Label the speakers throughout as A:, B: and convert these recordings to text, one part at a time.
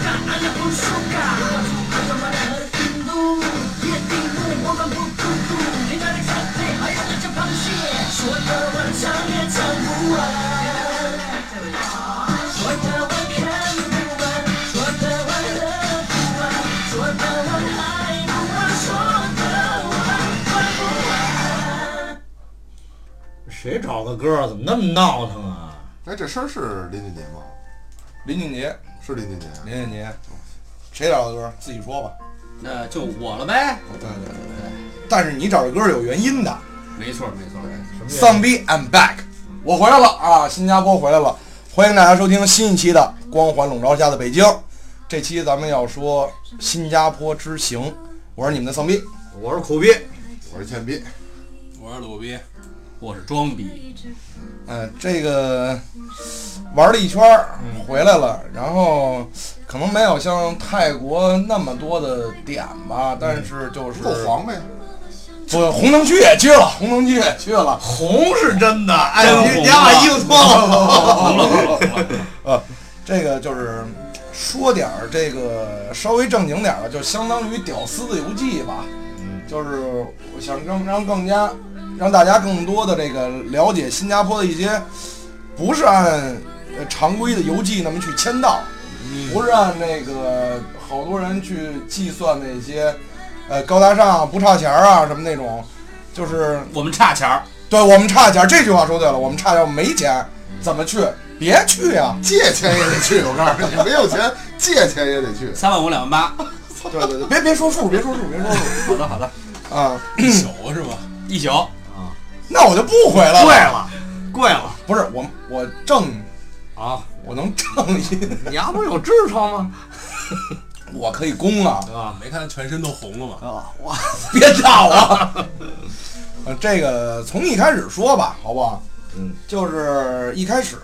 A: 不suka Kazanmaları sundu Yettiğim bu olan bu tuttu İnanın sattı hayalde çapan şey Soylara var çane çalbuğa Soylara var kendime Soylara var lafıma Soylara var haybuğa Soylara var farbuğa
B: 谁找个歌儿怎么那么闹腾啊？
C: 哎，这声儿是林俊杰吗？
D: 林俊杰，
C: 是林俊杰。啊
D: 林俊杰，谁找的歌？自己说吧。
E: 那就我了呗。
D: 对对对对。但是你找这歌是有原因的。
E: 没错，没错。
B: 嗯
D: 丧逼，I'm back，我回来了啊！新加坡回来了，欢迎大家收听新一期的《光环笼罩下的北京》。这期咱们要说新加坡之行，我是你们的丧逼。
B: 我是苦逼，
C: 我是倩碧，
E: 我是鲁逼，我是装逼。
D: 嗯，这个玩了一圈儿
B: 嗯
D: 回来了，然后可能没有像泰国那么多的点吧，
B: 嗯
D: 但是就是
C: 不够黄呗。
D: 不，红灯区也去了，红灯区也去了。
B: 红是真的。哎呦，
E: 真
B: 你
E: 红
B: 你俩把
E: 啊
B: 衣服脱了。
E: 红了，红了，红了。
D: 这个就是说点儿这个稍微正经点儿的，就相当于屌丝的游记吧。就是我想让让更加让大家更多的这个了解新加坡的一些不是按呃常规的游记那么去签到，不是按那个好多人去计算那些呃高大上不差钱儿啊什么那种，就是
E: 我们差钱儿，
D: 对我们差钱儿这句话说对了，我们差钱儿我们没钱怎么去？别去呀、
C: 借钱也得去，我告诉你，没有钱借钱也得去。
E: 三万五两万八。
D: 对对对，别别说数，别说数，别说数
E: 好的，好的，
D: 啊！
E: 一宿是吧？一宿。
D: 那我就不回来
B: 贵
D: 了。
B: 了，贵了
D: 不是我，我正，
B: 啊！
D: 我能正一，
B: 你丫不是有痔疮吗？
D: 我可以攻啊！
B: 啊，没看全身都红了吗？
D: 啊，哇， 别打我！呃，这个从一开始说吧，好不好？
B: 嗯，
D: 就是一开始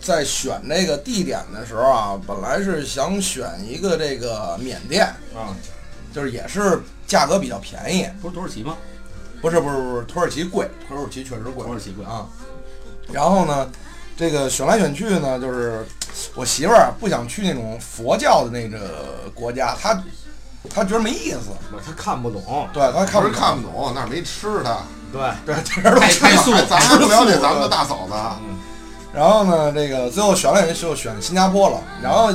D: 在选这个地点的时候啊，本来是想选一个这个缅甸，
B: 啊，
D: 就是也是价格比较便宜，
E: 不是土耳其吗？
D: 不是不是不是，土耳其贵，土耳其确实贵
E: 土，耳其贵
D: 啊。然后呢，这个选来选去呢，就是我媳妇儿啊不想去那种佛教的那个国家，她她觉得没意思，
B: 不是他看不懂。
D: 对她看
C: 哦不
D: 不
C: 是看不懂，那儿没吃的，
B: 对，
D: 对，这人都
E: 太
D: 吃
E: 太素
D: 了。
C: 哎咱还不了解咱们的大嫂
B: 嗯
C: 子。啊
D: 然后呢，这个最后选来选去就选新加坡了。然后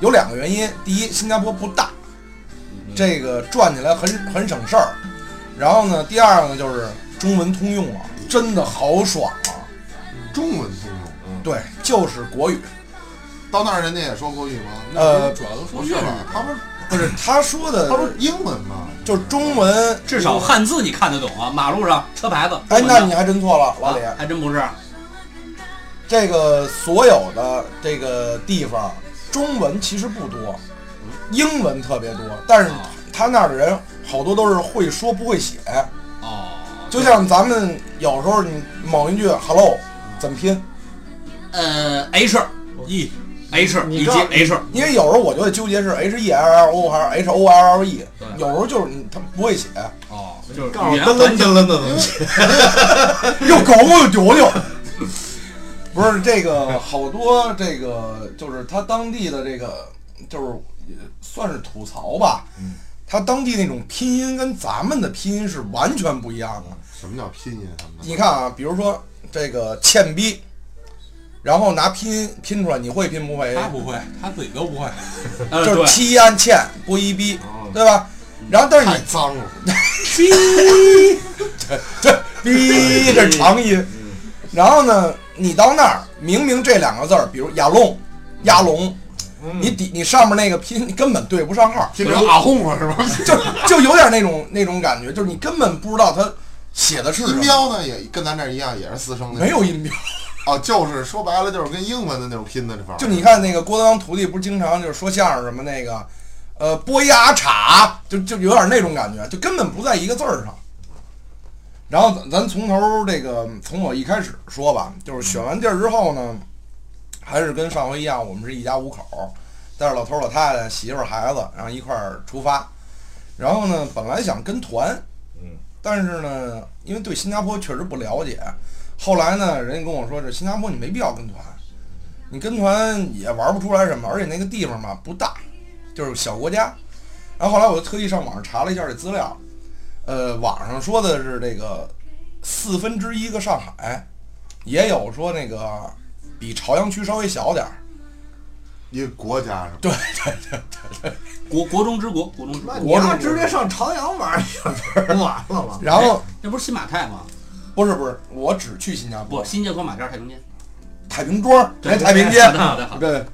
D: 有两个原因，第一，新加坡不大，
C: 嗯
D: 这个转起来很很省事儿。然后呢，第二个呢就是中文通用啊，真的好爽啊！
C: 中文通用，
D: 对，就是国语。
C: 到那儿人家也说国语吗？
D: 呃，
E: 主要都
C: 不是吧？他不是
D: 不是，他说的
C: 他不是英文吗？
D: 就中文，
E: 至少汉字你看得懂啊，马路上车牌子。
D: 哎，那你还真错了，老李。
E: 啊还真不是。
D: 这个所有的这个地方，中文其实不多，英文特别多，但是
E: 啊
D: 他那儿的人好多都是会说不会写，
E: 哦，
D: 就像咱们有时候你某一句 “hello” 怎么拼，
E: 呃，H E H
B: 你
E: 以
B: 知
E: 及
B: 道
E: H，
D: 因为有时候我就会纠结是 H E L L O 还是 H O L L E，
E: 对
D: 有时候就是你他不会写，
E: 哦，就是
B: 告诉
E: 语
B: 我
E: 言
B: 噔
E: 环
B: 噔
E: 境
B: 噔噔的东西。
D: 又狗又丢丢。 不是这个，好多这个就是他当地的这个，就是呃算是吐槽吧。他当地那种拼音跟咱们的拼音是完全不一样的。
C: 什么叫拼音？他们
D: 你看啊，比如说这个“欠逼”，然后拿拼音拼出来，你会拼不会？
F: 不会，他自己都不会。
E: 呃
D: 就
E: 对
D: 是，七安欠不一逼
B: 哦，
D: 对吧？然后但是你
C: 太脏了，
D: 逼， 对对，逼这是长音。然后呢，你到那儿明明这两个字儿，比如亚龙、亚龙，
C: 嗯
D: 你底你上面那个拼你根本对不上号，
C: 拼成阿訇了是吧？
D: 就 就有点那种那种感觉，就是你根本不知道他写的是什
C: 音
D: 么，
C: 标呢也跟咱这儿一样，也是四声的。
D: 没有音标。
C: 哦，就是说白了就是跟英文的那种拼的这方。
D: 就你看那个郭德纲徒弟，不是经常就是说相声什么那个，呃，波压叉，就就有点那种感觉，就根本不在一个字儿上。然后咱咱从头这个从我一开始说吧，就是选完地儿之后呢，还是跟上回一样，我们是一家五口，带着老头儿、老太太、媳妇儿、孩子，然后一块儿出发。然后呢，本来想跟团，
B: 嗯，
D: 但是呢，因为对新加坡确实不了解，后来呢，人家跟我说，这新加坡你没必要跟团，你跟团也玩不出来什么，而且那个地方吧不大，就就是小国家。然后后来我就特意上网上查了一下这资料，呃，网上说的是这个四分之一个上海，也有说那个比朝阳区稍微小点儿。
C: 一个国家是吧？
D: 对对对对对。
E: 国国中之国，国中之
B: 那
E: 国，
B: 你要直接上朝阳玩儿去，不是完了 吗？
D: 然后
E: 哎那不是新马泰吗？
D: 不是不是，我只去新加坡
E: 不，新街口马甸太平街，
D: 太平庄，
E: 对
D: 来太平街。
E: 好的好的好的，
D: 对，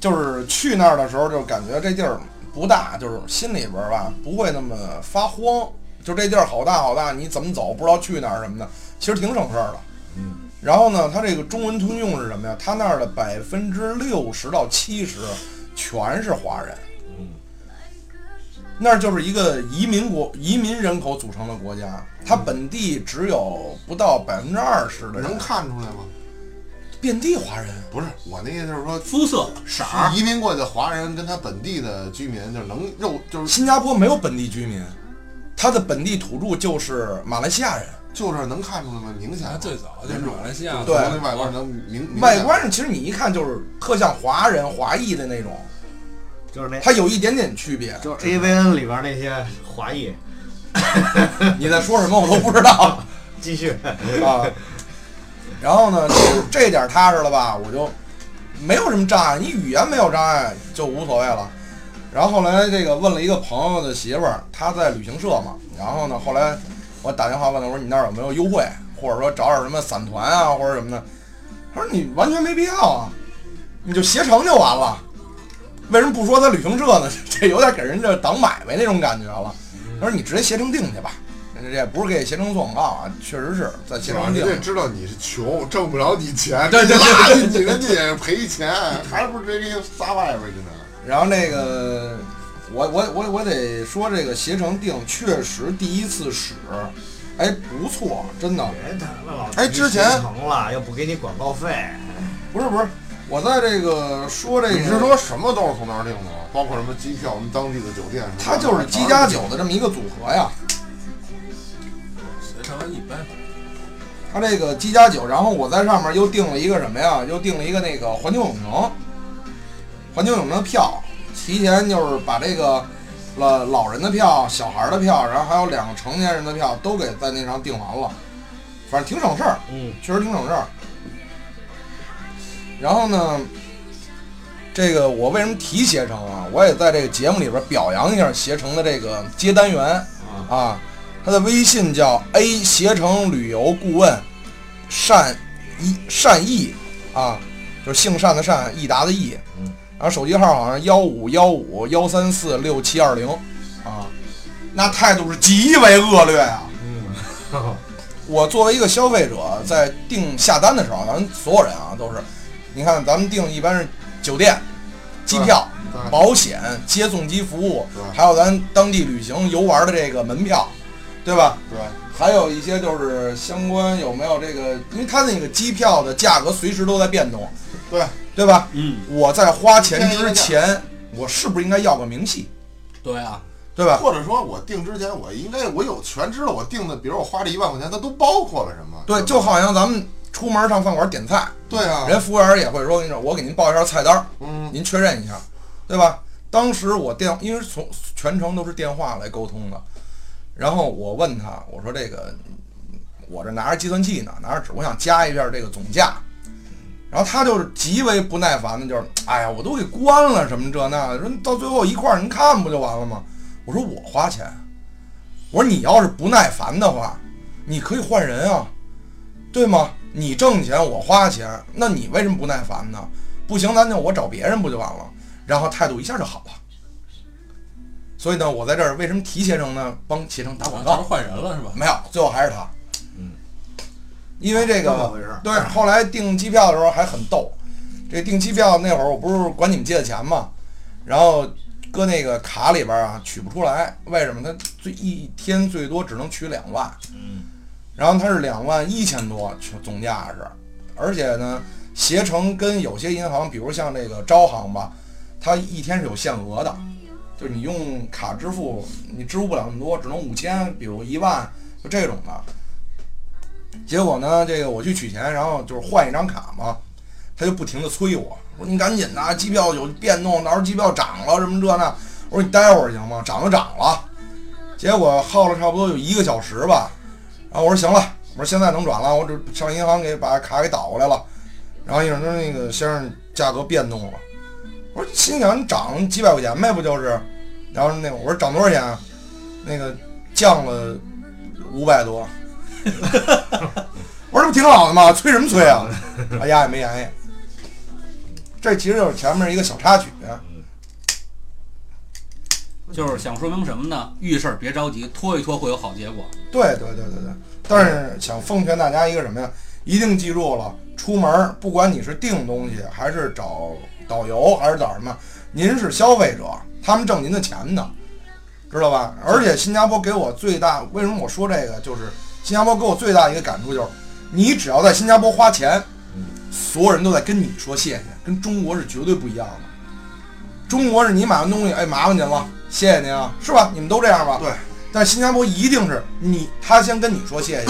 D: 就是去那儿的时候，就感觉这地儿不大，就是心里边儿吧不会那么发慌，就这地儿好大好大，你怎么走不知道去哪儿什么的，其实挺省事儿的。嗯。然后呢，它这个中文通用是什么呀？它那儿的百分之六十到七十全是华人。嗯。那儿就是一个移民国移民人口组成的国家，它本地只有不到百分之二十的人
C: 能看出来吗？
E: 嗯
D: 遍地华人。
C: 不是，我那意思就是说，
E: 肤色色儿，
C: 移民过去的华人跟他本地的居民，就是能肉，就是
D: 新加坡没有本地居民，他的本地土著就是马来西亚人。
C: 就是能看出来吗？明显吗
F: 他最早就是马来西亚
D: 对
C: 从那外观能明明显啊
D: 外观上其实你一看就是特像华人、华裔的那种，
B: 就是那，
D: 他有一点点区别。
B: 就是 AVN 里边那些华裔，
D: 你在说什么我都不知道
B: 继 续，
D: 啊。然后呢，就是这点踏实了吧，我就没有什么障碍，你语言没有障碍就无所谓了。然后后来这个问了一个朋友的媳妇儿，她在旅行社嘛。然后呢，后来我打电话问她，我说你那儿有没有优惠，或者说找点什么散团啊，或者什么的。她说你完全没必要啊，你就携程就完了。为什么不说他旅行社呢？ 这有点给人家挡买卖那种感觉了。她说你直接携程订去吧，这也不是给携程做广告啊，确实是在携
C: 主要
D: 程
C: 你
D: 订。
C: 得知道你是穷，挣不了你钱，
D: 对对对
C: 你人家也赔钱， 还不如直接给你撒外边去呢？
D: 然后那个，我我我我得说这个携程订确实第一次使，哎不错，真的
B: 别他妈老
C: 哎之前
B: 成了又不给你广告费，
D: 不是不是，我在这个说这个，
C: 你是说什么都是从那儿订的吗？包括什么机票、什么当地的酒店什么的？
D: 它就是鸡加酒的这么一个组合呀，
F: 携程一般，
D: 它这个鸡加酒，然后我在上面又订了一个什么呀，又订了一个那个环球影城，环球影城的票，提前就是把这个。老老人的票、小孩的票，然后还有两个成年人的票，都给在那上订完了，反正挺省事儿。
B: 嗯，
D: 确实挺省事儿。然后呢，这个我为什么提携程啊？我也在这个节目里边表扬一下携程的这个接单员啊，他的微信叫 A 携程旅游顾问单一单毅啊，就是姓单的单，益达的益。然后手机号好像幺五幺五幺三四六七二零啊，那态度是极为恶劣啊。
B: 嗯
D: 我作为一个消费者，在订下单的时候，咱们所有人啊都是，你看咱们订一般是酒店、机票、
C: 对啊
D: 保险、接送机服务，
C: 对
D: 还有咱当地旅行游玩的这个门票，对吧？
C: 对，
D: 还有一些就是相关有没有这个，因为它那个机票的价格随时都在变动，
C: 对
D: 对吧？
E: 嗯，
D: 我在花钱之前，我是不是应该要个明细，
E: 对啊，
D: 对吧？
C: 或者说我订之前，我应该我有权知道我订的，比如我花这一万块钱，它都包括了什么？
D: 对，就好像咱们出门上饭馆点菜，
C: 对啊，
D: 人服务员也会说，跟你说，我给您报一下菜单儿，
C: 嗯，
D: 您确认一下，对吧？当时我电，因为是从全程都是电话来沟通的，然后我问他，我说这个，我这拿着计算器呢，拿着纸，我想加一下这个总价，然后他就是极为不耐烦的，就是，哎呀，我都给关了什么这那的，说到最后一块儿您看不就完了吗？我说我花钱，我说你要是不耐烦的话，你可以换人啊，对吗？你挣钱我花钱，那你为什么不耐烦呢？不行，咱就我找别人不就完了？然后态度一下就好了。所以呢，我在这儿为什么提携程呢？帮携程打广
F: 当
D: 告
F: 时。换人了是吧？
D: 没有，最后还是他。因为这
B: 这
D: 个
B: 么回事儿
D: 对，后来订机票的时候还很逗。这订机票那会儿，我不是管你们借的钱嘛，然后搁那个卡里边儿啊取不出来，为什么？他最一天最多只能取两万，嗯，然后他是两万一千多，总价是，而且呢，携程跟有些银行，比如像这个招行吧，它一天是有限额的，就是你用卡支付，你支付不了那么多，只能五千，比如一万，就这种的。结果呢，这个我去取钱，然后就是换一张卡嘛，他就不停的催我，我说你赶紧的，机票有变动，到时候机票涨了什么这那。我说你待会儿行吗？涨就涨了。结果耗了差不多有一个小时吧。然后我说行了，我说现在能转了，我这上银行给把卡给倒过来了。然后医生说那个先生价格变动了。我说心想你涨几百块钱呗，不就是？然后那个我说涨多少钱啊？那个降了五百多。我说这不挺好的吗？催什么催啊？哎呀，也没言语。这其实就是前面一个小插曲。啊
E: 就是想说明什么呢？遇事儿别着急，拖一拖会有好结果。
D: 对对对对对，但是想奉劝大家一个什么呀？一定记住了，出门儿不管你是订东西，还是找导游，还是找什么，您是消费者，他们挣您的钱呢，知道吧？而且新加坡给我最大，为什么我说这个？就是新加坡给我最大一个感触就是，你只要在新加坡花钱，所有人都在跟你说谢谢，跟中国是绝对不一样的。中国是你买完东西，哎，麻烦您了，谢谢您啊，是吧？你们都这样吧？
C: 对。
D: 但新加坡一定是你，他先跟你说谢谢，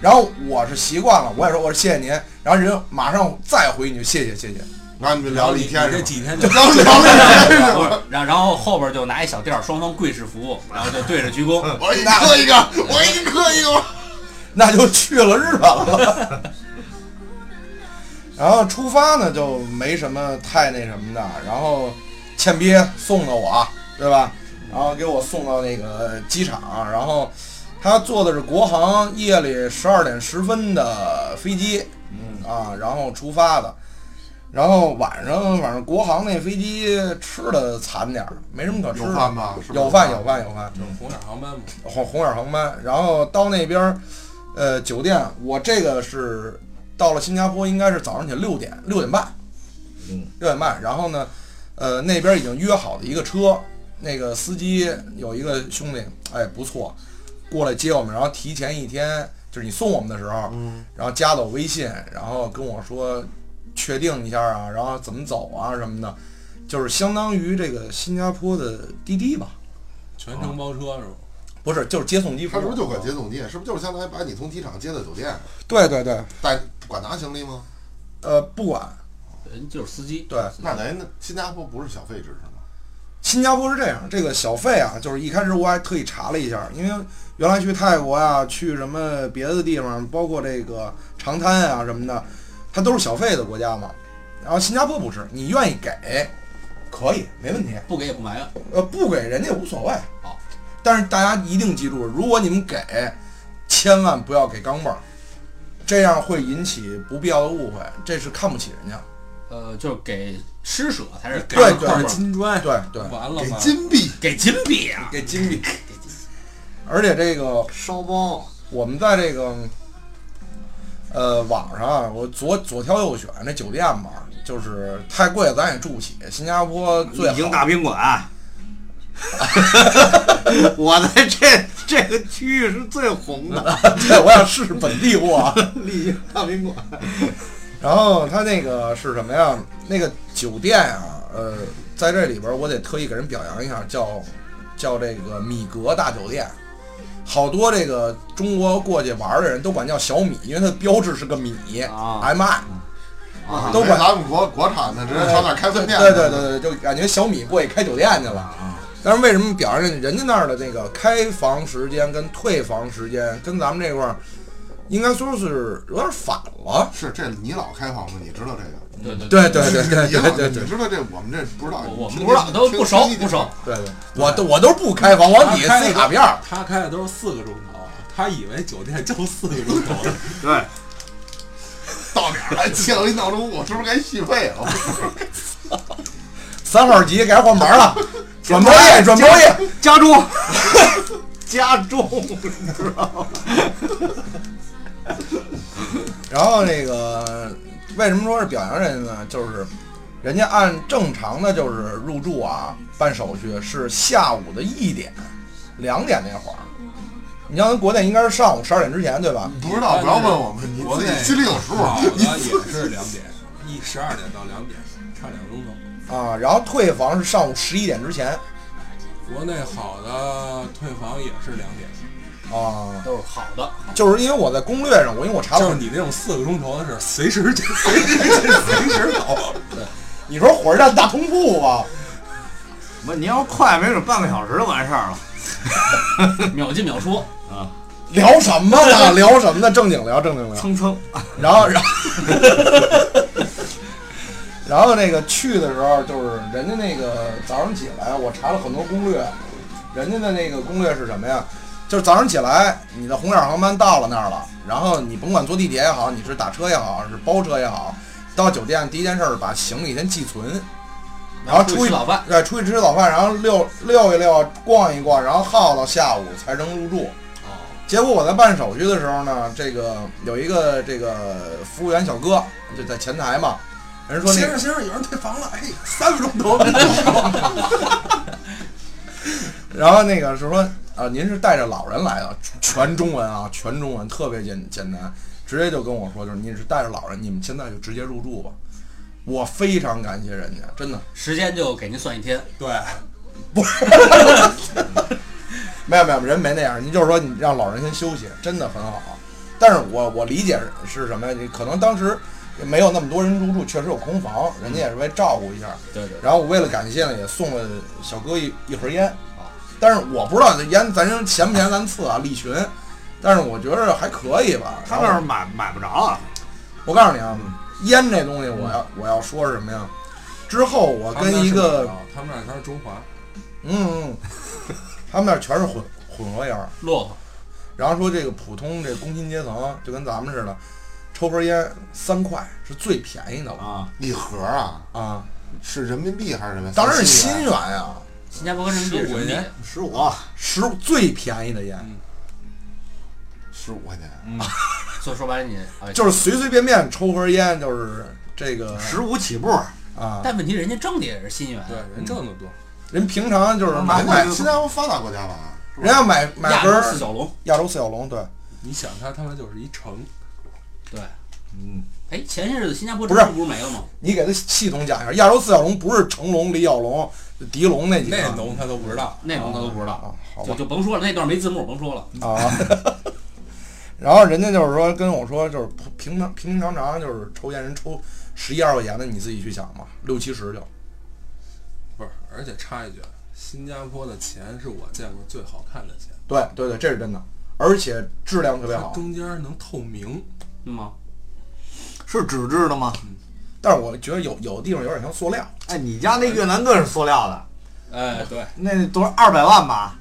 D: 然后我是习惯了，我也说我说谢谢您，然后人马上再回你就谢谢谢谢。
C: 那你们聊了一天
F: 你这
C: 是吧？
F: 几天就
C: 刚聊了一天，
E: 不是，然然后后边就拿一小垫儿，双方跪式服务，然后就对着鞠躬。
C: 我给你磕一个，我给你磕一个。
D: 那就去了日本了。然后出发呢，就没什么太那什么的。然后倩鳖送的我，对吧？然后给我送到那个机场，然后他坐的是国航夜里十二点十分的飞机，嗯啊，然后出发的。然后晚上，反正国航那飞机吃的惨点儿，没什么可吃的。
C: 有饭吧是不是
D: 有饭，有饭，有饭。
F: 红眼航班嘛，
D: 红红眼航班，然后到那边儿，呃，酒店，我这个是到了新加坡，应该是早上起来六点六点半，
B: 嗯，
D: 六点半，然后呢，呃，那边已经约好的一个车，那个司机有一个兄弟，哎，不错，过来接我们，然后提前一天，就是你送我们的时候，
C: 嗯，
D: 然后加了我微信，然后跟我说确定一下啊，然后怎么走啊什么的，就是相当于这个新加坡的滴滴吧，
F: 全程包车是吧？
D: 不是，就是接送机服
C: 他
D: 务，
C: 是不是就管接送机？是不是就是相当于把你从机场接到酒店，
D: 对对对，
C: 带管拿行李吗？
D: 呃，不管
E: 人就是司机，
D: 对，
C: 那等于那新加坡不是小费制是吗？
D: 新加坡是这样，这个小费啊，就是一开始我还特意查了一下，因为原来去泰国啊，去什么别的地方，包括这个长滩啊什么的，它都是小费的国家嘛。然后新加坡不是，你愿意给，可以，没问题。
E: 不给也不埋怨。
D: 呃，不给人家无所谓。啊
E: 好，
D: 但是大家一定记住，如果你们给，千万不要给钢镚儿，这样会引起不必要的误会，这是看不起人家。
E: 呃，就是给施舍才是给
D: 对
E: 块儿
F: 块金砖，
D: 对对，
F: 完了
C: 给
F: 吗？
C: 金币
E: 给金币啊！
F: 给金币，
D: 而且这个
B: 烧包，
D: 我们在这个呃网上啊，我左左挑右选这酒店吧，就是太贵咱也住不起，新加坡最
B: 丽晶
D: 好
B: 大宾 馆。我在这这个区域是最红 的，
D: 对，我想试试本地货。
B: 丽晶大宾馆。
D: 然后它那个是什么呀？那个酒店啊，呃，在这里边我得特意给人表扬一下，叫叫这个米格大酒店。好多这个中国过去玩的人都管叫小米，因为它的标志是个米
B: 啊
D: ，MI。
C: 啊，
D: 都
C: 没
D: 管
C: 咱们国国产的，直接朝那儿开分店。
D: 对对对对，就感觉小米过去开酒店去了。但是为什么表扬人人家那儿的那个开房时间跟退房时间跟咱们这块儿，应该说是有点反了。
C: 是这你老开房子，你知道这个？
E: 对对
D: 对对对对
C: 你老
D: 对对对
C: 你知道这我们这不知道，
E: 我我们
C: 听
E: 不知道，都不熟不。
C: 听
E: 熟。
D: 对，我都我都不开房，我底下
F: 他开
D: 塞
F: 的
D: 卡片儿。
F: 他开的都是四个钟头，他以为酒店就四个钟头，
B: 对，
C: 到点儿了，切了一闹钟，我是不是该续费了？
D: 三号级该换牌了， 转包夜转包夜。
B: 家中，家中，你知道吗？
D: 然后那个为什么说是表扬人呢？就是人家按正常的就是入住啊，办手续是下午的一点、两点那会儿。你像咱国内应该是上午十二点之前，对吧？
C: 不知道，不要问我们，你
F: 国
C: 自
F: 内
C: 己心里有数
F: 好。
C: 你
F: 的也是两点，一十二点到两点，差两个钟头。
D: 啊，然后退房是上午十一点之前
F: 国内好的退房也是两点，
D: 啊，
E: 都是好的，
D: 就是因为我在攻略上，我因为我查
F: 就
D: 了
F: 是，你那种四个钟头的是随时就随时就随时走。
D: 你说火车站大通铺啊吧，
B: 不，你要快，没准半个小时就完事儿了。
E: 秒进秒出，
D: 聊什么 呢？聊什么呢？正经聊，正经聊。
B: 蹭蹭，
D: 然后， 然后，然后那个去的时候，就是人家那个早上起来，我查了很多攻略，人家的那个攻略是什么呀？就是早上起来，你的红眼航班到了那儿了，然后你甭管坐地铁也好，你是打车也好，是包车也好，到酒店第一件事儿是把行李先寄存，然后出
E: 出去
D: 去
E: 早饭，
D: 对，出去吃早饭，然后溜溜一溜，啊逛一逛，然后耗到下午才能入住。结果我在办手续的时候呢，这个有一个这个服务员小哥就在前台嘛，人说那
F: 先
D: 个
F: 生先生，有人退房了，哎，三分钟 头没退房，
D: 然后那个是说啊、您是带着老人来的，全中文啊，全中文，特别简简单，直接就跟我说，就是你是带着老人，你们现在就直接入住吧。我非常感谢人家，真的
E: 时间就给您算一天。
F: 对，
D: 没有没有，人没那样。您就是说，你让老人先休息，真的很好。但是我我理解是什么呀？你可能当时没有那么多人入住，确实有空房，人家也是为照顾一下。
E: 对对，
D: 然后我为了感谢呢，也送了小哥一一盒烟。啊但是我不知道这烟咱咸不咸，咱次啊，利群。但是我觉着还可以吧。
B: 他
D: 然后
B: 那儿买买不着啊。
D: 我告诉你啊，烟这东西，我要我要说是什么呀？之后我
F: 他们那
D: 跟
F: 儿
D: 一
F: 是
D: 个
F: 哪儿的他们那儿全是中华，
D: 嗯，嗯他们那儿全是混混合烟儿。
E: 骆驼
D: 然后说这个普通这工薪阶层就跟咱们似的，抽根烟三块是最便宜的了
E: 啊，
C: 一盒啊，
D: 啊！
C: 是人民币还是人民币？啊
D: 当然是
C: 新
D: 新
C: 元
D: 元呀，
E: 新加坡跟人民币是什么
F: 15块
E: 币
F: 钱？
B: 十五，
C: 啊
D: 十最便宜的烟，
E: 嗯
C: 十五块钱，
E: 所以说白了你啊，
D: 就是随随便便抽根烟就是这个
B: 十五起步，
D: 啊，
E: 但问题人家挣的也是新元，
F: 对，人挣得多，
D: 人平常就是买
C: 人家
D: 买，
C: 新加坡发达国家啊吧？
D: 人家买买
E: 亚
D: 根
E: 洲
D: 儿
E: 四小龙，
D: 亚洲四小龙，对，
F: 你想他他妈就是一城，
E: 对，嗯，哎，前些日子新加坡
D: 不
E: 不
D: 是
E: 是不是没了吗？
D: 你给他系统讲一下，亚洲四小龙不是成龙、李小龙、狄龙那几个
F: 那农他都不知道，
E: 内容他都不知
D: 啊
E: 道，，
D: 好吧
E: 就。就甭说了，那段没字幕，甭说了。
D: 啊。 然后人家就是说跟我说，就是普平常平平常常就是抽烟人抽十一二块钱的，你自己去想吧，六七十就。
F: 不是，而且插一句，啊新加坡的钱是我见过最好看的钱，
D: 对对对，这是真的，而且质量特别
F: 它
D: 好。
F: 中间能透明，
E: 嗯吗？
B: 是纸质的吗？
D: 但是我觉得有有的地方有点像塑料，
B: 哎，你家那越南盾是塑料的，
E: 呃，对，
B: 那多少二百万吧？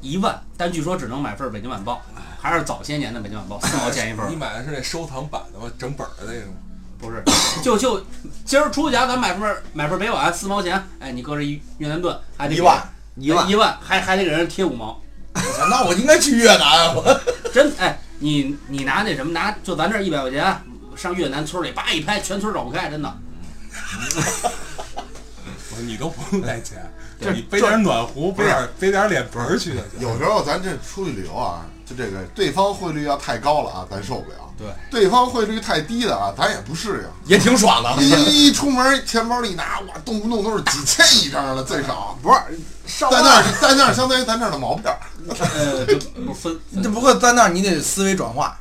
E: 一万，但据说只能买份《北京晚报》，还是早些年的《北京晚报》，四毛钱一份儿
F: 你。买的是那收藏版的吗？整本儿的那种？
E: 不是，就就今儿出去啊，咱买份儿买份儿北碗，四毛钱。哎，你搁这一越南盾还得
D: 一
E: 给哎
D: 万
B: 一万
E: 一万，还还得给人贴五毛。
D: 我操那我应该去越南。啊我
E: 真哎，你你拿那什么拿，就咱这一百块钱，啊上越南村里叭一拍，全村找不开，真的。
F: 我说你都不用带钱，
E: 对
F: 你背点暖壶，背点背点脸盆儿去就行。
C: 有时候咱这出去旅游啊，就这个对方汇率要太高了啊，咱受不了。
E: 对，
C: 对方汇率太低的啊，咱也不适应。
D: 也挺爽的。
C: 一一出门，钱包里拿，哇，动不动都是几千一张的，最少。
B: 不是，上
C: 在
B: 万
C: 那儿，在那儿相当于咱这儿的毛片儿。
E: 呃，就不分分
D: 这不过在那儿你得思维转化，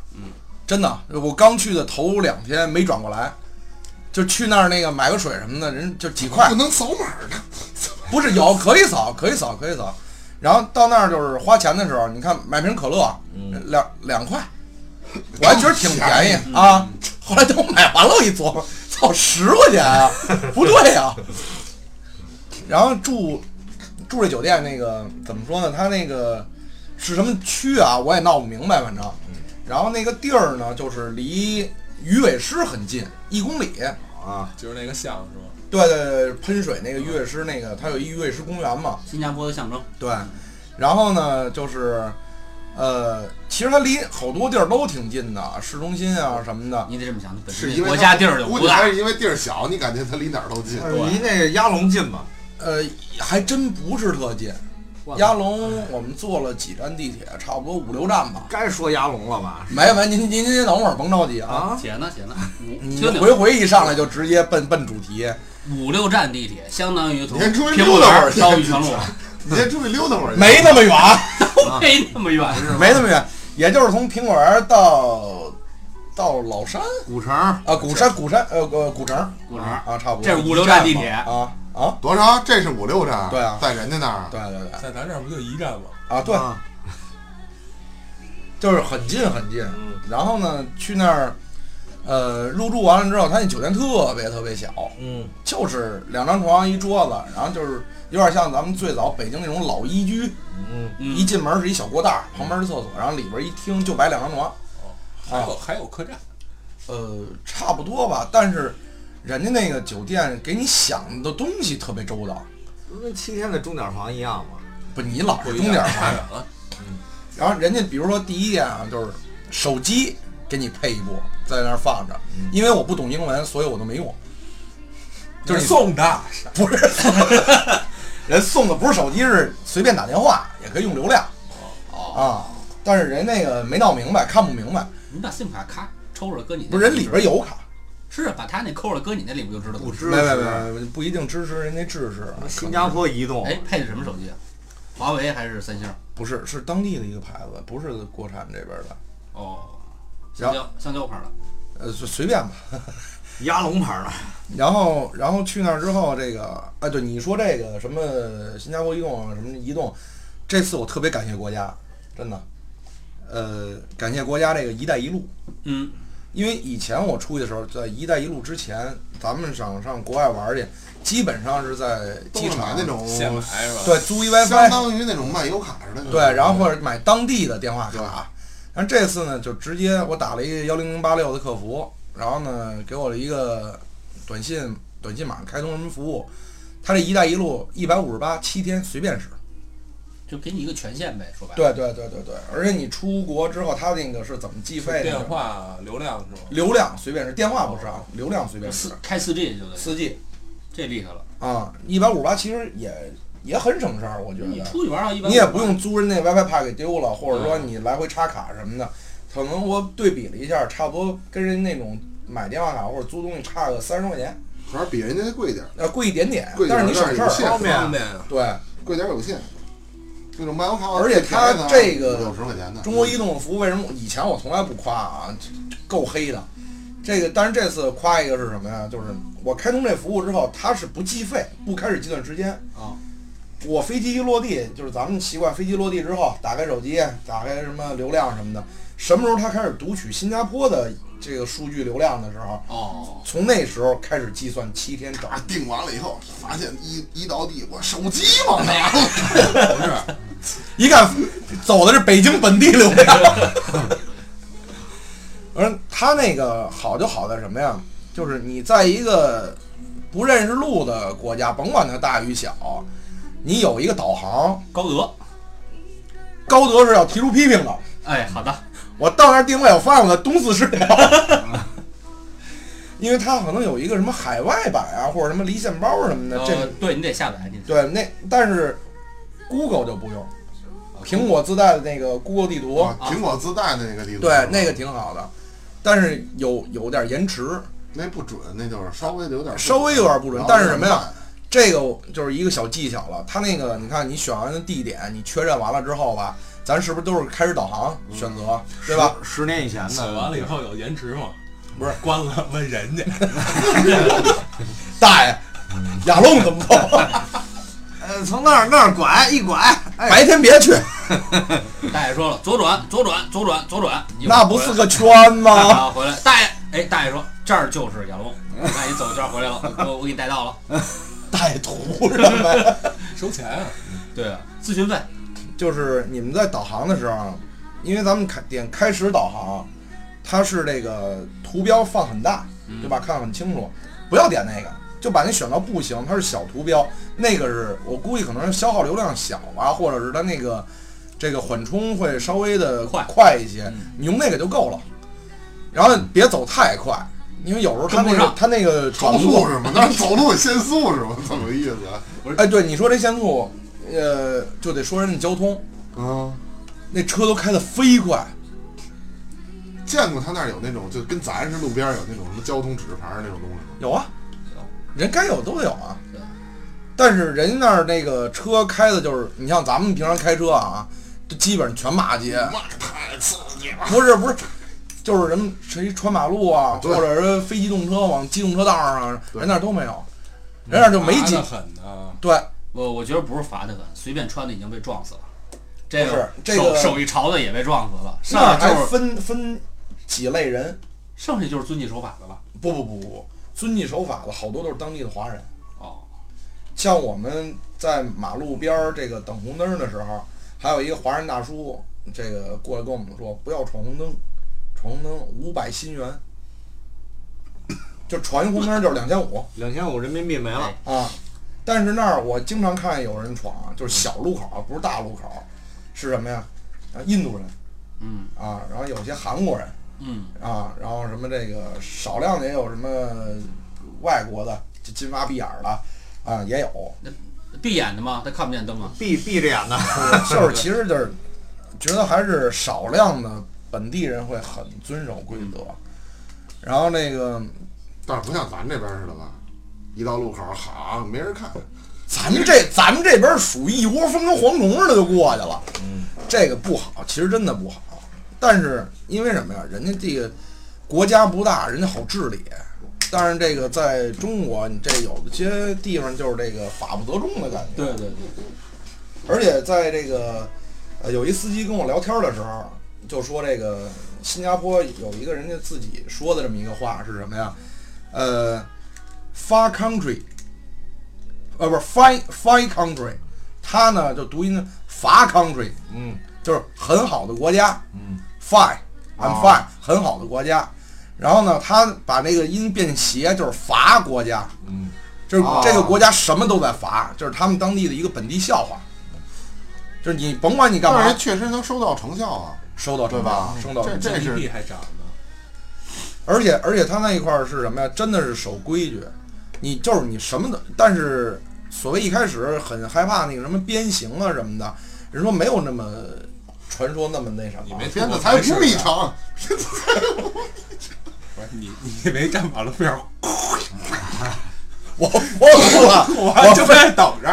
D: 真的，我刚去的头两天没转过来，就去那儿那个买个水什么的，人就几块
C: 不，能扫码的。
D: 不是有可以扫，可以扫，可以扫。然后到那儿就是花钱的时候，你看买瓶可乐，两两块，我还觉得挺嗯 便宜啊。后来等我买完了，我一琢磨，操，十块钱啊， 不对呀、然后住住这酒店那个怎么说呢？它那个是什么区啊？我也闹不明白，反正。然后那个地儿呢，就是离鱼尾狮很近，一公里。
B: 啊，
F: 就是那个像是吗？
D: 对对对，喷水那个鱼尾狮那个，它有一鱼尾狮公园嘛。
E: 新加坡的象征。
D: 对，然后呢，就是，呃，其实它离好多地儿都挺近的，市中心啊什么的。
E: 你得这么想，本
C: 是
E: 身
C: 因为
E: 国家地儿就
C: 估
E: 不
C: 计还
E: 大，
C: 是因为地儿小，你感觉它离哪儿都近。
B: 离那个鸭笼近吗？
D: 呃，还真不是特近。鸭龙，我们坐了几站地铁，差不多五六站吧。
B: 该说鸭笼了吧？
D: 没没，您您您等会儿甭着急啊，
B: 啊，
E: 写呢写呢，五
D: 你
E: 听
D: 回
E: 听
D: 回一上来就直接奔奔主题。
E: 五六站地铁，相当于从
C: 连出去
E: 平
C: 溜
E: 谷
C: 达
E: 园
C: 会儿
E: 儿到玉泉路啊
C: 你先出去溜达会儿去。
D: 没那么远，
E: 没那么远，是吧？
D: 没那么远，也就是从苹果园到到老山
B: 古城
D: 啊，古山古山呃呃古城
E: 古城
D: 啊，差不多
E: 这是五六站地铁
D: 啊啊，
C: 多少？这是五六站，
D: 对啊
C: 在人家那儿，
D: 对对对
F: 在咱这儿不就一站吗？
D: 啊对，
B: 啊
D: 就是很近很近。然后呢，去那儿呃入住完了之后，他那酒店特别特别小，
B: 嗯，
D: 就是两张床一桌子，然后就是有点像咱们最早北京那种老一居，
B: 嗯，
D: 一进门是一小过道，旁边是厕所，然后里边一厅就摆两张床，
F: 还有还有客栈，
D: 呃，差不多吧。但是人家那个酒店给你想的东西特别周到，
B: 不跟七天的钟点房一样吗？
D: 不，你老
F: 不
D: 是
F: 一
D: 钟
F: 样
D: 点儿
F: 差
D: 房
F: 远 了。
D: 嗯然后人家比如说第一点啊，就是手机给你配一部在那儿放着，
B: 嗯
D: 因为我不懂英文，所以我都没用。就是你
F: 送的，
D: 不是，人送的不是手机，是随便打电话也可以用流量。
B: 哦
D: 啊，但是人那个没闹明白，看不明白，
E: 你把 SIM 卡咔抽出来搁你那
D: 不是人里边有卡，
E: 是啊把他那抠了搁你那里不就知道了
B: 不？支
D: 没没
B: 持。
D: 没没不一定支持人家支持。
B: 新加坡移动
E: 哎，配的什么手机啊？华为还是三星？
D: 不是，是当地的一个牌子，不是国产这边的，
E: 哦，
D: 然
E: 香
D: 后
E: 蕉香蕉牌的。
D: 呃，随随便吧。
B: 鸭龙牌的，
D: 然后，然后去那儿之后，这个，哎，对，你说这个什么新加坡移动啊，什么移动，这次我特别感谢国家，真的，呃，感谢国家这个“一带一路”，
E: 嗯，
D: 因为以前我出去的时候，在“一带一路”之前，咱们想上国外玩去，基本上是在
C: 都
D: 机
C: 是买
D: 场
C: 那种
F: 现买是吧？
D: 对租一
C: 相
D: WiFi，
C: 当于那种漫游卡似的
D: 嗯
C: 那种。
D: 对，然后或者买当地的电话
C: 对
D: 卡。但这次呢，就直接我打了一个幺零零八六的客服，然后呢给我了一个短信，短信码开通什么服务，他这一带一路一百五十八七天随便使。
E: 就给你一个权限呗，说白
D: 对
E: 了。
D: 对对对对，而且你出国之后，他那个是怎么计费的？
F: 电话流量是吗？
D: 流量随便使，电话不是啊，流量随便
E: 就
D: 使
E: 四。开四 G 就得，
D: 四 G
E: 这厉害了。
D: 啊，一百五十八其实也也很省事儿，我觉
E: 你
D: 得。
E: 出去玩儿一般
D: 啊
E: 嗯
D: 你也不用租人那 WiFi 怕给丢了，或者说你来回插卡什么的。可能我对比了一下，差不多跟人那种买电话卡或者租东西差个三十块钱，
C: 主要比人家贵点儿，
D: 呃，贵一点点，
C: 贵一点
D: 但是你省事
C: 但是有
D: 儿。
C: 限
B: 方便
F: 方便啊，
D: 对，
C: 贵点儿有限。那种漫游卡，
D: 而且它这个
C: 五六十块钱的，
D: 中国移动的服务为什么以前我从来不夸啊，够黑的。这个，但是这次夸一个是什么呀？就是我开通这服务之后，它是不计费，不开始计算时间
B: 啊。
D: 我飞机一落地，就是咱们习惯飞机落地之后，打开手机，打开什么流量什么的，什么时候它开始读取新加坡的这个数据流量的时候，
E: 哦，
D: 从那时候开始计算七天整。
C: 啊，定完了以后，发现一一到地，我手机忘拿了，
F: 不是，
D: 一看走的是北京本地流量。 而他那个好就好在什么呀？就是你在一个不认识路的国家，甭管它大与小，你有一个导航。
E: 高德。
D: 高德是要提出批评的。
E: 哎，好的，
D: 我到那儿定位，我发现我在东四市了， 因为它可能有一个什么海外版啊，或者什么离线包什么的，这
E: 呃，对你得下载，你
D: 对，那但是 Google 就不用，苹果自带的那个 Google 地图，
C: 啊苹果自带的那个地图，
D: 对，那个挺好的，但是有有点延迟。
C: 那不准，那就是稍微的有点不准，
D: 稍微有点不准
C: 然后
D: 但是什么呀
C: 慢？
D: 这个就是一个小技巧了。它那个，你看，你选完地点，你确认完了之后吧，咱是不是都是开始导航
B: 嗯
D: 选择，对吧？
B: 十？十年以前
F: 写
B: 的，
F: 完了以后有延迟吗？
D: 不是，
F: 关了问人家，
D: 大爷，亚龙怎么走？
B: 呃，从那儿那儿拐一拐，哎，
D: 白天别去，
E: 大爷说了，左转，左转，左转，左转，一会儿
D: 那不
E: 回来
D: 是个圈吗？
E: 啊，回来，大爷，哎，大爷说这儿就是亚龙，我看你走这儿回来了， 我我给你带到了。
D: 大爷图什么呀？
F: 收钱啊！
E: 对啊，咨询费，
D: 就是你们在导航的时候啊，因为咱们开点开始导航，它是这个图标放很大，对吧？看很清楚，不要点那个，就把那选到步行，它是小图标，那个是我估计可能是消耗流量小啊，或者是它那个这个缓冲会稍微的
E: 快
D: 快一些，你用那个就够了，然后别走太快，因为有时候它
E: 跟不
D: 那个
E: 上
D: 它那个
C: 超
D: 转速
C: 速是吗？那是走路限速是吗？怎么个意思啊？
D: 哎，对你说这限速，呃，就得说人家交通，
C: 嗯，
D: 那车都开得飞快。
C: 见过他那儿有那种，就跟咱是路边儿有那种什么交通指示牌儿那种东西吗？
D: 有啊，
E: 有
D: 人该有都有啊
E: 对。
D: 但是人家那儿那个车开的就是，你像咱们平常开车啊，就基本上全骂街，
C: 哎哇，太刺激了！
D: 不是不是，就是人谁穿马路啊，
C: 对
D: 或者是非机动车往机动车道上啊，人那儿都没有，人那儿就没
F: 麻
D: 几
F: 得很啊呢。
D: 对，
E: 我我觉得不是罚的很，随便穿的已经被撞死了。这
D: 不是
E: 个
D: 这个
E: 手手一朝的也被撞死了，上
D: 那
E: 来
D: 还
E: 就是
D: 分分几类人，
E: 剩下就是遵纪守法的了。
D: 不不不不不，遵纪守法的好多都是当地的华人。
E: 哦，
D: 像我们在马路边儿这个等红灯儿的时候，还有一个华人大叔，这个过来跟我们说，不要闯红灯，闯红灯五百新元，就闯一红灯就是两千五
B: 两千五人民币没了
E: 哎，
D: 啊。但是那儿我经常看见有人闯，啊就是小路口儿，不是大路口儿，是什么呀？啊，印度人
E: 嗯
D: 啊，然后有些韩国人
E: 嗯，
D: 啊，然后什么这个少量的也有什么外国的，就金发碧眼儿的啊也有，
E: 闭眼的嘛，他看不见灯啊。
B: 闭闭着眼呢。
D: 就是其实就是觉得还是少量的本地人会很遵守规则，然后那个
C: 但是不像咱这边似的吧？一到路口，好，没人看，
D: 咱们这咱们这边属于一窝蜂跟蝗虫似的就过去了，这个不好，其实真的不好。但是因为什么呀？人家这个国家不大，人家好治理。但是这个在中国，你这有些地方就是这个法不责众的感觉。
E: 对对对，
D: 而且在这个，呃，有一司机跟我聊天的时候，就说这个新加坡有一个人家自己说的这么一个话是什么呀？呃，far country，呃，不是 fine fine country，它呢就读音法 country，
B: 嗯，
D: 就是很好的国家，
B: 嗯哦
D: ，fine，I'm fine，、很好的国家。然后呢，他把那个音变斜，就是罚国家，
B: 嗯，
D: 就是
C: 哦
D: 这个国家什么都在罚，就是他们当地的一个本地笑话，就是你甭管你干
C: 但
D: 嘛
C: 是人，确实能收到成效啊，
D: 收到
C: 对
D: 惩
C: 吧
D: 罚，？
B: 嗯
D: 收到
C: 这
D: 惩罚
C: 这
F: 人民币
C: 是
F: 还涨呢，
D: 而且而且他那一块儿是什么呀？真的是守规矩，你就是你什么的，但是所谓一开始很害怕那个什么鞭刑啊什么的，人说没有那么传说那么那什么，
F: 你没
C: 编的才啊五米长，
F: 不是你你没站马路边儿，
D: 我我服了，
F: 我还就在那等着。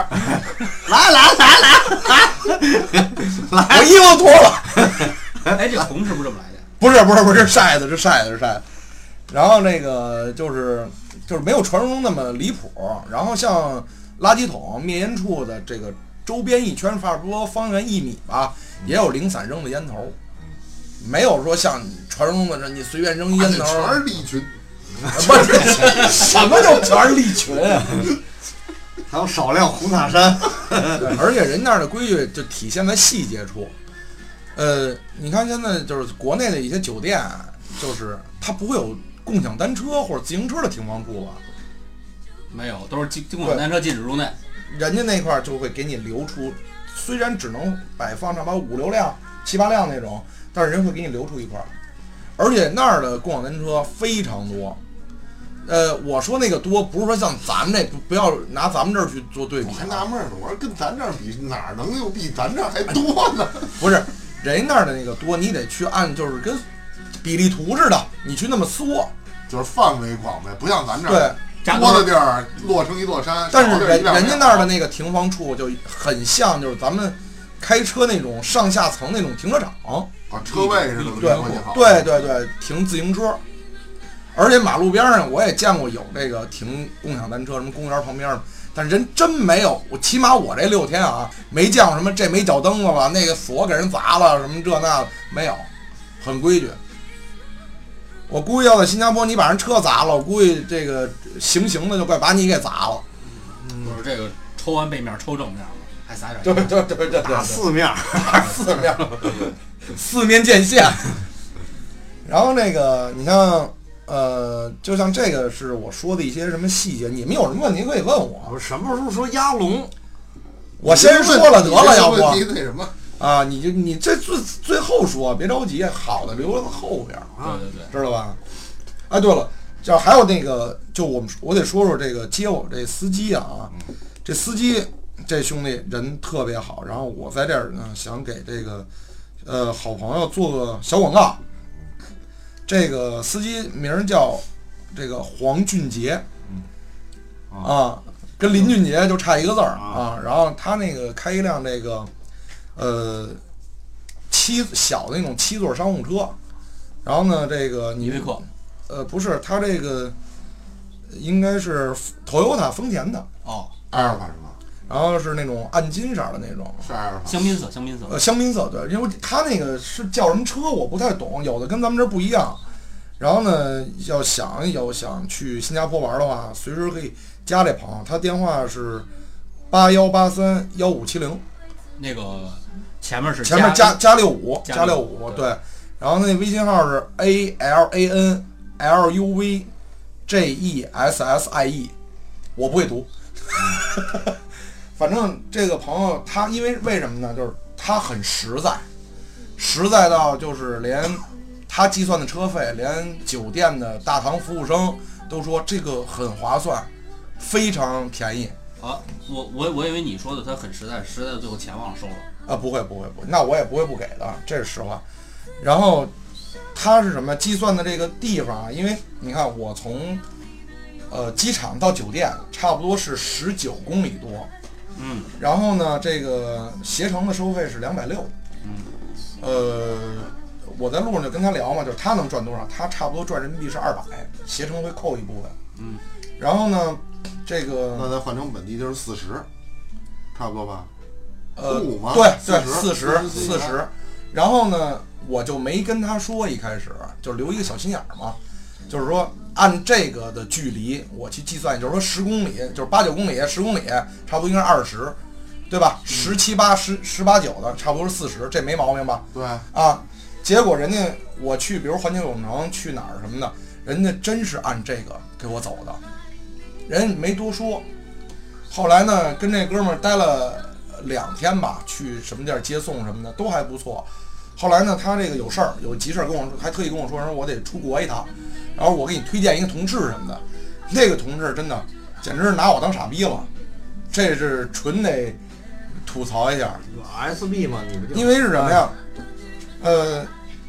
B: 来来来 来，
D: 我衣服脱了。
E: 哎，这个红是不是这么来的？
D: 不是不是不是晒的，是晒的，是晒的。然后那个就是就是没有传说中那么离谱。然后像垃圾桶、灭烟处的这个周边一圈，差不多方圆一米吧，也有零散扔的烟头，没有说像传说中的这你随便扔一
C: 这
D: 烟头，
C: 全是利群，
D: 不是什么叫全是利群啊？
B: 还有少量红塔山，
D: 对，而且人那儿的规矩就体现在细节处。呃，你看现在就是国内的一些酒店，啊就是它不会有共享单车或者自行车的停放啊处了，
E: 没有，都是经经过单车禁止入内。
D: 人家那块儿就会给你留出，虽然只能摆放差不多五六辆、七八辆那种，但是人会给你留出一块儿。而且那儿的共享单车非常多。呃，我说那个多，不是说像咱们这不不要拿咱们这儿去做对比
C: 我还
D: 啊，
C: 纳闷呢，我说跟咱这儿比，哪儿能有比咱这儿还多呢？
D: 不是人那儿的那个多，你得去按就是跟比例图似的，你去那么缩。
C: 就是范围广呗，不像咱这
D: 对
C: 儿，
E: 扎
C: 多
E: 堆
C: 的
E: 儿
C: 地儿落成一座山，
D: 但
C: 少
D: 是
C: 的地儿一
D: 人
C: 辆
D: 人家
C: 车
D: 那儿的那个停放处就很像就是咱们开车那种上下层那种停车场。
C: 啊车位是怎么
D: 对
C: 关系好？
D: 对对对，停自行车。而且马路边上我也见过有这个停共享单车，什么公园旁边儿，但人真没有。我起码我这六天啊，没见过什么这没脚蹬子了，那个锁给人砸了，什么这那的没有，很规矩。我估计要在新加坡，你把人车砸了，我估计这个行刑的就快把你给砸了。
E: 就是这个抽完背面抽正面嘛，还撒点
D: 嗯对
E: 盐。
D: 对对对
B: 打四面儿，
D: 四面，四面见线。 然后那个，你像，呃，就像这个是我说的一些什么细节，你们有什么问题可以问我。
B: 我什么时候说鸭龙？
D: 我先说了得了，要
C: 你这问题
D: 不
C: 那什么？
D: 啊，你就你这最最后说，别着急，好的留到后边儿，
E: 对对对，
D: 知道吧？哎，对了，就还有那个，就我们我得说说这个接我这司机啊，这司机这兄弟人特别好，然后我在这儿呢想给这个呃好朋友做个小广告。嗯这个司机名儿叫这个黄俊杰，啊，跟林俊杰就差一个字儿啊。然后他那个开一辆这个呃七小的那种七座商务车，然后呢，这个
E: 依
D: 你
E: 维柯
D: 呃不是，它这个应该是 Toyota 丰田的，
E: 哦，
C: 埃尔法是吗？
D: 然后是那种暗金色的那种，
C: 是埃尔法。
E: 香槟色，香槟色，
D: 呃，香槟色，对，因为它那个是叫什么车我不太懂，有的跟咱们这儿不一样。然后呢，要想有想去新加坡玩的话，随时可以加这朋友，他电话是八幺八三幺五七零，
E: 那个前面是
D: 前面加加六五
E: 加
D: 加六五，对。然后那微信号是 a l a n l u v j e s s i e，我不会读。嗯 反正这个朋友他因为为什么呢？就是他很实在，实在到就是连他计算的车费，连酒店的大堂服务生都说这个很划算，非常便宜。
E: 啊，我我我以为你说的他很实在，实在最后钱忘了收了。
D: 啊，不会不会不会，那我也不会不给的，这是实话。然后它是什么计算的这个地方啊？因为你看我从呃机场到酒店差不多是十九公里多，
E: 嗯，
D: 然后呢，这个携程的收费是两百六，
E: 嗯
D: 呃，我在路上就跟他聊嘛，就是他能赚多少，他差不多赚人民币是二百，携程会扣一部分，
E: 嗯，
D: 然后呢，这个
C: 那咱换成本地就是四十，差不多吧？
D: 呃，
C: 五吗
D: 对对，四
C: 四十
D: 十
C: 四十
D: 四十。然后呢，我就没跟他说，一开始就是留一个小心眼儿嘛，就是说按这个的距离我去计算，就是说十公里，就是八九公里，十公里差不多应该是二十，对吧？十七八十十八九的差不多是四十，这没毛病吧？
C: 对，
D: 啊，结果人家我去，比如环球影城去哪儿什么的，人家真是按这个给我走的，人家没多说。后来呢，跟这哥们儿待了两天吧，去什么地儿接送什么的都还不错。后来呢，他这个有事儿，有急事儿跟我说，还特意跟我说，说我得出国一趟，然后我给你推荐一个同事什么的。那个同事真的简直是拿我当傻逼了，这是纯得吐槽一下。
B: 有 SB 嘛，你不就
D: 因为是什么呀？呃，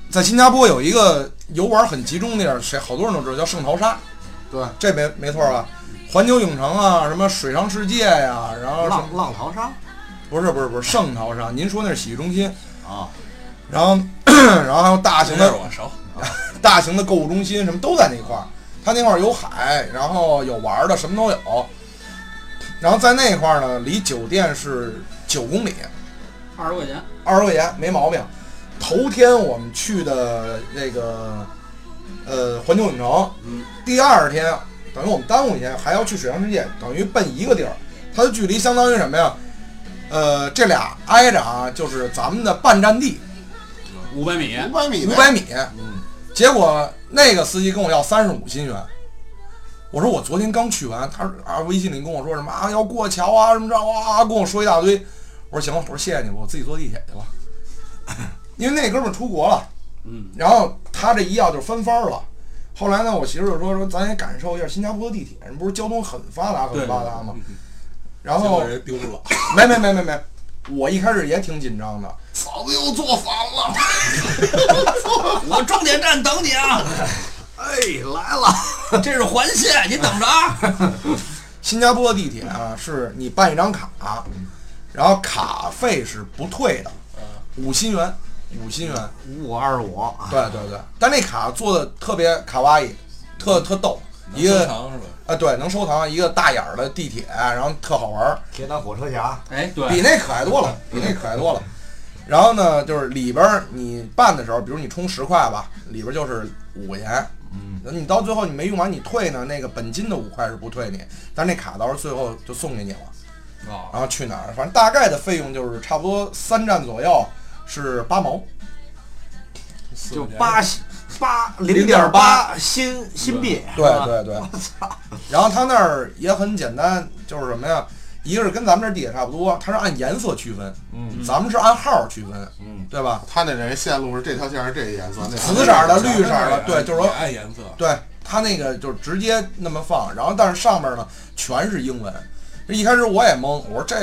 D: 在新加坡有一个游玩很集中的地儿，谁好多人都知道，叫圣淘沙。
C: 对，
D: 这没没错吧？环球影城啊，什么水上世界呀、然后
B: 浪浪淘沙
D: 不是不是不是圣淘沙，您说那是洗浴中心，
B: 啊？
D: 然后 然后还有大
F: 这
D: 型
F: 事
D: 的
F: 儿我熟，
D: 大型的购物中心什么都在那块儿，它那块儿有海，然后有玩儿的，什么都有。然后在那块儿呢，离酒店是九公里，
E: 二十块钱，
D: 二十块钱没毛病。头天我们去的那个呃环球影城，
E: 嗯
D: 第二天啊等于我们耽误一天，还要去水上世界，等于奔一个地儿，它的距离相当于什么呀？呃，这俩挨着啊，就是咱们的半站地
E: 五百米，
C: 五百米呗，
D: 五百米。结果那个司机跟我要三十五新元，我说我昨天刚去完，他说啊微信里跟我说什么啊要过桥啊什么这哇、跟我说一大堆，我说行，我说谢谢你，我自己坐地铁去了，因为那哥们儿出国了，
E: 嗯，
D: 然后他这一要就翻番儿了。后来呢，我媳妇儿就说说咱也感受一下新加坡地铁，人不是交通很发达很
E: 对
D: 发达吗？
F: 嗯
D: 然
F: 结
D: 后
F: 果人丢了，
D: 没没没没没，我一开始也挺紧张的，
C: 嫂子又做反了。
E: 我终点站等 你啊！
B: 哎，来了，
E: 这是环线，你等着啊！
D: 新加坡地铁啊，是你办一张卡，然后卡费是不退的，五新元，五新元。
B: 五五二十五，啊
D: 对对对，但那卡做的特别卡哇伊，特特逗，一
F: 收
D: 个啊、
F: 藏是吧？
D: 对，能收藏一个大眼儿的地铁，然后特好玩儿。
B: 铁胆火车侠，
E: 哎，
D: 比
E: 对，
D: 那可爱多了，比那可爱多了。然后呢，就是里边儿你办的时候，比如你充十块吧，里边儿就是五块钱。嗯，你到最后你没用完，你退呢，那个本金的五块是不退你，但那卡到时候最后就送给你了。
E: 哦
D: 然后去哪儿，反正大概的费用就是差不多三站左右是八毛，
F: 四
B: 就
F: 块钱
B: 八八零点
D: 0.8
B: 八新新币，啊
D: 对
B: 是吧
D: 对 对。然后他那儿也很简单，就是什么呀？一个是跟咱们这儿地铁差不多，它是按颜色区分，
B: 嗯，
D: 咱们是按号区分，
B: 嗯，
D: 对吧？
C: 他那人线路是这条线是这个颜色，那条
D: 紫色儿的绿色
F: 咱
D: 儿
F: 们
D: 的
F: 这
D: 对就是说
F: 也按颜色，
D: 对，它那个就是直接那么放，然后但是上面呢全是英文。一开始我也懵，我说这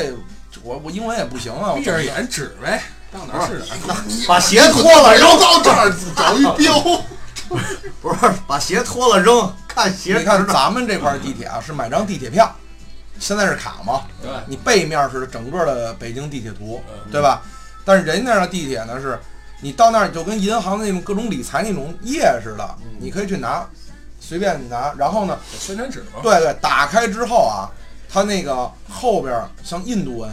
D: 我我英文也不行啊，我
F: 闭
D: 这
F: 着眼指呗，到哪儿是哪儿。
D: 啊
B: 把鞋脱了
C: 然
B: 扔
C: 后，到这儿找一 标，
B: 不是把鞋脱了扔，看鞋
D: 你
B: 看
D: 看咱们这块儿地铁啊，是买张地铁票，现在是卡嘛，
E: 对，
D: 你背面是整个的北京地铁图
F: 嗯，
D: 对吧？但是人家那地铁呢是你到那儿你就跟银行的那种各种理财那种页似的，
F: 嗯
D: 你可以去拿，随便你拿。然后呢，
F: 有宣传纸吗？
D: 对对，打开之后啊，它那个后边儿像印度文，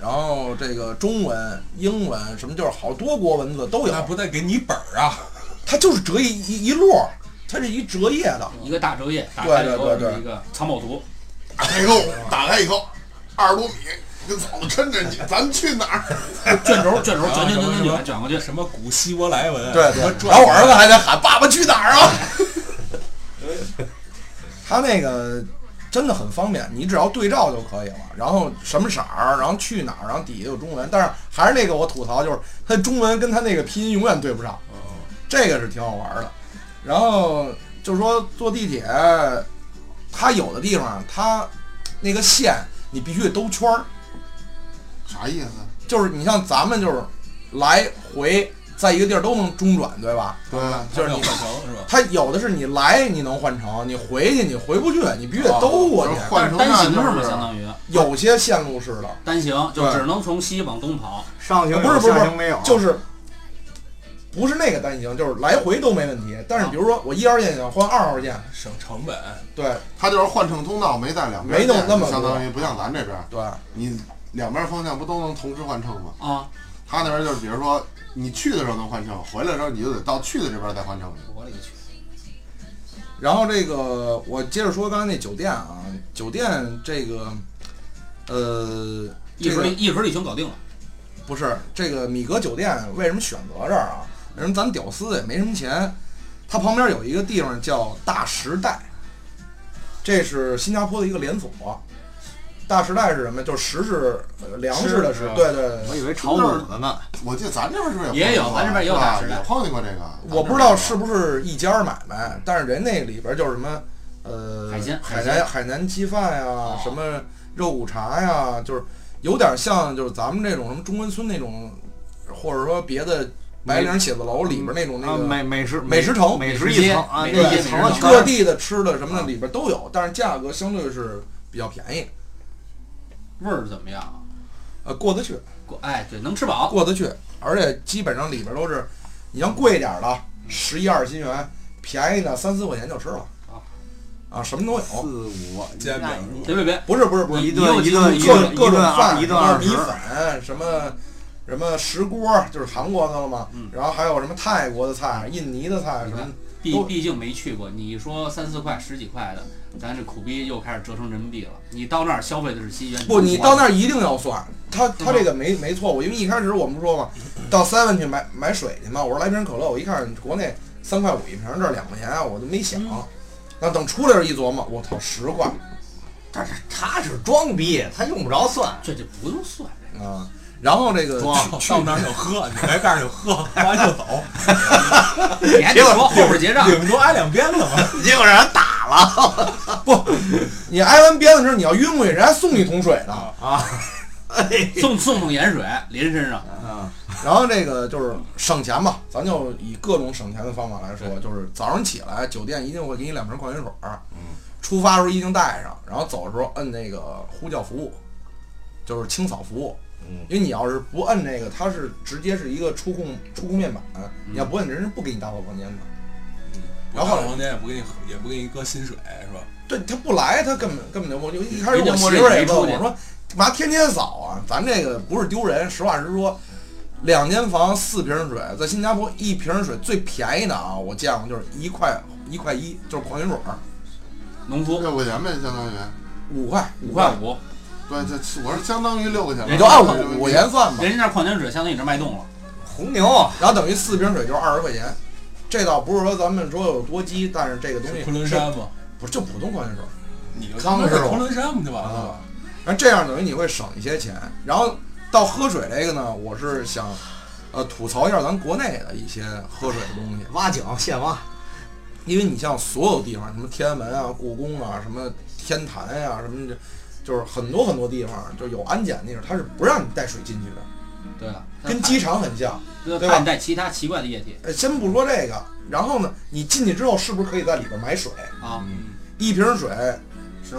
D: 然后这个中文、英文什么，就是好多国文字都有
F: 那。不得给你本儿啊？
D: 它就是折一一一摞儿，它是一折页的。
E: 一个大折页，打开以后
D: 对对对
E: 是一个藏宝图，
C: 打开以后，打开以后，二十多米，跟嫂子 抻着你，咱们去哪儿？
E: 卷轴卷轴卷啊卷
F: 什
E: 卷卷
F: 么什么
E: 卷卷过去，
F: 什么古希伯来文？
D: 对对
F: 什么篆
D: 然后我儿子还得 喊爸爸去哪儿啊？他那个真的很方便，你只要对照就可以了。然后什么色儿，然后去哪儿，然后底下有中文，但是还是那个我吐槽，就是他中文跟他那个拼音永远对不上，这个是挺好玩的。然后就是说坐地铁，它有的地方它那个线你必须得兜圈儿，
C: 啥意思？
D: 就是你像咱们就是来回在一个地儿都能中转，对吧？
C: 对，
D: 就是你
F: 换成是吧？
D: 它有的是你来你能换乘，你回去你回不去，你必须得兜过去。
C: 然后换
E: 但是
C: 成
E: 单
C: 那
E: 行
C: 就是
E: 吗？
C: 是
E: 相当于
D: 有些线路是的，
E: 单行，就
D: 对
E: 只能从西往东跑。
B: 上行有
D: 不是不是
B: 下行没有，啊
D: 就是不是那个单行，就是来回都没问题。但是比如说我一号线想换二号线，
F: 省成本，
D: 对
C: 它就是换乘通道没在两边
D: 没弄那么多
C: 相当于不像咱这边，
D: 对，
C: 你两边方向不都能同时换乘吗？
E: 啊，
C: 他那边就是，比如说你去的时候能换乘，回来的时候你就得到去的这边再换乘去。
E: 我勒个去！
D: 然后这个我接着说刚才那酒店啊，酒店这个呃
E: 一
D: 这
E: 盒
D: 个
E: 一盒立兄搞定了，
D: 不是这个米格酒店为什么选择这儿啊？为什么咱们屌丝也没什么钱？它旁边有一个地方叫大时代，这是新加坡的一个连锁。大时代是什么？就是食是呃粮食的食
B: 吃。的
D: 对对对
B: 我
D: 对，
B: 以为炒股子呢，
C: 我记得咱这边是不是
E: 也有
C: 碰见过
E: 咱这边也有大
C: 啊
E: 时
C: 是吧
E: 代
C: 也碰见过这个。
D: 我不知道是不是一家买卖，但是人那里边就是什么呃
E: 海鲜
D: 海
E: 海
D: 南
E: 鲜
D: 海南鸡饭呀、
E: 哦
D: 什么肉骨茶呀、就是有点像就是咱们这种什么中关村那种，或者说别的白领写字楼里边那种那
B: 啊
D: 个。
B: 美美食
D: 美食城
B: 美
E: 美食
B: 食一
E: 街
B: 层啊，
E: 美
B: 那
E: 食街
B: 一层的
E: 美食街
B: 全
D: 各
B: 是
D: 地的吃的什么的里边都有，但是价格相对是比较便宜，
E: 味儿怎么样啊？
D: 呃，过得去，
E: 过哎，对，能吃饱。
D: 过得去，而且基本上里边都是，你像贵一点的，十一二新元，便宜的三四块钱就吃了
E: 啊，
D: 啊，什么都有，
B: 四五
F: 煎饼
E: 别别别，
D: 不是不是不是，
B: 一
E: 你又
B: 顿一
E: 进
B: 顿
E: 入
B: 一
E: 各
D: 各
B: 顿
D: 各
B: 一
D: 种饭，什
B: 顿二一顿
D: 么
B: 二十
D: 米，粉，什么什么石锅，就是韩国的了嘛，
B: 嗯
D: 然后还有什么泰国的菜、印尼的菜什么，
E: 毕
D: 都
E: 毕竟没去过，你说三四块、十几块的，咱这苦逼又开始折成人民币了。你到那儿消费的是新元，
D: 不，
B: 嗯
D: 你到那儿一定要算，他他这个没没错误，因为一开始我们说嘛，
B: 嗯
D: 到 seven 去买买水去嘛，我说来瓶可乐，我一看国内三块五一瓶，这儿两块钱啊，我就没想。
B: 嗯
D: 那等出来时候一琢磨，我操，十块
B: 但是他是装逼，他用不着算。
E: 这就不用算。
D: 啊！然后这个
B: 装
D: 去去
F: 到那儿就喝，你来这儿就喝， 喝完就走，
E: 你还得说后边结账
F: 你，们都挨两边的嘛。
B: 结果让人打了
D: 不，你挨完鞭子之后你要晕过去，人家送你桶水呢。
B: 啊！
E: 送送送盐水淋身上，
D: 然后这个就是省钱吧，咱就以各种省钱的方法来说，就是早上起来酒店一定会给你两瓶矿泉水，嗯，出发的时候一定带上，然后走的时候摁那个呼叫服务，就是清扫服务，
B: 嗯，
D: 因为你要是不摁那个，它是直接是一个触控触控面板，你要不摁，人是不给你打扫房间的，然后
F: 我到房间也不给你，也不给你搁薪水是吧？
D: 对他不来，他根本根本就我就一开始
E: 人家
D: 我媳
E: 摸着
D: 妇儿
E: 你
D: 也
E: 没
D: 问
E: 出
D: 我
E: 去
D: 说，妈天天扫啊，咱这个不是丢人，实话实说，两间房四瓶水，在新加坡一瓶水最便宜的啊，我见过就是一块一块一，就是矿泉水儿
E: 农 夫
C: 六块钱呗，相当于。
D: 五块
E: 五块五，
C: 对，这我是相当于六块钱吧。
D: 你就按五五块钱算吧，
E: 人家那儿矿泉水相当于你这脉动了。
B: 红牛
D: 然后等于四瓶水就是二十块钱，这倒不是说咱们说有多鸡，但是这个东
F: 是
D: 西
F: 昆仑
D: 是
F: 山吗？
D: 不是就普通矿泉水儿。
F: 你就
D: 康师傅
F: 昆仑山不就完了
D: 啊
F: 吗？
D: 那这样等于你会省一些钱。然后到喝水这个呢，我是想，呃，吐槽一下咱国内的一些喝水的东西，
B: 挖井现挖，
D: 因为你像所有地方，什么天安门啊、故宫啊、什么天坛呀、什么这，就是很多很多地方就有安检那种，它是不让你带水进去的，
E: 对啊，
D: 跟机场很像。
E: 对
D: 对吧
E: 吧？带其他奇怪的液体
D: 呃，先不说这个，然后呢，你进去之后是不是可以在里边买水？
E: 啊，
D: 一瓶水，
E: 十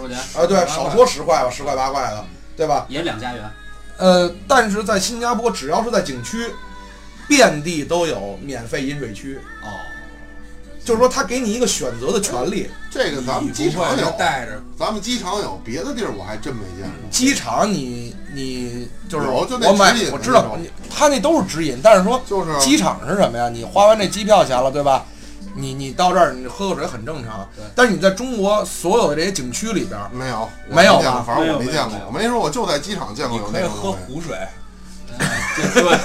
E: 块钱
D: 呃，对，少说十块吧，十块八块的，对吧？
E: 也两加元，
D: 呃，但是在新加坡，只要是在景区，遍地都有免费饮水区，
E: 哦，
D: 就是说他给你一个选择的权利。
C: 这个咱们机
F: 你不
C: 场
F: 会
C: 有，
F: 带着
C: 咱们机场有，别的地儿我还真没见过。
D: 机场你你就是
C: 有
D: 我
C: 就那
D: 买
C: 指引
D: 我
C: 的
D: 知
C: 那
D: 道
C: 种
D: 你他那都是指引，但是说
C: 就是啊
D: 机场是什么呀？你花完这机票钱了，对吧？你你到这儿你喝口水很正常，但是你在中国所有的这些景区里边儿，
C: 没有，我
D: 没有
C: 没见过，
D: 吧
C: 反正我
E: 没
C: 没
E: 有
C: 见
E: 没
C: 过
E: 有。
C: 我没说，我就在机场见过有
F: 可
C: 那
F: 以
C: 种
F: 喝
C: 东西。
F: 湖水，
E: 就说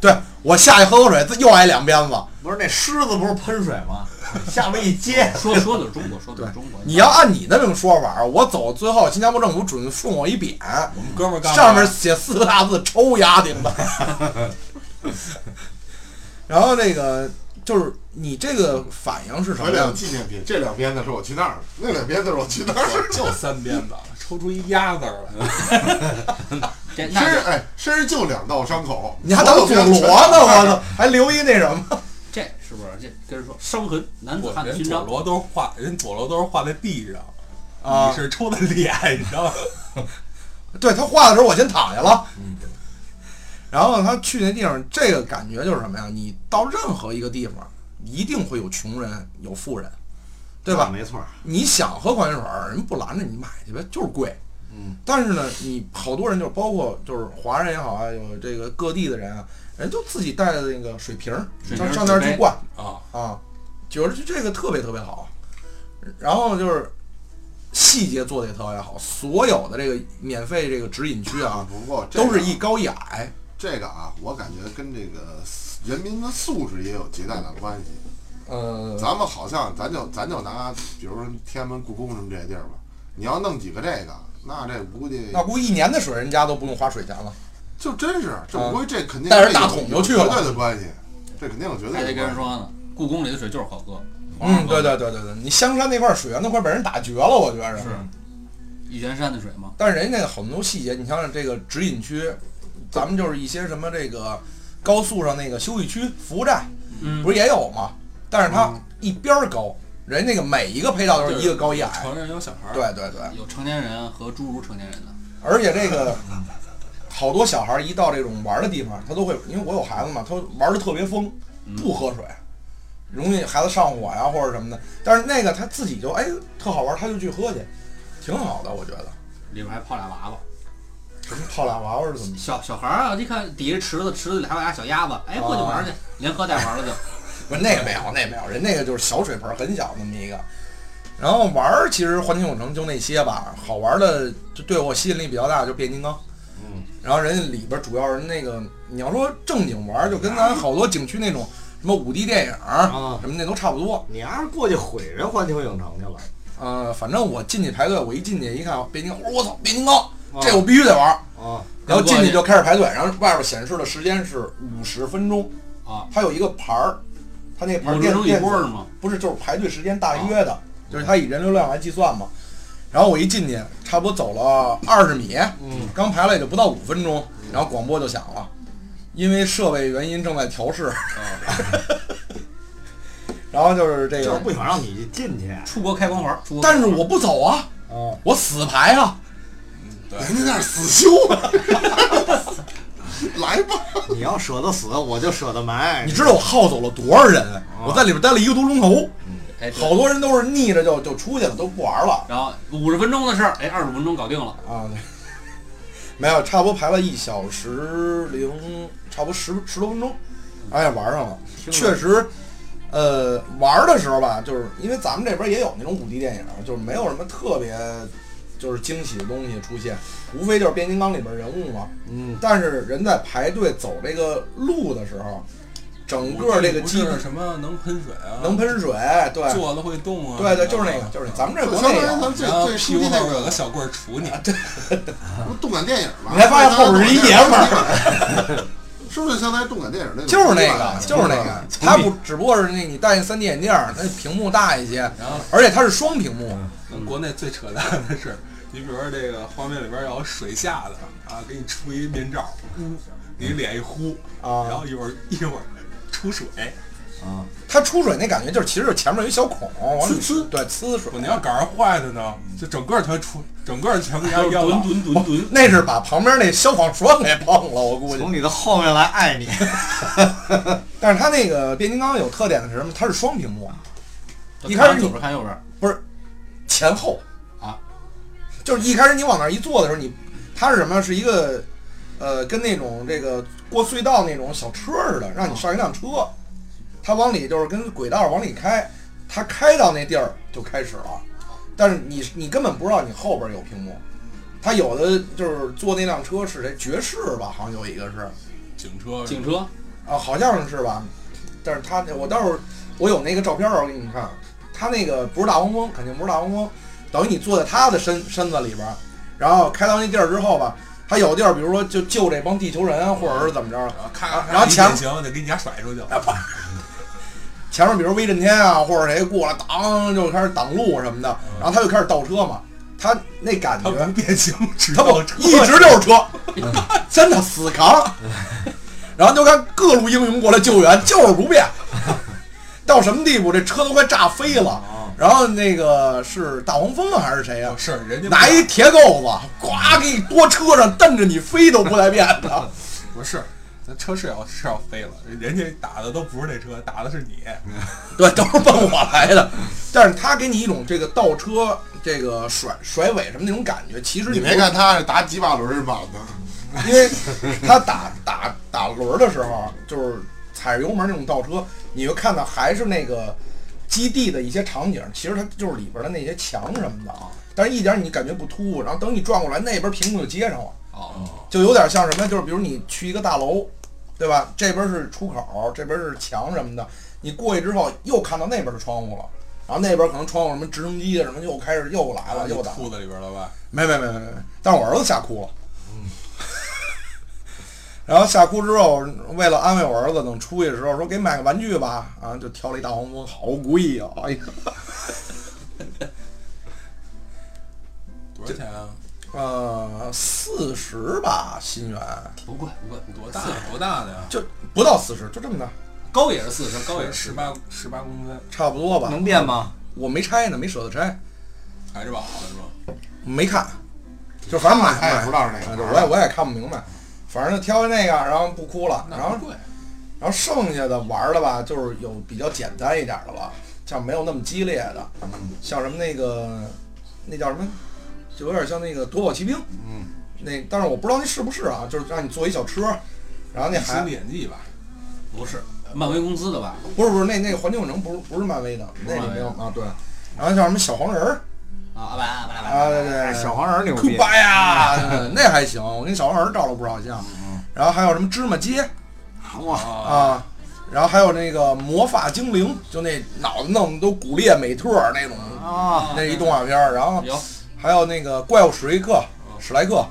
D: 对我下去喝口水，自又挨两鞭子。
B: 不是那狮子不是喷水吗？下面一接，
E: 说说的是中国，说的是中国。
D: 你要按你那种说法儿，我走最后，新加坡政府准送我一匾，
F: 我们哥们儿干嘛
D: 上面写四个大字“抽牙顶的”。然后那个就是你这个反应是什
C: 有
D: 么
C: 两
D: 呀
C: 个？纪念品，这两鞭子是我去那儿的，那两鞭子是我去那儿 的。
F: 就三鞭子，抽出一鸭子来，
E: 这那
C: 身
E: 这
C: 上哎，身上就两道伤口，
D: 你还当佐罗呢？
C: 所有鞭子全在那
D: 我
C: 儿
D: 操，还留一那什么？
E: 这是不是这跟人说伤痕男子
F: 我
E: 汉
F: 人
E: 勋
F: 佐
E: 章？
F: 罗都是画，人佐罗都是画在地上，
D: 啊
F: 你是抽的脸，你知道吗？
D: 对他画的时候，我先躺下了。
B: 嗯
D: 然后他去那地方，这个感觉就是什么呀？你到任何一个地方，一定会有穷人，有富人，对吧？
B: 啊没错，
D: 你想喝矿泉水儿，人不拦着你买去呗，就是贵。嗯，但是呢，你好多人就是包括就是华人也好啊，有这个各地的人啊，人就自己带的那个水瓶儿，
E: 水瓶
D: 上
E: 儿
D: 上那儿
E: 纸
D: 去
E: 杯
D: 灌
F: 啊，
D: 啊，觉得这个特别特别好。然后就是细节做的也特别好，所有的这个免费这个指引区啊，
C: 不过这个
D: 都是一高一矮。
C: 这个啊，我感觉跟这个人民的素质也有极大的关系。
D: 呃，
C: 咱们好像咱就咱就拿，比如说天安门、故宫什么这些地儿吧，你要弄几个这个，那这估计
D: 那估计一年的水人家都不用花水钱了。
C: 就真是，这
D: 啊
C: 我估计这肯定
D: 带着
C: 是
D: 大
C: 有
D: 桶
C: 有
D: 就去
C: 绝
D: 了
C: 对的关系，这肯定有绝对
E: 还
C: 的
E: 得跟
C: 关
E: 人
C: 系。
E: 说呢，故宫里的水就是好喝。
D: 嗯，对对对对对，你香山那块儿水源都快被人打绝了，我觉着
E: 是玉泉山的水吗？
D: 但是人家那个很多细节，你像这个指引区，咱们就是一些什么这个高速上那个休息区、服务站，
E: 嗯
D: 不是也有吗？但是
F: 嗯
D: 它一边儿高，人那个每一个配套都是一个高一矮。
F: 成人有小孩儿，
D: 对对对，
E: 有成年人和诸如成年人的。
D: 而且这个 好多小孩儿一到这种玩儿的地方，他都会，因为我有孩子嘛，他玩的特别疯，
F: 嗯
D: 不喝水，容易孩子上火呀或者什么的。但是那个他自己就哎特好玩儿，他就去喝去，挺好的，我觉得。
E: 里边还泡俩娃娃，
D: 什么泡俩娃娃是怎么？
E: 小小孩儿啊，你看底下池子，池子里还有俩小鸭子，哎，过去玩儿去，连喝带玩儿了就。
D: 不是那个没有，那个没有，人那个就是小水盆，很小那么一个。然后玩儿，其实环球影城就那些吧，好玩的就对我吸引力比较大，就变形金刚。嗯。然后人家里边主要是那个，你要说正经玩儿，就跟咱好多景区那种什么五 D 电影儿
B: 啊
D: 什么那都差不多。
B: 你要是过去毁人环球影城去了，
D: 呃，反正我进去排队，我一进去一看变形，金刚，我操，变形金刚，这我必须得玩儿。
B: 啊，
D: 然后进去就开始排队，然后外边显示的时间是五十分钟
E: 啊，
D: 它有一个牌儿，它 那个牌儿
E: 五十
D: 电
E: 钟一
D: 电
E: 波
D: 子
E: 是吗？
D: 不是，就是排队时间大约
B: 啊
D: 的，就是它以人流量来计算嘛。然后我一进去，差不多走了二十米，
B: 嗯，
D: 刚排了也就不到五分钟，然后广播就响了，因为设备原因正在调
B: 啊
D: 试。 然后就是这
B: 就
D: 个，
B: 是不想让你进去啊，
E: 出国开光环儿，出国开
D: 但
E: 光
D: 是
E: 环儿。
D: 我不走啊，我死排啊。
B: 嗯
C: 人家那儿死 修，来吧，
B: 你要舍得死，我就舍得埋。
D: 你知道我耗走了多少人？
B: 啊
D: 我在里边待了一个多钟头，
E: 哎，对
D: 好多人都是逆着就就出去了，都不玩了。
E: 然后五十分钟的事儿，哎，二十五分钟搞定了。
D: 啊，对，没有，差不多排了一小时零，差不多十十多分钟，哎，玩上了，确实，呃，玩的时候吧，就是因为咱们这边也有那种五 D 电影，就是没有什么特别就是惊喜的东西出现，无非就是变形金刚里边人物嘛。
B: 嗯，
D: 但是人在排队走这个路的时候，整个这个
F: 不
D: 机
F: 是什么能喷水啊，
D: 能喷水，对，
F: 坐了会动啊，
D: 对对，就是那个，就是那个咱们这
C: 嗯就
D: 国
C: 相
D: 内
C: 当
D: 有
C: 于咱们最
F: 然后
C: 最
F: 屁
C: 熟
F: 股
C: 悉那
F: 后边有
C: 个
F: 个小棍儿杵你，
C: 不是动感电影吧？
D: 你还发现后边是一爷们
C: 儿，是不是相当于动感电影那种？
D: 就是那个，就是那个，
B: 从
D: 它
B: 你
D: 不只不过是那你戴三 D 眼镜儿，它屏幕大一些，
F: 然后
D: 而且它是双屏幕，
F: 嗯国内最扯淡的是，你比如说这个画面里边要有水下的啊，给你出一面罩，你脸一呼
D: 嗯啊
F: 然后一会儿一会儿出水，
B: 啊，
D: 它出水那感觉就是，其实就是前面有一小孔，往里
E: 呲呲
D: 对呲水嗯
F: 我，你要赶上坏的呢，就整个全出，整个全
D: 啊
F: 给它
E: 就是
F: 淹
E: 吨
F: 了。
E: 吨吨吨，
D: 那是把旁边那消防栓给 碰了，我估计。
B: 从你的后面来爱你，
D: 但是它那个变形金刚有特点的是什么？它是双屏幕，一开始
E: 看左边看右边，
D: 不是前后
E: 啊，
D: 就是一开始你往那儿一坐的时候，你它是什么？是一个呃，跟那种这个过隧道那种小车似的，让你上一辆车，它往里就是跟轨道往里开，它开到那地儿就开始了，但是你你根本不知道你后边有屏幕。它有的就是坐那辆车是谁爵士吧，好像有一个是，
F: 警车，
E: 警车
D: 啊，好像是吧？但是他我到时候我有那个照片儿，我给你们看。他那个不是大黄蜂，肯定不是大黄蜂，等于你坐在他的身身子里边儿，然后开到那地儿之后吧，他有地儿，比如说就救这帮地球人，或者是怎么着，
F: 然后咔，
D: 啊然后啊前
F: 一变形就给你家甩出去了。
D: 前面比如威震天啊，或者谁过来，当就开始挡路什么的，然后他就开始倒车嘛，他那感
F: 它
D: 觉
F: 不变形，只
D: 他不
F: 倒车
D: 一直就是车，
C: 嗯
D: 真的死扛。然后就看各路英雄过来救援，就是不变。到什么地步，这车都快炸飞了。
C: 哦
D: 然后那个是大黄蜂啊还是谁呀、
F: 是人家
D: 拿一铁钩子，
C: 哦
D: 呱给你多车上蹬着你飞都不带变 的。
F: 不是，咱车是要是要飞了，人家打的都不是那车，打的是你。
D: 嗯对，都是奔我来的。但是他给你一种这个倒车、这个甩甩尾什么那种感觉，其实
C: 你
D: 不
C: 没看他打几把轮儿满的，
D: 因为他打打打轮儿的时候，啊就是踩着油门那种倒车，你就看到还是那个基地的一些场景，其实它就是里边的那些墙什么的啊，但是一点你感觉不突兀，然后等你转过来，那边屏幕就接上了，
E: 哦，
D: 就有点像什么，就是比如你去一个大楼，对吧？这边是出口，这边是墙什么的，你过去之后又看到那边的窗户了。然后那边可能窗户什么直升机啊什么又开始又来了又打，
F: 啊裤子里边了吧？
D: 没没没没没，但是我儿子吓哭了。 然后吓哭之后，为了安慰我儿子，等出去的时候说给买个玩具吧，啊，就挑了一大黄蜂，好贵呀、哎呀，
F: 多少钱啊？
D: 呃，四十吧，新元
E: 不贵不贵，
F: 多大？多大的呀？
D: 就不到四十，就这么大，
E: 高也是四十，高也是
F: 对，十
E: 十，
F: 八十八公分，
D: 差不多吧。
B: 能变吗？
D: 我没拆呢，没舍得拆，
F: 还是把好了是吧？
D: 没看，就反正买
C: 他也
D: 买，
C: 不知道是哪
D: 啊
C: 个
D: 就
C: 牌
D: 我也
C: 儿。
D: 我也看不明白，反正就挑那个，然后不哭了，然后
F: 那不贵，
D: 然后剩下的玩儿的吧，就是有比较简单一点儿的了，像没有那么激烈的，像什么那个那叫什么，就有点像那个夺宝奇兵，
C: 嗯，
D: 那但是我不知道那是不是啊，就是让你坐一小车，然后那
F: 心
D: 还
F: 理演技吧。
E: 不是漫威公司的吧？
D: 不是不是那那个环球影城不是不是漫威的，那
E: 是
D: 里
E: 漫
D: 没
E: 威
D: 有
E: 的
D: 啊对，然后像什么小黄人儿
E: 啊啊吧吧吧
D: 啊对对
B: 哎
D: 对，
B: 小黄人牛
D: 酷
B: 逼，
D: 巴呀，那还行，我跟小黄人儿照了不少相，然后还有什么芝麻街，
B: 哇，
F: 啊，
D: 啊，然后还有那个魔法精灵，就那脑子弄得都骨裂美特儿那种，
B: 啊，
D: 那一动画片儿。然后
E: 有
D: 还有那个怪物史瑞克、史莱克，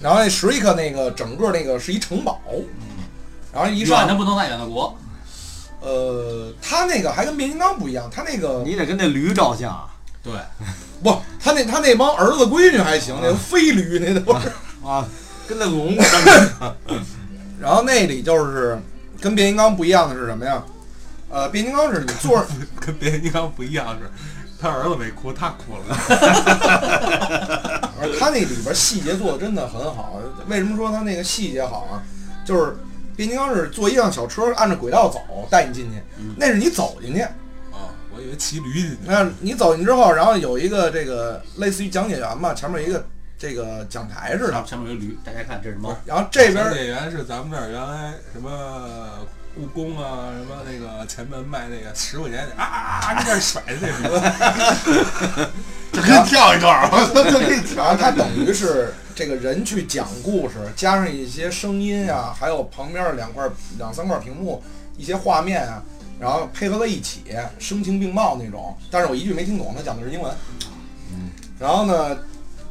D: 然后那史瑞克那个整个那个是一城堡，然后一
E: 远的
D: 上
E: 不能再远的国，
D: 呃，他那个还跟变形金刚不一样，他那个
B: 你得跟那驴照相啊
E: 对，
D: 不，他那他那帮儿子闺女还行，那个飞驴那都是。
B: 啊，跟那龙
D: 然后那里就是跟变形金刚不一样的是什么呀？呃，变形金刚是你坐着
F: 跟别人金刚不一样是，他儿子没哭，他哭了。
D: 而他那里边细节做的真的很好。为什么说他那个细节好啊？就是变形金刚是坐一辆小车，按着轨道走，带你进去，
F: 嗯
D: 那是你走进去。
F: 啊，我以为骑驴进去。
D: 那你走进之后，然后有一个这个类似于讲解员吧，前面有一个这个讲台似的，
E: 前面有一驴，大家看这是猫，
D: 然后这边
F: 啊讲解员是咱们这儿原来什么故宫啊，什么那个前门卖那个十块钱啊啊啊，跟那儿甩的 那种。
C: 就给你跳一段儿， 我操，就给你
D: 然后
C: 跳一
D: 它
C: 段儿。
D: 等于是这个人去讲故事，加上一些声音啊，还有旁边两块两三块屏幕，一些画面啊，然后配合在一起，声情并茂那种。但是我一句没听懂，他讲的是英文。然后呢，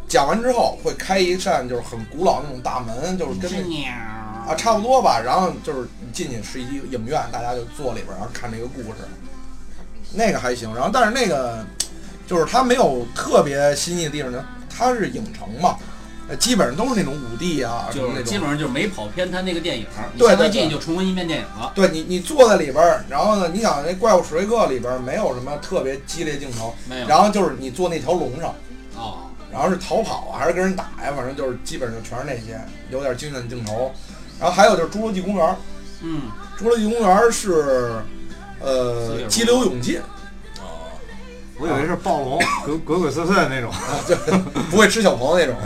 D: 讲完之后会开一扇就是很古老那种大门，就是跟那
E: 鸟
D: 啊，差不多吧。然后就是你进去是一影院，大家就坐里边儿，然后看这个故事，那个还行。然后但是那个就是它没有特别新意的地方呢，它是影城嘛，呃基本上都是那种五 D 啊，什么
E: 就
D: 那
E: 是
D: 种
E: 基本上就是没跑偏他那个电影，你
D: 对
E: 相当
D: 对对
E: 于进去就重温一遍电影了。
D: 对你，你坐在里边儿，然后呢，你想那怪物史瑞克里边儿没有什么特别激烈镜头，
E: 没有
D: 然后就是你坐那条龙上，
E: 哦，
D: 然后是逃跑啊还是跟人打呀，反正就是基本上全是那些，有点惊险镜头。然后还有就是《侏罗纪公园》，
E: 嗯，
D: 《侏罗纪公园》是
E: 四
D: 呃
E: 月
D: 激流勇进，
B: 我以为是暴龙，鬼鬼鬼祟祟的那种。
D: 不会吃小朋友那种。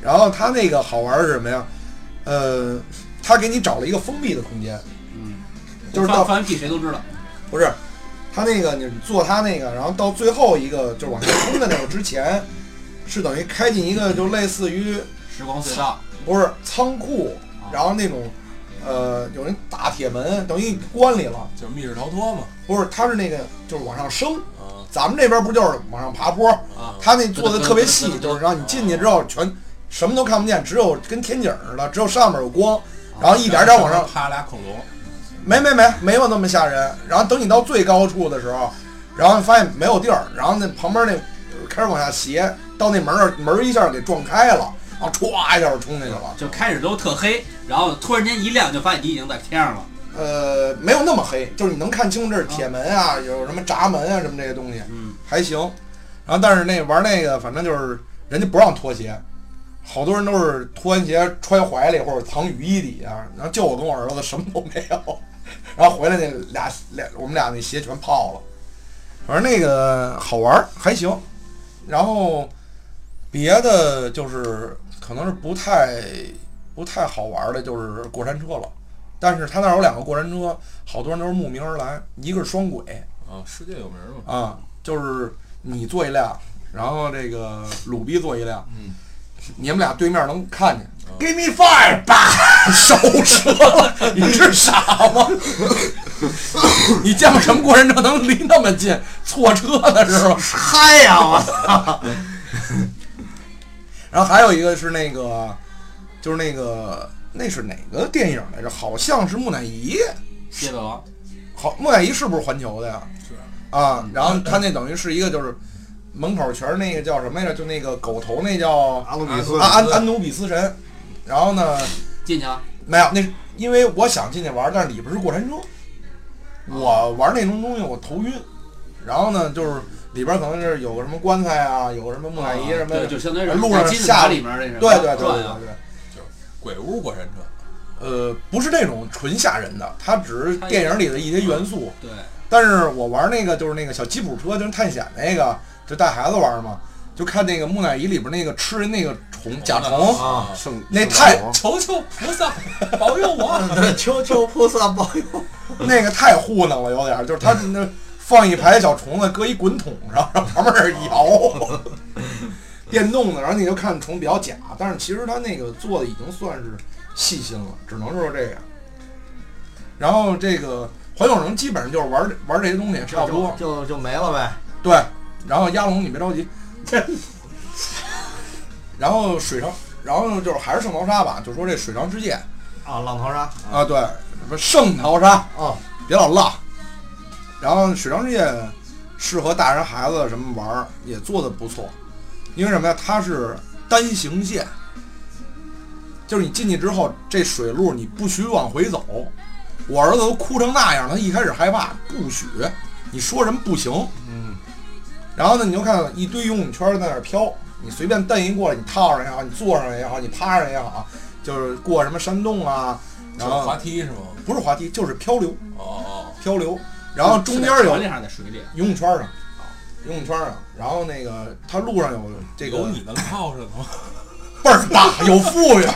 D: 然后它那个好玩儿是什么呀？呃，它给你找了一个封闭的空间，
E: 嗯，
D: 就是到
E: 放放完屁谁都知道。
D: 不是，他那个你做他那个，然后到最后一个就是往下冲的那个之前，是等于开进一个就类似于
E: 时光隧道，
D: 不是仓库，
E: 啊
D: 然后那种呃有那大铁门，等于你关里了。
F: 就是密室逃脱嘛。
D: 不是，他是那个就是往上升，
F: 啊
D: 咱们这边不就是往上爬坡？
E: 啊
D: 他那做的特别细，就是让你进去之后全什么都看不见，只有跟天井似的，只有上面有光，然后一点点往上
F: 爬俩恐龙，
D: 没没没没有那么吓人。然后等你到最高处的时候，然后发现没有地儿，然后那旁边那呃开始往下斜，到那门儿门儿一下给撞开了，然后歘一下就冲进去了。
E: 就开始都特黑，然后突然间一亮，就发现你已经在天上了。
D: 呃，没有那么黑，就是你能看清这是铁门啊，有什么闸门啊什么这些东西，
E: 嗯，
D: 还行。然后但是那玩那个，反正就是人家不让脱鞋。好多人都是脱完鞋揣怀里或者藏雨衣底下，啊然后就我跟我儿子什么都没有，然后回来那俩俩我们俩那鞋全泡了，反正那个好玩儿还行，然后别的就是可能是不太不太好玩儿的就是过山车了，但是他那儿有两个过山车，好多人都是慕名而来，一个是双轨
F: 啊，世界有名嘛。
D: 啊，就是你坐一辆，然后这个鲁逼坐一辆，
F: 嗯，
D: 你们俩对面能看见。Give me five，叭， 烧折了！你是傻吗？你见过什么过山车能离那么近？错车了是吗？
B: 嗨呀，我操！
D: 然后还有一个是那个，就是那个那是哪个电影来着？好像是木乃伊，
E: 蝎子王，
D: 好，木乃伊是不是环球的呀？
F: 是
D: 啊，然后他那等于是一个就是门口全是那个叫什么来着？就那个狗头那叫
B: 阿努比斯
D: 安，安安努比斯神。然后呢，
E: 进去了。啊
D: 没有那是因为我想进去玩，但是里边是过山车，我玩那种东西我头晕。然后呢，就是里边可能是有个什么棺材啊，有个什么木乃伊什么
E: 对，
D: 的，
E: 就相当于是
D: 路上
E: 在金字
D: 下
E: 塔里面那是
D: 对对对对
E: 转
D: 对
E: 啊，
D: 对。
F: 鬼屋过山车，
D: 呃，不是那种纯吓人的，它只是电影里的一些元素。
E: 对，
D: 但是我玩那个就是那个小吉普车，就是探险那个，就带孩子玩嘛，就看那个木乃伊里边那个吃人那个虫甲虫，
B: 啊，
C: 圣
D: 那太
F: 求求菩萨保佑我。
B: 求求菩萨保佑！
D: 那个太糊弄了，有点儿就是他那放一排小虫子，搁一滚筒上，然后旁边儿 摇，电动的，然后你就看虫比较假，但是其实他那个做的已经算是细心了，只能说这样。然后这个环球城基本上就是玩这玩这些东西差不多，
B: 就就没了呗。
D: 对，然后鸭笼你别着急，然后水上，然后就是还是圣淘沙吧，就说这水上世界
B: 啊，浪淘沙
D: 啊，对，什么圣淘沙，
B: 啊，
D: 别老浪。然后水上世界适合大人孩子什么玩儿，也做的不错，因为什么呀？它是单行线，就是你进去之后，这水路你不许往回走。我儿子都哭成那样，他一开始害怕，不许，你说什么不行。
B: 嗯，
D: 然后呢，你就看一堆游泳圈在那儿飘，你随便蹬一过来，你套上也好，你坐上也好，你趴上也好，就是过什么山洞啊， 然
F: 就是滑
D: 后
F: 梯是吗？
D: 不是滑梯就是漂流，
F: 哦
D: 漂流，然后中间
E: 是在
D: 有
E: 船里还是在水里？啊
D: 游泳圈上，游泳圈上，然后那个它路上有
F: 哦，
D: 这个
F: 有你能靠着的吗？
D: 倍儿大，有富裕，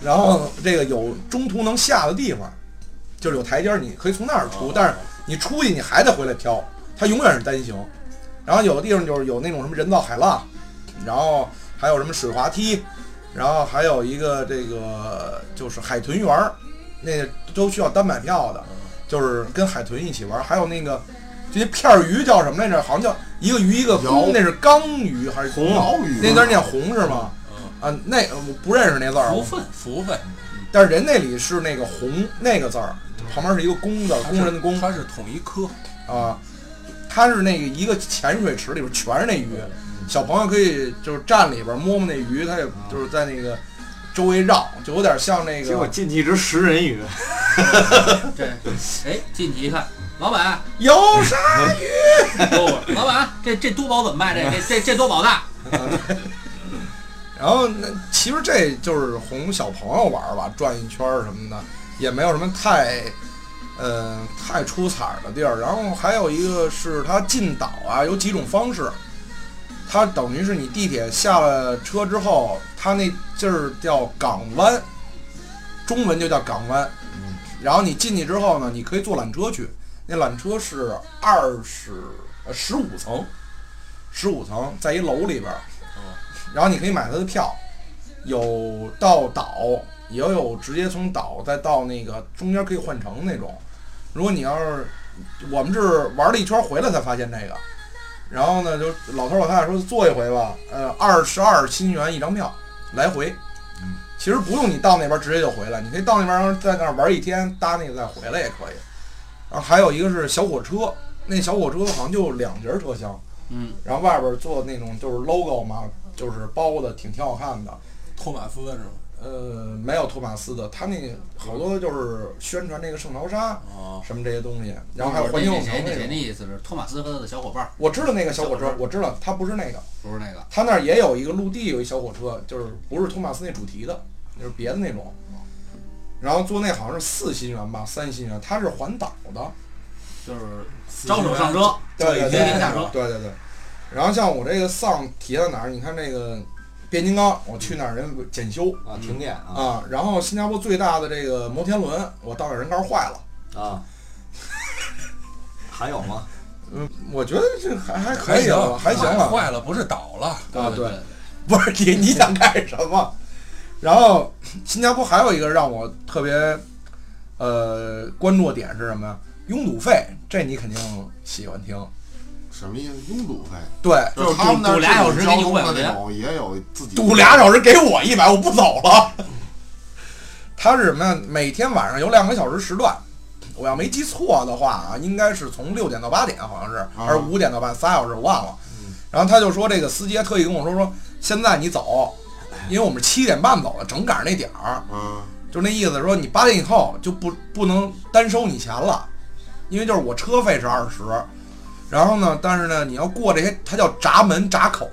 D: 然后这个有中途能下的地方，就是有台阶儿，你可以从那儿出，但是你出去你还得回来挑，它永远是单行。然后有的地方就是有那种什么人造海浪，然后还有什么水滑梯，然后还有一个这个就是海豚园儿，那个都需要单买票的，就是跟海豚一起玩儿。还有那个这些片儿鱼叫什么来着？好像叫一个鱼一个
C: 鳐
D: 公，那是缸鱼还是
B: 红
C: 毛鱼
D: 那字儿念红是吗？
F: 嗯，
D: 啊，那我不认识那字儿，
E: 福分，
F: 福分，
D: 但是人那里是那个红那个字儿，旁边是一个工字儿，工人的工
F: 它是统一科，
D: 啊，它是那个一个潜水池里边全是那鱼，小朋友可以就是站里边摸摸那鱼，他也就是在那个周围绕，就有点像那
G: 结果
D: 个
G: 进去一只食人鱼，
E: 对，哎，进去一看，老 板，
D: 有 啥鱼？
E: 老板，这这多宝怎么卖？这这这这多宝大，
D: 然后那其实这就是哄小朋友玩儿吧，转一圈儿什么的，也没有什么太，呃，太出彩儿的地儿。然后还有一个是它进岛啊，有几种方式。它等于是你地铁下了车之后，它那劲儿叫港湾，中文就叫港湾。然后你进去之后呢，你可以坐缆车去，那缆车是二十呃十五层，十五层在一楼里边儿。然后你可以买它的票，有到岛，也有直接从岛再到那个中间可以换乘那种。如果你要是我们是玩了一圈回来才发现这个，然后呢，就老头老太太说坐一回吧，呃，二十二新元一张票来回。其实不用你到那边直接就回来，你可以到那边然后在那儿玩一天，搭那个再回来也可以。然后还有一个是小火车，那小火车好像就两节车厢，
E: 嗯，
D: 然后外边做那种就是 logo 嘛，就是包的挺挺好看的。
F: 托马斯是吗？
D: 呃，没有托马斯的，他那个好多就是宣传这个圣淘沙
F: 哦，
D: 什么这些东西，然后还有环球影
E: 那谁
D: 城
E: 那
D: 那
E: 谁那
D: 种。
E: 意思是托马斯和他的小伙伴儿，
D: 我知道那个小火车，我知道它不是那个，
E: 不是那个。
D: 它那儿也有一个陆地有一小火车，就是不是托马斯那主题的，就是别的那种。然后坐那好像是四新元吧，三新元，它是环岛的。
E: 就是招手上车，
D: 对对对
E: 零零下车
D: 对对对。然后像我这个丧体现在哪儿？你看这个变形金刚，我去哪儿人检修
G: 啊，停电啊
D: 啊。然后新加坡最大的这个摩天轮，我到哪儿人告诉坏了。
G: 啊，还有吗？
D: 嗯，我觉得这还还可以了，还行
F: 了，
D: 了。
F: 哎坏了不是倒了，
D: 啊对
E: 对，
D: 不是你你想干什么？然后新加坡还有一个让我特别呃关注的点是什么呀？拥堵费，这你肯定喜欢听。
C: 什么意思？拥堵费，
D: 对，
E: 就是
C: 他们那儿
E: 堵俩小时
C: 这种
E: 给你
C: 交
E: 五
C: 通的
E: 百块
C: 那
E: 钱
C: 种也有自己
D: 赌俩小时给我一百，我不走了。他是什么呀？每天晚上有两个小时时段，我要没记错的话啊，应该是从六点到八点，好像是，还是五点到八，仨小时我忘了。然后他就说，这个司机还特意跟我说说，现在你走，因为我们七点半走了，正赶上那点儿，
C: 嗯，
D: 就那意思说你八点以后就不不能单收你钱了，因为就是我车费是二十，然后呢，但是呢你要过这些，它叫闸门闸口，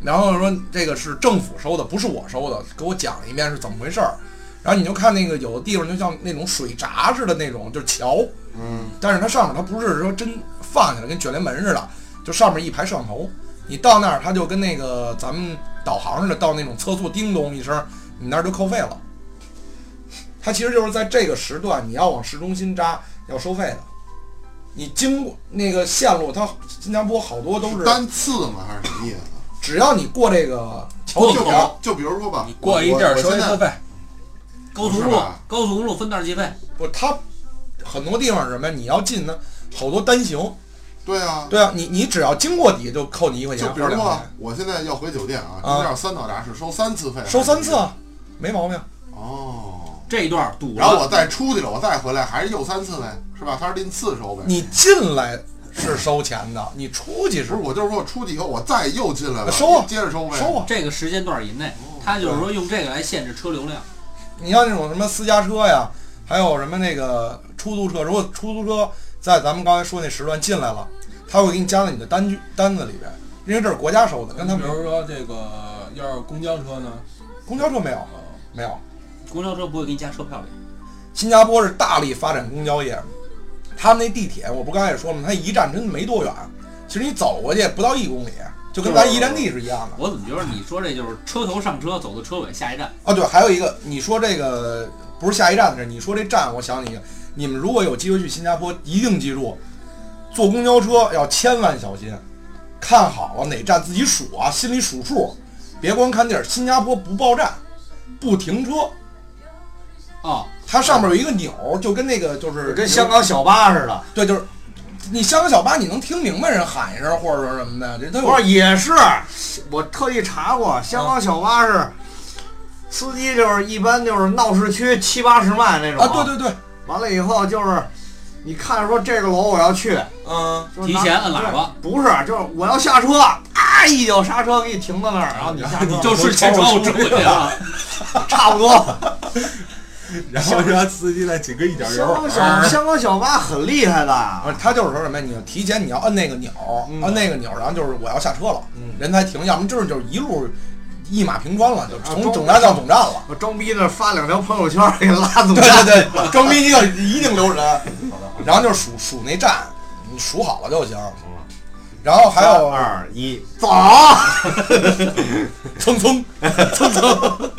D: 然后说这个是政府收的，不是我收的，给我讲一遍是怎么回事儿。然后你就看那个有的地方就像那种水闸似的那种，就是桥，
C: 嗯，
D: 但是它上面它不是说真放下来跟卷帘门似的，就上面一排摄像头，你到那儿它就跟那个咱们导航似的，到那种测速叮咚一声，你那儿就扣费了。它其实就是在这个时段你要往市中心扎要收费的，你经过那个线路，它新加坡好多都是
C: 单次吗？还是什么意思？
D: 只要你过这个桥
E: 过
C: 就
D: 顶
C: 比
D: 儿，
C: 如就比如说吧，
F: 过一地
C: 我
F: 儿
C: 我
F: 收
C: 现
F: 一
C: 在
F: 收费，
E: 高
C: 不
E: 速公
C: 是
E: 路
C: 吧
E: 高速公路分段计费，
D: 不是它很多地方是什么呀？你要进呢，好多单行。
C: 对啊，
D: 对啊，你你只要经过底就扣你一块钱
C: 就
D: 或
C: 比
D: 者
C: 如
D: 两
C: 说
D: 块
C: 啊
D: 钱，
C: 我现在要回酒店啊，
D: 啊
C: 中间有三到达是收三次费，
D: 收三次啊，没毛病。
C: 哦。
E: 这一段堵了。
C: 然后我再出去了，我再回来还是又三次呗，是吧？他是另次收呗。
D: 你进来是收钱的，你出去是
C: 不是，我就是说我出去以后我再又进来了，
D: 收啊
C: 接着收呗。
D: 收啊。
E: 这个时间段以内，他就是说用这个来限制车流量。
D: 你像那种什么私家车呀，还有什么那个出租车，如果出租车在咱们刚才说那时段进来了，他会给你加到你的单据单子里边，因为这是国家收的，跟他
F: 比
D: 们
C: 嗯
F: 如说这个要是公交车呢，
D: 公交车没有没有。
E: 公交车不会给你加车票的，
D: 新加坡是大力发展公交业，他们那地铁，我不刚才也说了吗？它一站真的没多远，其实你走过去不到一公里，就跟咱
E: 就是
D: 宜兰地是一样的。
E: 我怎么觉得你说这就是车头上车，走到车尾下一站？
D: 哦，对，还有一个，你说这个不是下一站的事，你说这站，我想起一个，你们如果有机会去新加坡，一定记住，坐公交车要千万小心，看好了哪站自己数啊，心里数数，别光看地儿。新加坡不报站，不停车，
E: 哦，
D: 它上面有一个钮儿，就跟那个就是
G: 跟香港小巴似的，
D: 对，就是你香港小巴，你能听明白人喊一声或者说什么的，人都
G: 不
D: 有
G: 是也是，我特意查过，香港小巴是。司机就是一般就是闹市区七八十迈那种
D: 啊，对对对，
G: 完了以后就是，你看说这个楼我要去，
D: 嗯
G: 就是
E: 提
G: 拿
E: 前摁喇叭，
G: 不是，就是我要下车啊，啪一脚刹车给你停到那儿，然后你下
B: 哦
G: 车，
E: 就顺前窗户冲过去啊！
G: 差不 多。
F: 然后让司机再紧跟一脚
G: 香
F: 油，
G: 港小香港小巴很厉害
D: 不
G: 的，
D: 是，他就是说什么呀？你就提前你要摁那个钮儿，摁那个钮儿，然后就是我要下车了，人才停，要不然就是就是一路一马平川了，就从
G: 啊中
D: 总站到总站了。
G: 我装逼那发两条朋友圈给拉走
D: 对。对对，装逼一定一定留人，然后就是数数那站，你数好了就行。然后还有
G: 嗯二一， 走。
D: 蹭蹭蹭蹭，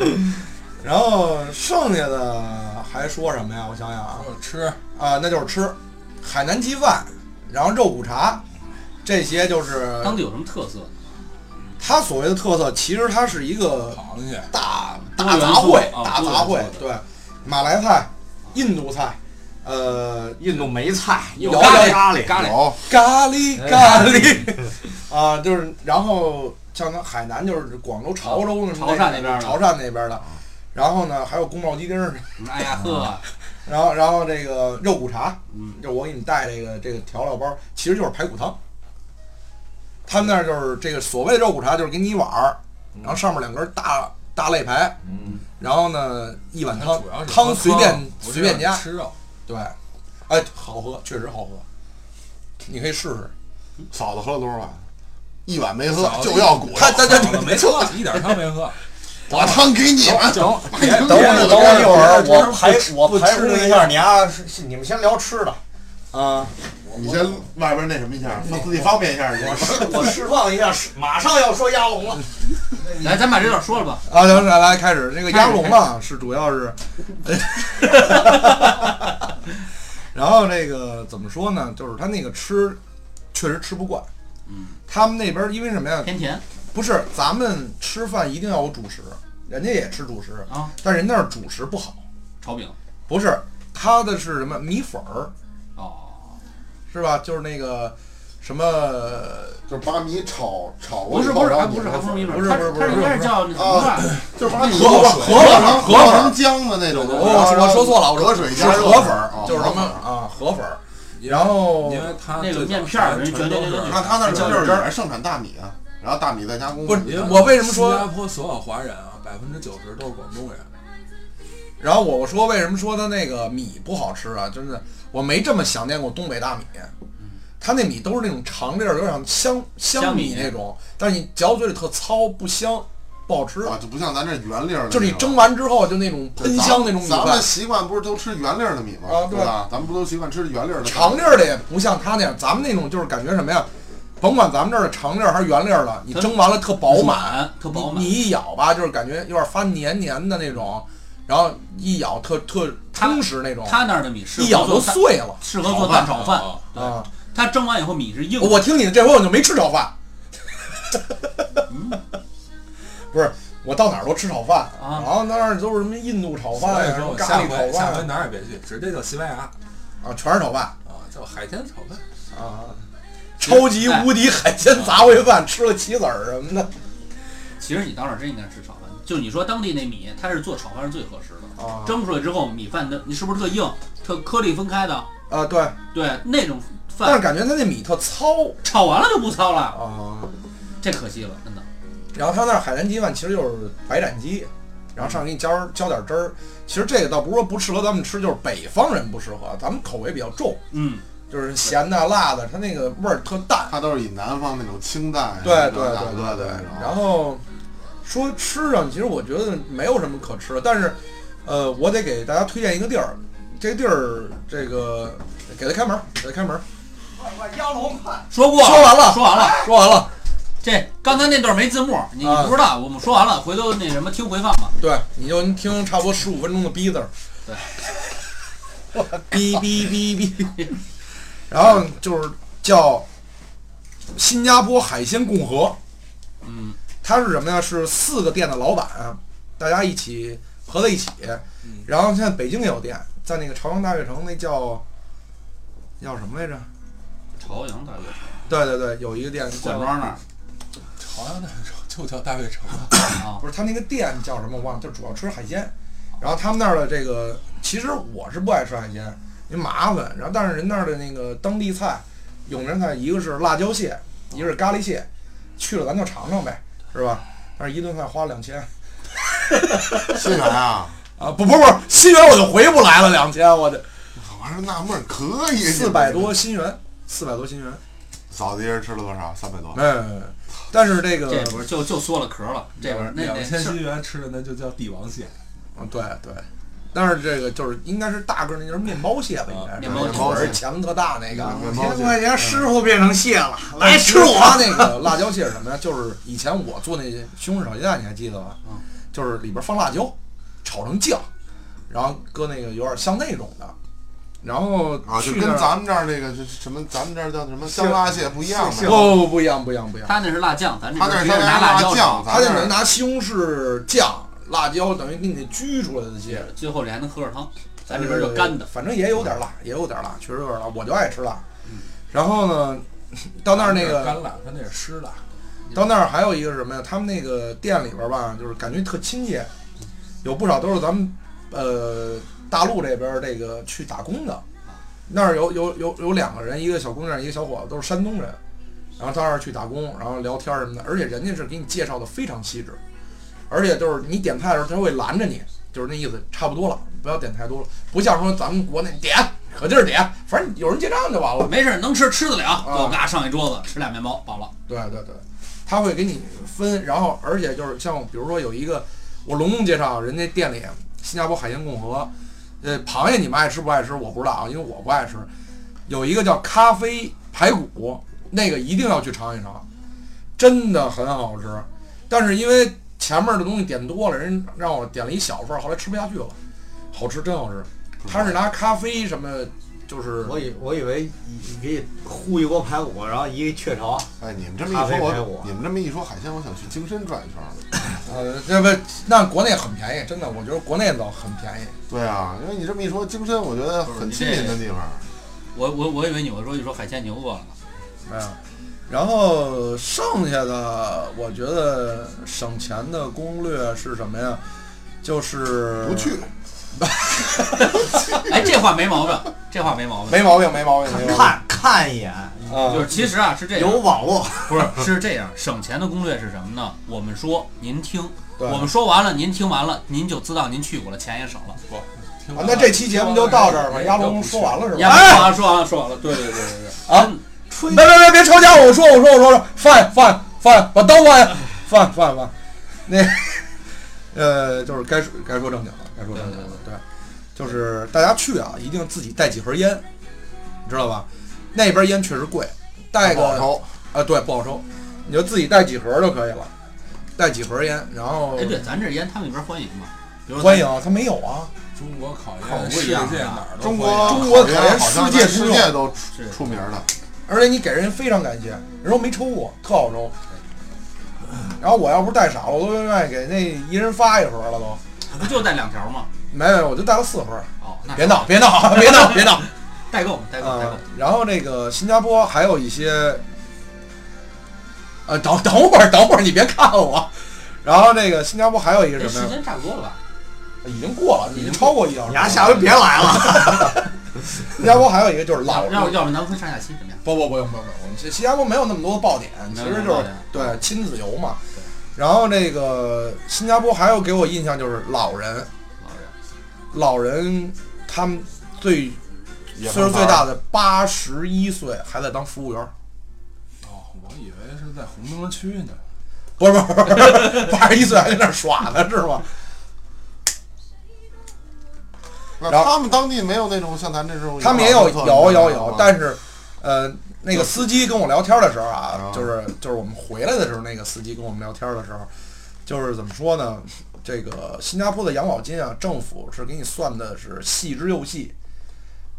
D: 然后剩下的还说什么呀？我想想啊，
F: 还有吃，
D: 啊，那就是吃海南鸡饭，然后肉骨茶，这些就是
E: 当地有什么特色？
D: 它所谓的特色。其实它是一个
F: 螃蟹，
D: 大
E: 多
D: 大
E: 元
D: 杂
E: 素
D: 烩，
E: 啊
D: 大
E: 多
D: 杂
E: 元素
D: 烩
E: 的，
D: 对，马来菜、印度菜，呃，
G: 印度梅菜有
D: 有
G: 咖喱，
E: 咖
G: 喱
E: 咖喱，
C: 有
D: 咖喱
E: 哎
D: 咖喱， 啊，就是然后像那海南就是广州潮州那
E: 潮汕那边的啊
D: 潮汕那边的，然后呢还有宫保鸡丁儿，
E: 哎呀呵，
D: 然后然后这个肉骨茶，嗯，就我给你带这个这个调料包，其实就是排骨汤。他们那儿就是这个所谓的肉骨茶，就是给你一碗儿，
F: 嗯
D: 然后上面两根大大肋排，
C: 嗯，
D: 然后呢一碗汤
F: 主要，是
D: 汤随便
F: 不是
D: 随便加，
F: 吃 肉，
D: 对，哎，好喝，确实好喝，你可以试试。
C: 嫂子喝了多少碗？一碗没喝
F: 嫂子
C: 就要鼓
D: 他
C: 捣，
D: 他他
F: 没喝，一点汤 没喝，
C: 把汤给你们。
G: 行，
C: 等
H: 等我等我一会儿，我排
F: 不
H: 我
F: 吃
H: 排除
F: 那
H: 一下，你啊，是你们先聊吃的，
D: 啊
G: 嗯，
C: 你先外边那什么一下，
D: 嗯
C: 自己方便一下去。
H: 我释放一下，是马上要说鸭笼了。
E: 来，咱把这段说了吧。
D: 啊，行，来来开始这个鸭笼啊，是主要是， 然后这个怎么说呢？就是他那个吃，确实吃不惯。嗯，他们那边儿因为什么呀？
E: 甜甜
D: 不是咱们吃饭一定要有主食，人家也吃主食
E: 啊，
D: 但人家那儿主食不好，
E: 炒饼
D: 不是他的是什么米粉儿
E: 哦，
D: 是吧？就是那个什么
C: 就是把米炒炒过
E: 不
C: 去以
E: 是
C: 后，
E: 不是，
C: 然
E: 还
C: 后
E: 不是还不是米粉，
D: 不是
E: 它
D: 不是不
E: 它
D: 是
E: 应该是叫那什么饭？
C: 就是把米
D: 荷花荷花
C: 和
D: 荷花
C: 成浆的那种东西。
D: 我我我说错了，我
C: 隔
D: 说
C: 水
D: 是
C: 加热
D: 河粉儿
C: 哦，
D: 就是什么啊河粉儿，然后
F: 因为它
E: 那个
F: 最早
E: 面片儿
F: 全
E: 人
F: 全都
E: 觉得
F: 是
E: 那
C: 那他那儿就是也盛产大米啊，然后大米再加工。
D: 不是
F: 因为
D: 我为什么说
F: 新加坡所有华人啊，百分之九十都是广东人，
D: 然后我我说为什么说它那个米不好吃啊？真的，我没这么想念过东北大米。它那米都是那种长粒儿，有点像香香
E: 香
D: 米
E: 米
D: 那种，但是你嚼嘴里特糙，不香，不好吃。
C: 啊，就不像咱这原粒儿的那种，
D: 就是你蒸完之后就那种
C: 对
D: 喷
C: 咱
D: 香那种米
C: 咱们
D: 饭，
C: 习惯不是都吃原粒儿的米吗？
D: 啊对
C: 对吧？咱们不都习惯吃原粒儿的饭
D: 长粒儿的也不像它那样。咱们那种就是感觉什么呀？甭管咱们这儿的长粒儿还是圆粒儿的，你蒸完了特饱满，
E: 满，特饱满
D: 你。一咬吧，就是感觉有点发黏黏的那种，然后一咬特特
E: 它
D: 充实那种，
E: 他那儿的米适合
D: 一咬
E: 做
D: 就
E: 蛋，
D: 碎了
E: 适合做蛋炒饭。
F: 啊
E: 对
D: 啊。
E: 它蒸完以后米是硬 的，
D: 我听你的这回我就没吃炒饭，
F: 嗯
D: 不是我到哪儿都吃炒饭，
E: 啊
D: 然后那儿都是什么印度炒
F: 所
D: 饭啊
F: 以
D: 呀、什
F: 说
D: 么
F: 我
D: 咖
F: 下
D: 喱
F: 回
D: 炒
F: 下回
D: 饭
F: 哪儿也别去，直接就西班牙
D: 啊，全是炒饭
F: 啊，叫海鲜炒饭。
D: 啊，超级
F: 哎
D: 无敌海鲜杂烩饭，吃了棋子儿什么的
E: 其实你到那儿真应该吃炒饭，就你说当地那米，它是做炒饭是最合适的。
D: 啊
E: 蒸出来之后，米饭的你是不是特硬，特颗粒分开的？
D: 啊对，
E: 对，那种
D: 但是
E: 饭
D: 感觉他那米特糙
E: 炒完了就不糙了，
D: 啊，
E: 这可惜了，真的。
D: 然后他那儿海南鸡饭其实就是白斩鸡。然后上给你浇浇点汁儿，其实这个倒不是说不适合咱们吃，就是北方人不适合，咱们口味比较重，
E: 嗯，
D: 就是咸的、辣的，它那个味儿特淡。
C: 它都是以南方那种清淡，
D: 对对
C: 大
D: 对
C: 哥
D: 对
C: 的那种。
D: 然后说吃上，其实我觉得没有什么可吃的，但是呃，我得给大家推荐一个地儿，这个地儿这个给他开门，给他开门。
G: 鸭笼快，
E: 说过，
D: 说完了
E: 说完了。
D: 说完了，
E: 这刚才那段没字幕，你
D: 啊
E: 你不知道，我们说完了，回头那什么听回放吧。
D: 对，你就能听差不多十五分钟的逼字儿。
E: 对，
D: 哔哔哔哔。然后就是叫新加坡海鲜共和，
E: 嗯，
D: 它是什么呀？是四个店的老板，大家一起合在一起。
E: 嗯
D: 然后现在北京也有店，在那个朝阳大悦城那叫叫什么来着？
E: 朝阳大悦城
D: 对对对，有一个店叫
E: 管庄那儿
F: 朝阳大悦城 就叫大悦城，
E: 啊
D: 不，是他那个店叫什么我忘了，就主要吃海鲜。然后他们那儿的这个，其实我是不爱吃海鲜，因为麻烦。然后但是人那儿的那个当地菜，有名菜一个是辣椒蟹，一个是咖喱蟹，去了咱就尝尝呗，是吧？但是一顿饭花两千
C: 新来啊，
D: 啊，不不不，新源我就回不来了，两千我的
C: 我还是纳闷儿，可以
D: 四百多新源，四百多新源，
C: 嫂子一人吃了多少？三百多。
D: 没没没，但是这个
E: 这不是就就缩了壳了，这玩意儿那
F: 两
E: 那
F: 千
E: 是
F: 新元吃的那就叫帝王蟹，
D: 嗯，对对，但是这个就是应该是大个儿，那就是面包蟹吧，应该是
E: 啊面包蟹
D: 腿儿前特大那个。
C: 面包
G: 千
C: 嗯蟹
G: 块钱师傅变成蟹了，
H: 嗯
D: 但
G: 来
D: 是
G: 吃我。
D: 它 那个辣椒蟹是什么呀？就是以前我做那西红柿炒鸡蛋，你还记得吧？
E: 嗯
D: 就是里边放辣椒，炒成酱，然后搁那个有点像那种的，然后
C: 啊，
D: 去
C: 就跟
D: 那儿
C: 咱们这儿那个是什么，咱们这儿叫什么香辣蟹不一样
D: 不
C: 呗。
D: 不不一样不一样不一样，
E: 他那是辣酱，咱这
C: 他那
E: 直
C: 是
E: 接
C: 香
E: 拿
C: 辣
E: 椒
C: 酱，
E: 炒，
D: 它
C: 咱
D: 就
C: 那
D: 等于
C: 儿
D: 拿西红柿酱、辣椒，等于给你焗出来的蟹。
E: 最后里还能喝点汤，咱这边
D: 呃
E: 就干的。
D: 反正也有点辣，也有点辣，确实有点辣，我就爱吃辣。
E: 嗯
D: 然后呢，到那儿那个
F: 干辣，它那是湿辣，
D: 到那儿还有一个是什么呀？他们那个店里边儿吧，就是感觉特亲切，有不少都是咱们呃大陆这边儿这个去打工的。那儿有有有有两个人，一个小姑娘，一个小伙子，都是山东人，然后到那儿去打工，然后聊天儿什么的，而且人家是给你介绍的非常细致，而且就是你点菜的时候他会拦着你，就是那意思，差不多了，不要点太多了，不像说咱们国内点可劲儿点，反正有人结账就完了。
E: 没事，能吃吃得了，给我嘎上一桌子，吃俩面包饱了。
D: 对对对，他会给你分，然后而且就是像比如说有一个，我隆重介绍人家店里新加坡海鲜共和，呃，螃蟹你们爱吃不爱吃我不知道啊，因为我不爱吃。有一个叫咖啡排骨，那个一定要去尝一尝，真的很好吃。但是因为前面的东西点多了，人让我点了一小份儿，后来吃不下去了。好吃，真好吃。他是拿咖啡什么，就是
G: 我以我以为你给烀一锅排骨，然后一雀巢，
C: 哎，你们这么一
G: 咖啡
C: 说，
G: 排
C: 我
G: 骨
C: 你们这么一说海鲜，我想去京深转一圈了。
D: 呃，这不，那国内很便宜，真的，我觉得国内倒很便宜。
C: 对啊，因为你这么一说，京深我觉得很亲民的地方。
E: 我我我以为你会说一说海鲜，你饿了。
D: 没有。然后剩下的，我觉得省钱的攻略是什么呀？就是
C: 不去，
E: 哎，这话没毛病，这话没毛病。
D: 没毛病，没毛
H: 哎
D: 病，没毛病。
G: 看看一眼，
H: 嗯
D: 啊
E: 就是其实啊，是这样
G: 有，网络。
E: 不是是这样，省钱的攻略是什么呢？我们说，您听，
D: 对
E: 我们说完了，您听完了，您就知道您去过了，钱也省了。
F: 听
D: 啊
F: 完，
D: 那这期节目就到这儿吧。
F: 了
D: 鸭龙说完了是吧？哎
E: 呀，说完了，说完了，说完了。对对对对对。
D: 啊
E: 真的，
D: 别别别别抄家伙！我说我说我说我说，放放放，把刀放下，放放放。那呃，就是该说该说正经了，该说正经了。对，就是大家去啊，一定自己带几盒烟，你知道吧？那边烟确实贵，带
C: 不好
D: 个
C: 抽。
D: 啊，对，不好抽，你就自己带几盒就可以了，带几盒烟，然后
E: 哎，对，咱这烟他们那边欢迎吗？比如说
D: 欢迎，他没有啊，
F: 中国烤
E: 烤
F: 鸭，
E: 不
F: 世
E: 一
F: 界
E: 样啊
F: 哪儿都
C: 中
F: 欢
C: 国
F: 迎
D: 嗯中国
C: 好
D: 烤鸭
C: 像好像
D: 世界
C: 世
D: 之
C: 界都
E: 是
C: 出名的。
D: 而且你给人非常感谢，人说没抽过，特好抽。然后我要不是带傻了，我都愿意给那一人发一盒了都。
E: 不就带两条吗？
D: 没有，我就带了四盒。
E: 哦，那
D: 别闹，别闹， 别闹，别闹。
E: 代购，代购，代购
D: 啊。，然后那个新加坡还有一些，呃，等等会儿，等会儿，你别看我。然后那个新加坡还有一个
E: 这
D: 什么
E: 哎时
D: 呀？
E: 间差不多了吧？
D: 已经过了，已经超过一小时。
G: 你丫下回别来了。
D: 新加坡还有一个就是老
E: 要要要不咱们分上下期怎么样？
D: 不不不用不用不用，新新加坡没有那么多爆点，其
E: 没有
D: 实
E: 那
D: 就
E: 么多
D: 是
E: 点嗯
D: 对亲子游嘛。然后那个新加坡还有给我印象就是老人，老
E: 老人，
D: 人他们最
C: 也
D: 岁数
C: 很
D: 最
C: 好
D: 大的八十一岁还在当服务员儿，
F: 哦，我以为是在红灯区呢。
D: 不是不是不是 八十一岁还在那儿耍呢是吗？
C: 那
D: 然后
C: 他们当地没有那种像咱这种，
D: 他们也有有有有，但
C: 是
D: 是，呃，那个司机跟我聊天的时候啊
C: 啊，
D: 就是就是我们回来的时候，那个司机跟我们聊天的时候，就是怎么说呢？这个新加坡的养老金啊，政府是给你算的是细之又细，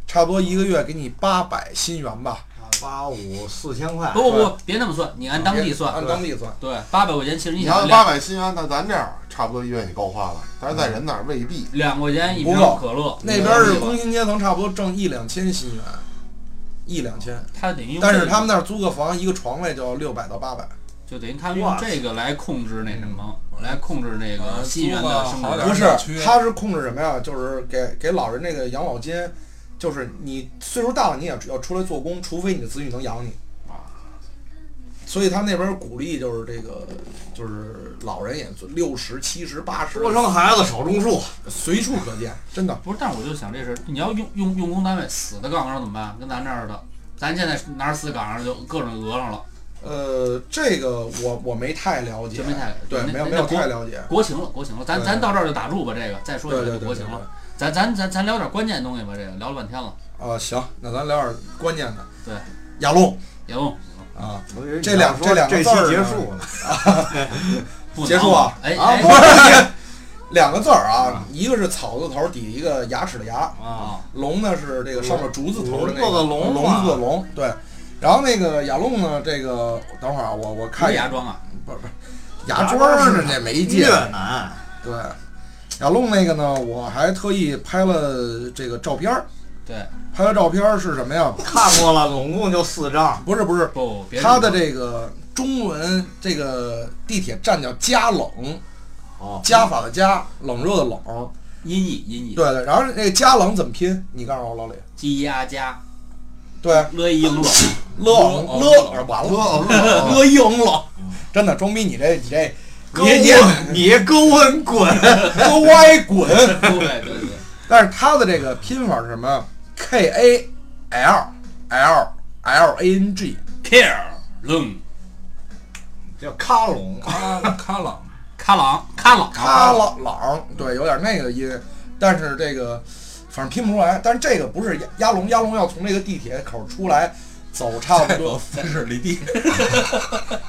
D: 差不多一个月给你八百新元吧，
G: 八五四千块，
E: 不不不，别那么算，你按当地算
D: 按。当地算。
E: 对，八百块钱，其实
C: 你
E: 你
C: 要
E: 想
C: 八
E: 两
C: 百新元，那咱这儿差不多一月也够花了，但是在人那儿未 必。
E: 两块钱一瓶
D: 不够
E: 可乐，
D: 那边是工薪阶层，差不多挣一两千新元，一两千，
E: 他等于用这
D: 但
E: 个，
D: 是他们那儿租个房一个床位就要六百到八百。
E: 就等于他们用这个来控制那什么，来控制那个
F: 嗯啊
E: 新元的生活
F: 好点
D: 不
E: 质。
D: 是
F: 小区，
D: 他是控制什么呀？就是给给老人这个养老金，
E: 啊
D: 就是你岁数大了，你也要出来做工，除非你的子女能养你。所以他那边鼓励就是这个，就是老人也六十、七十、八十，
G: 多生孩子少种树，
D: 随处可见，真的。
E: 不是，但是我就想这事，你要用用用工单位死的杠上怎么办？跟咱这儿的，咱现在哪儿死杠上就各种讹上了，
D: 呃，这个我我没太了解，
E: 真没太
D: 对，
E: 那
D: 没有
E: 那
D: 没有
E: 国
D: 太了解。
E: 国情了，国情了，咱
D: 对
E: 咱到这儿就打住吧，这个再说
D: 对
E: 一
D: 对
E: 下就
D: 对，
E: 国情
D: 对
E: 了。咱咱咱咱聊点关键的东西吧，这个聊了半天了，
D: 对啊，行，那咱聊点关键的。
E: 对，
D: 亚龙
E: 也用
D: 啊，
G: 我以为你
D: 这两
G: 要说
D: 这两个
G: 这
D: 字
G: 期
D: 儿呢
G: 结束了，
E: 不
D: 结
E: 难
D: 束啊
E: 我哎
G: 啊
E: 哎
G: 不
D: 两个字儿啊，一个是草字头底一个牙齿的牙，
E: 啊，
D: 龙呢是这个上面竹字头的
G: 龙
D: 那个
G: 做的龙
D: 龙
G: 嘛
D: 字的龙，对。然后那个亚龙呢，这个等会儿啊，我我
E: 看
D: 看一
E: 牙妆啊，
D: 不是不是，牙庄儿呢这没
G: 越
D: 见。
G: 南
D: 对，亚龙那个呢，我还特意拍了这个照片儿。
E: 对，
D: 拍了照片儿是什么呀？
G: 看过了，总共就四张，
D: 不是不是，
E: 不别
D: 它的
E: 这么
D: 这个中文这个地铁站叫加冷，
G: 哦，
D: 加法的加，冷热的冷。
E: 音译音译，
D: 对对，然后那个加冷怎么拼？你告诉我老李。
E: 鸡鸭加
D: 对，
E: 了一乐，
D: 冷冷完了，乐硬了。真的，装逼你这你这，
G: 勾
D: 你你
G: 问你勾问滚，
D: 都歪滚。
E: 对对对，
D: 但是它的这个拼法是什么？K A L L L A N G，
E: care 愣
B: 叫卡龙，
F: 卡卡啊 朗，
E: 卡朗卡朗
D: 卡朗朗，对，有点那个音，但是这个反正拼不出来。但是这个不是鸭鸭龙，鸭龙要从这个地铁口出来，走差不
F: 泰国
D: 多，
F: 分是离地，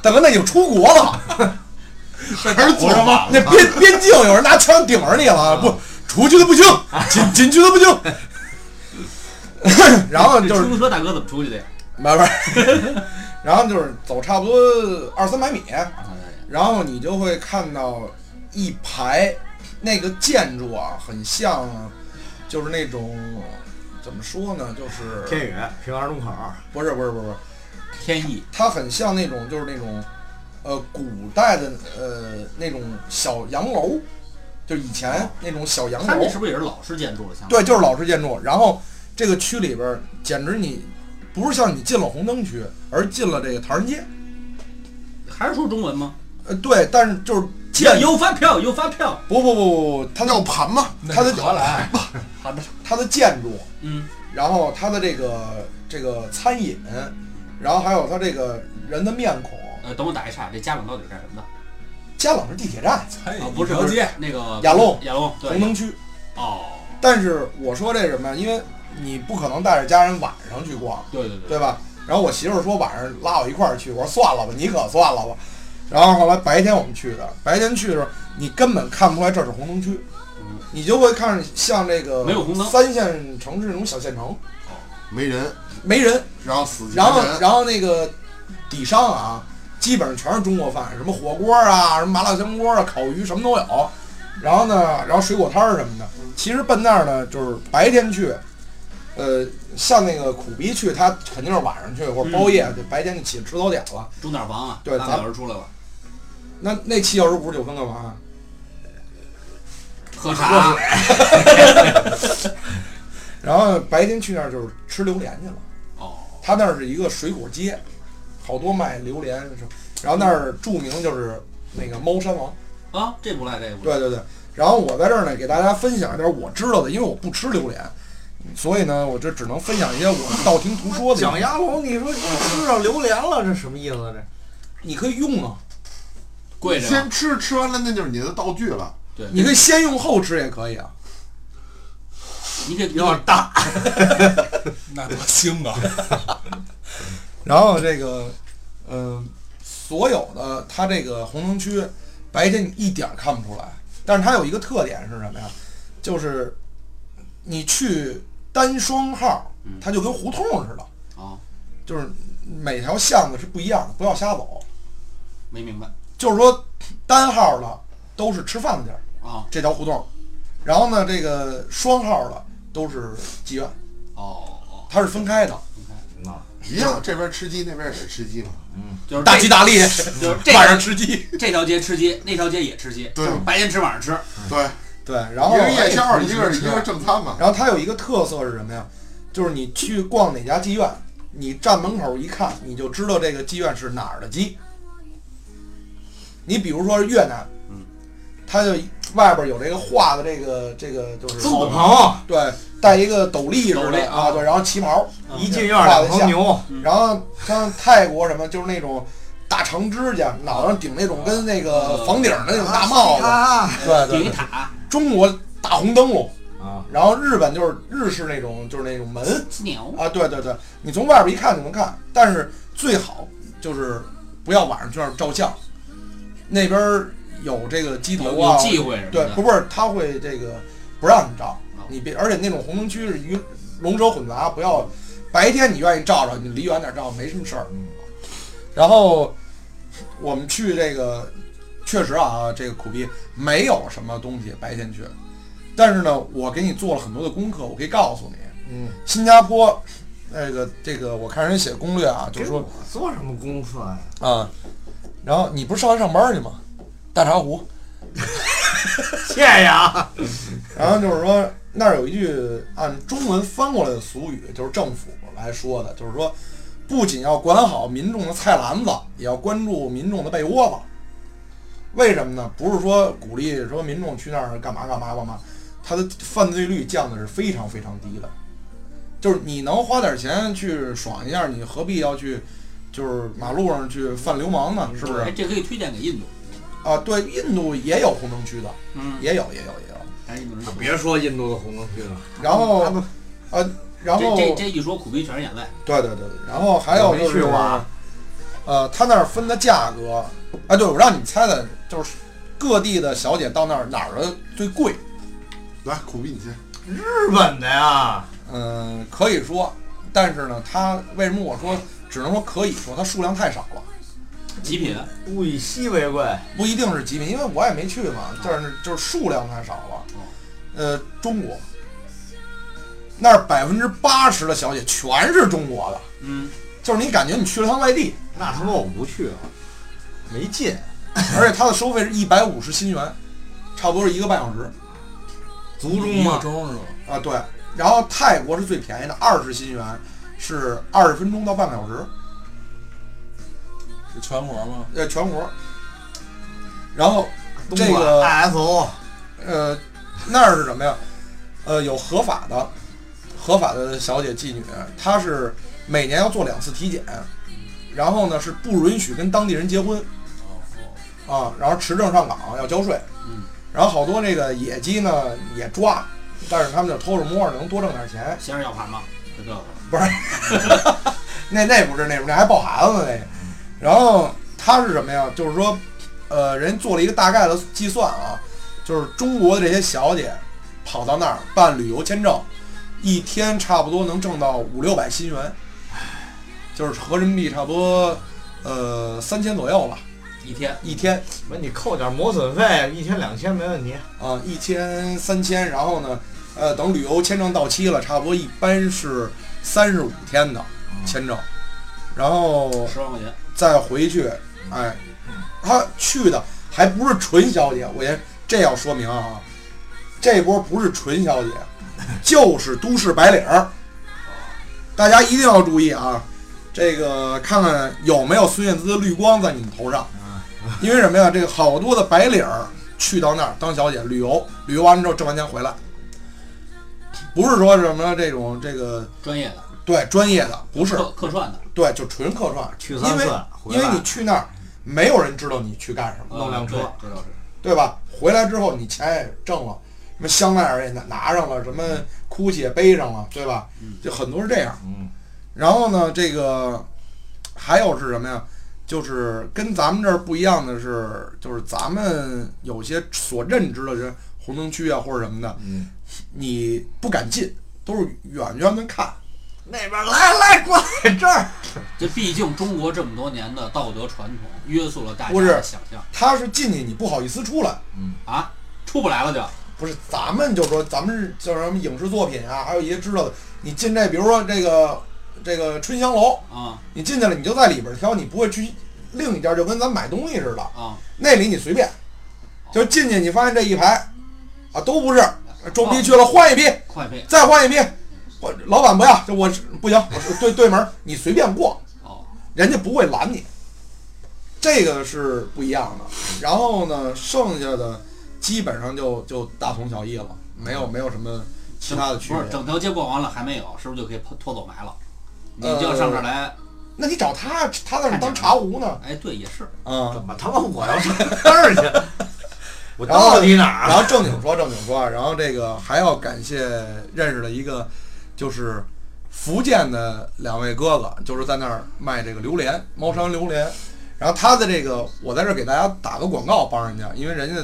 D: 大哥那已经出国了，
C: 还是做吧。啊
D: 那边边境有人拿枪顶着你了，不出去的不行，
C: 啊
D: 进进去的不 行。然后就是
E: 出租车大哥怎么出去的呀？
D: 慢慢，然后就是走差不多二三百米，
C: 啊
D: 然后你就会看到一排那个建筑啊，很像，就是那种怎么说呢，就是
G: 天宇平安路口，
D: 不是不是不是不是，
E: 天意
D: 它很像那种就是那种呃古代的呃那种小洋楼，就以前那种小洋
E: 他
D: 楼
E: 那，是不是也是老式建筑了？像
D: 哦对，就是老式建筑。然后这个区里边儿简直你不是像你进了红灯区，而进了这个唐人街。
E: 还是说中文吗？
D: 呃，对，但是就是
E: 要
D: 建
E: 有发票，有发票。
D: 不不不不不，它的
C: 要盘吗？
D: 它 的
F: 荷兰，
E: 好的，
D: 它的建筑，
E: 嗯，
D: 然后它的这个这个餐饮，然后还有它这个人的面孔。
E: 呃，等我打一岔，这家长到底是干什么的？
D: 家冷是地铁站
F: 哎
E: 啊，不是
F: 条
E: 不
F: 街
E: 是，那个
D: 亚龙
E: 亚龙对
D: 红灯区，
E: 哦，
D: 但是我说这什么，因为你不可能带着家人晚上去逛，
E: 对对对，
D: 对吧？然后我媳妇儿说晚上拉我一块儿去，我说算了吧，你可算了吧。然后后来白天我们去的，白天去的时候你根本看不出来这是红灯区
E: 嗯，
D: 你就会看像这个
E: 没有红灯
D: 三线城市那种小县城，
C: 没人，
D: 没人，
C: 然后死几个
D: 然后
C: 人，
D: 然后那个底商啊，基本上全是中国饭，什么火锅啊，什么麻辣香锅啊，烤鱼什么都有。然后呢，然后水果摊儿什么的，其实奔那儿呢，就是白天去，呃，像那个苦逼去，他肯定是晚上去或者包夜，就白天就起来吃早点了。
E: 钟点房啊，
D: 对
E: 半
D: 咱
E: 个小时出来了，
D: 那那七小时五十九分干嘛？啊
E: 喝茶，
D: 然后白天去那儿就是吃榴莲去了，
E: 哦，
D: 他那儿是一个水果街，好多卖榴莲什么，然后那儿著名就是那个猫山王。
E: 啊，这不赖这个不赖，
D: 对对对，然后我在这儿呢，给大家分享一点我知道的，因为我不吃榴莲，所以呢，我这只能分享一些我道听途说的。
G: 蒋鸭龙，你说吃上榴莲了，这什么意思啊？这
D: 你可以用啊，
E: 跪着呢，
C: 先吃，吃完了那就是你的道具了。
E: 对，
D: 你可以先用后吃也可以啊。
E: 你给
G: 有点大，
F: 那多 腥啊！
D: 然后这个，嗯、所有的它这个红灯区，白天你一点儿看不出来，但是它有一个特点是什么呀？就是你去单双号，
F: 嗯
D: 它就跟胡同似的，
E: 啊，
D: 就是每条巷子是不一样的，不要瞎走。
E: 没明白
D: 就是说单号的都是吃饭的地儿，
E: 啊，
D: 这条胡同。然后呢，这个双号的都是妓院，
E: 哦哦，
D: 它是分开的，
C: 一样，这边吃鸡，那边也是吃鸡嘛。
E: 就是
D: 大吉大利，
E: 就是这
D: 晚上吃鸡。
E: 这条街吃鸡，那条街也吃鸡，
C: 对
E: 就是白天吃晚上吃，
C: 对，
D: 对，然后
C: 一个夜宵，
D: 哎
C: 一个一个正餐嘛。
D: 然后它有一个特色是什么呀？就是你去逛哪家妓院，你站门口一看，你就知道这个妓院是哪儿的鸡。你比如说越南，嗯，它就外边有这个画的这个这个就是
G: 好朋
D: 对，戴一个斗笠似
E: 斗笠
D: 的
E: 啊
D: 啊，对，然后旗袍，
G: 友，一进院儿两头牛，
D: 然后像泰国什么就是那种大长指甲，脑袋上顶那种跟那个房顶的那种大帽子，
G: 啊，
D: 对对
E: 顶一
D: 对，
E: 塔，
D: 中国大红灯笼
G: 啊，
D: 然后日本就是日式那种就是那种门
E: 鸟，
D: 啊，对对对，你从外边一看就能看，但是最好就是不要晚上去那儿照相，那边儿有这个鸡
E: 有
D: 头啊
E: 有，忌讳什么
D: 对，
E: 的
D: 不是他会这个不让你照，你别，而且那种红灯区是鱼龙蛇混杂，不要白天你愿意照照，你离远点照没什么事儿。然后我们去这个，确实啊，这个苦逼没有什么东西白天去，但是呢，我给你做了很多的功课，我可以告诉你，
G: 嗯，
D: 新加坡那个这个，我看人写攻略啊，就是说
G: 做什么功课呀？
D: 啊，然后你不是上完上班去吗？大茶壶。
G: 谢谢啊，
D: 然后就是说那儿有一句按中文翻过来的俗语，就是政府来说的，就是说不仅要管好民众的菜篮子，也要关注民众的被窝子。为什么呢？不是说鼓励说民众去那儿干嘛干嘛干嘛，他的犯罪率降的是非常非常低的。就是你能花点钱去爽一下，你何必要去就是马路上去犯流氓呢？是不
E: 哎，
D: 是？
E: 这可以推荐给印度，
D: 啊，对，印度也有红灯区的，
E: 嗯，
D: 也有也有也有。
E: 但哎是印度人
G: 别说印度的红灯区了，
D: 然后，呃，然后
E: 这嗯这这一说苦逼全是眼泪，
D: 对对对，然后还有就是，
G: 我没去过啊
D: 呃，他那儿分的价格，哎，对，我让你们猜猜，就是各地的小姐到那儿哪儿的最贵？
C: 来，苦逼你先。
G: 日本的呀，
D: 嗯、可以说，但是呢，它为什么我说只能说可以说，它数量太少了，
E: 极品，
G: 物以稀为贵，
D: 不一定是极品，因为我也没去嘛，但是就是数量太少了。呃，中国那儿百分之八十的小姐全是中国的，
E: 嗯，
D: 就是你感觉你去了趟外地，
G: 那他妈我不去啊，没劲，
D: 而且它的收费是一百五十新元，差不多是一个半小时
G: 族
F: 一
G: 中
F: 个
G: 嘛，
F: 钟是吧？
D: 啊。对，然后泰国是最便宜的，二十新元是二十分钟到半个小时，
F: 是全国吗？
D: 呃，全国。然后
G: 东
D: 这
G: 莞
D: 个
G: ISO
D: 呃，那儿是什么呀？呃，有合法的合法的小姐妓女，她是每年要做两次体检，然后呢是不允许跟当地人结婚，啊，然后持证上岗要交税，
E: 嗯，
D: 然后好多这个野鸡呢也抓，但是他们就偷着摸着能多挣点钱，
E: 先是要盘吗？这个
D: 那那不是那不是那还抱孩子呢那个，然后他是什么呀？就是说，呃，人做了一个大概的计算啊，就是中国的这些小姐跑到那儿办旅游签证，一天差不多能挣到五六百新元，就是合人民币差不多呃三千左右吧，
E: 一天
D: 一天
G: 不是你扣点磨损费，一千两千没问题。
D: 啊、一千三千，然后呢，呃，等旅游签证到期了，差不多一般是三十五天的签证，然后
E: 十万块钱，
D: 再回去，哎，他去的还不是纯小姐，我先这要说明啊，这波不是纯小姐，就是都市白领儿，大家一定要注意啊，这个看看有没有孙燕姿的绿光在你们头上，因为什么呀？这个好多的白领儿去到那儿当小姐旅游，旅游完之后挣完钱回来，不是说什么这种这个
E: 专业的，
D: 对专业的，不是
E: 客客串的，
D: 对，就纯客串，
G: 去三
D: 因为
G: 次回
D: 因为
G: 来
D: 你去那儿，没有人知道你去干什么，
E: 呃
G: 弄辆车
E: 对这倒是，
D: 对吧？回来之后你钱也挣了，什么香奈儿也拿拿上了，什么 GUCCI 也背上了，对吧？就很多是这样。
G: 嗯，
D: 然后呢，这个还有是什么呀？就是跟咱们这儿不一样的是，就是咱们有些所认知的人，红灯区啊或者什么的，
G: 嗯
D: 你不敢进，都是远远的看。
G: 那边来来过来这儿，
E: 这毕竟中国这么多年的道德传统约束了大家
D: 不是
E: 的想象
D: 他是进去，你不好意思出来。
E: 啊，出不来了就。
D: 不是，咱们就说咱们叫什么影视作品啊，还有一些知道的，你进这，比如说这个这个春香楼，
E: 啊
D: 你进去了，你就在里边挑，你不会去另一家，就跟咱买东西似的，
E: 啊！
D: 那里你随便，就进去，你发现这一排啊都不是，装逼去了，换一批，
E: 快配
D: 再换一批，我老板不要，就我不行，我是对对门儿你随便过，
E: 哦，
D: 人家不会拦你，这个是不一样的。
E: 嗯
D: 然后呢，剩下的基本上就就大同小异了，没有没有什么其他的区
E: 嗯不是
D: 别。
E: 整条街逛完了还没有，是不是就可以拖拖走埋了？你
D: 呃
E: 就要上这儿来，
D: 那你找他，他在那儿当茶壶呢，
E: 哎，对，也是，
D: 嗯。
G: 怎么他妈我要上那儿去？我
D: 然后
G: 到底哪儿
D: 然
G: 啊？
D: 后正经说正经说啊，然后这个还要感谢认识了一个，就是福建的两位哥哥，就是在那儿卖这个榴莲，猫山榴莲。然后他的这个，我在这儿给大家打个广告，帮人家，因为人家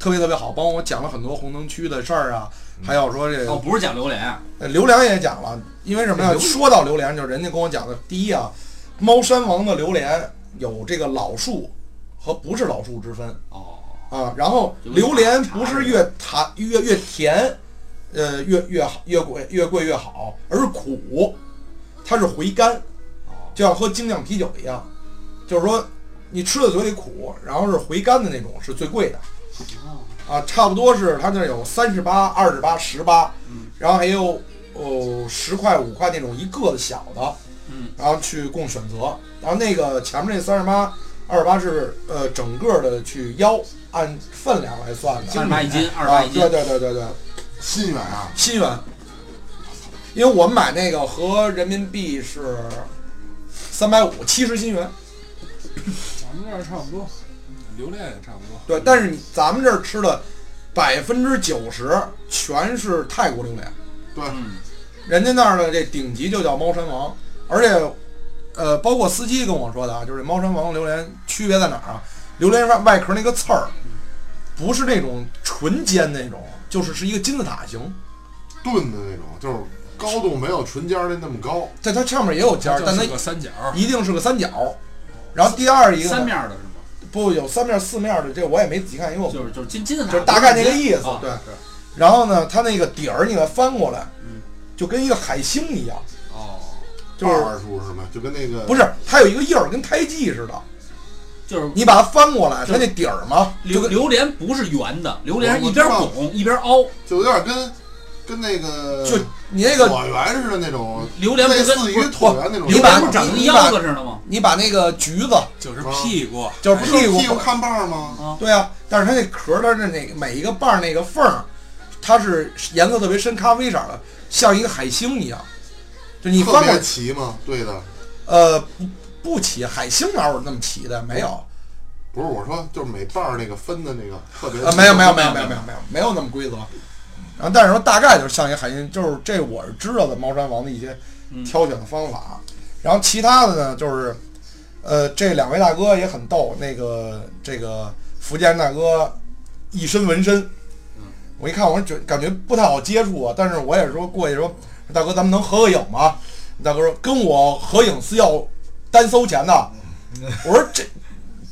D: 特别特别好，帮我讲了很多红灯区的事儿啊，还有说这
E: 哦，
D: 个
E: 不是讲榴莲，
D: 呃榴莲也讲了，因为什么呀？说到榴莲，就是人家跟我讲的，第一啊，猫山王的榴莲有这个老树和不是老树之分，
E: 哦，
D: 啊，然后榴莲不是越弹越越甜，呃，越越好越贵越贵越好，而是苦，它是回甘，就像喝精酿啤酒一样，就是说你吃的嘴里苦，然后是回甘的那种是最贵的，啊，差不多是它那儿有三十八、二十八、十八，然后还有哦十块、五块那种一个的小的，
E: 嗯，
D: 然后去供选择，然后那个前面那三十八。二十八是呃整个的去腰按分量来算的，
E: 三十八一斤，二十
D: 啊
E: 八一，斤
D: 对，对对对对，
C: 心远啊，
D: 新元，因为我们买那个合人民币是三百五，七十新元。
F: 咱们这儿差不多，榴莲也差不多。
D: 对，但是你咱们这儿吃的百分之九十全是泰国榴莲，
C: 对
E: 嗯
D: 人家那儿的这顶级就叫猫山王，而且，呃，包括司机跟我说的啊，就是猫山王榴莲区别在哪儿啊？榴莲外外壳那个刺儿，不是那种纯尖那种，就是是一个金字塔形，
C: 钝的那种，就是高度没有唇尖儿的那么高。
D: 在它上面也有尖儿，但它
F: 是个三角，
D: 一定是个三角。然后第二一个呢
E: 三面儿的是吗？
D: 不有三面四面的，这个我也没仔细看，因为我
E: 就是就是金金字塔，
D: 就是大概那个意思
E: 啊
D: 对
E: 是
D: 然后呢，它那个底儿你给它翻过来
E: 嗯，
D: 就跟一个海星一样，
E: 哦，
D: 就是
C: 二数是吗？就跟那个
D: 不
C: 是
D: 是它有一个印儿跟胎记似的，
E: 就是
D: 你把它翻过来，
E: 就
D: 它那底儿嘛，就
E: 榴
D: 跟
E: 榴莲不是圆的，榴莲是
C: 我
E: 一边
C: 我知道
E: 拱一边凹，
C: 就有点跟跟那个
D: 就你那个
C: 椭圆似的那种，
E: 榴莲不
C: 类
E: 跟
C: 似于椭圆那种。
D: 你
E: 榴
D: 把
E: 莲不长得跟
D: 你把
E: 腰子似的吗？
D: 你把那个橘子
F: 就是屁股，
D: 啊就是
C: 不是
D: 屁股
C: 屁股看把儿吗？
D: 对啊，但是它那壳儿，它是那个每一个瓣儿那个缝儿，它是颜色特别深，咖啡色的，像一个海星一样，就你
C: 特
D: 翻过
C: 别齐吗？对的，
D: 呃不不齐，海星哪有那么齐的？没有。
C: 不是我说，就是每瓣儿那个分的那个特别。
D: 呃，没有没有没有没有没有没有没有那么规则。然后但是说大概就是像一个海星，就是这我是知道的猫山王的一些挑选的方法。然后其他的呢，就是呃这两位大哥也很逗，那个这个福建大哥一身纹身，我一看我说觉感觉不太好接触啊，但是我也说过去说大哥咱们能合个影吗？大哥说跟我合影是要单收钱的。我说这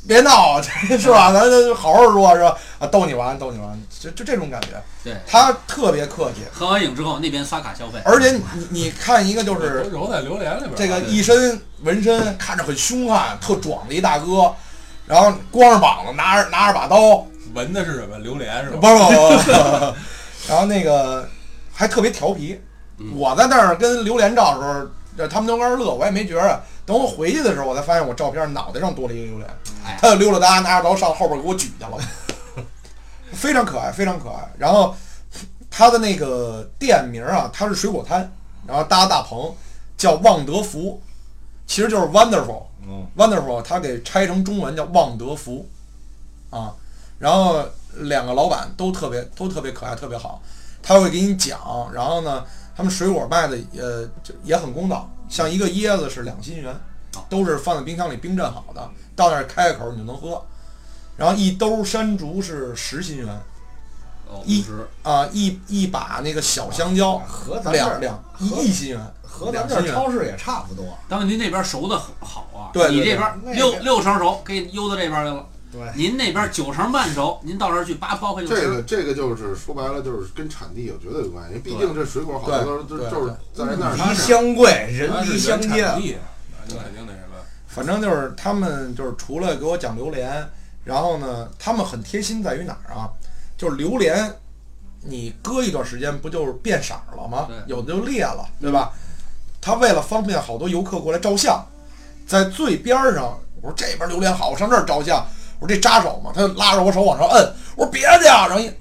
D: 别闹， 这是吧？咱咱好好说，是吧？啊，逗你玩，逗你玩，就就这种感觉。
E: 对，
D: 他特别客气，
E: 合完影之后那边刷卡消费，
D: 而且你你你看一个就
F: 都
D: 是
F: 揉在榴莲里边儿。
D: 这个一身纹身，看着很凶悍、特壮的一大哥，然后光着膀子，拿着拿着把刀，
F: 闻的是什么？榴莲是
D: 不
F: 吧？
D: 不不，不 然后那个还特别调皮。我在那儿跟榴莲照的时候，这他们都跟那儿乐，我也没觉着。等我回去的时候，我才发现我照片脑袋上多了一个榴莲
E: 哎，
D: 他就溜了达拿着刀上后边给我举去了， 非常可爱，非常可爱。然后他的那个店名啊，他是水果摊，然后搭大棚，叫旺德福，其实就是 wonderful，
B: 嗯
D: wonderful，他给拆成中文叫旺德福，啊，然后两个老板都特别都特别可爱，特别好，他会给你讲，然后呢，他们水果卖的呃就也很公道，像一个椰子是两新元，都是放在冰箱里冰镇好的，到那儿开口你就能喝，然后一兜山竹是十新元
E: 哦，
D: 一
E: 五十
D: 啊，一一把那个小香蕉
H: 和咱这
D: 两
H: 儿
D: 两一一新元，
H: 和咱
D: 两
H: 这
D: 新
H: 儿
D: 元。
H: 超市也差不多。
E: 但问题那边熟的好啊，
D: 对对
E: 你这
H: 对
E: 边
H: 那
E: 六
H: 边
E: 六成熟给你悠到这边来了，
H: 对
E: 您那边九成半熟，您到这儿去扒剥开就
C: 这
E: 吃
C: 个，这个就是说白了，就是跟产地有绝对有关系。毕竟这水果好
D: 对
C: 多都是
D: 对
C: 就是在人那儿
H: 离相贵，人
F: 它是
H: 离
F: 原
H: 相
F: 产
H: 近。
F: 地啊那就肯定那什么。
D: 反正就是他们就是除了给我讲榴莲，然后呢，他们很贴心在于哪儿啊？就是榴莲你搁一段时间不就是变色儿了吗
E: 对？
D: 有的就裂了，对吧？他为了方便好多游客过来照相，在最边儿上，我说这边榴莲好，我上这儿照相。我说这扎手嘛，他就拉着我手往上摁，我说别去啊，然后一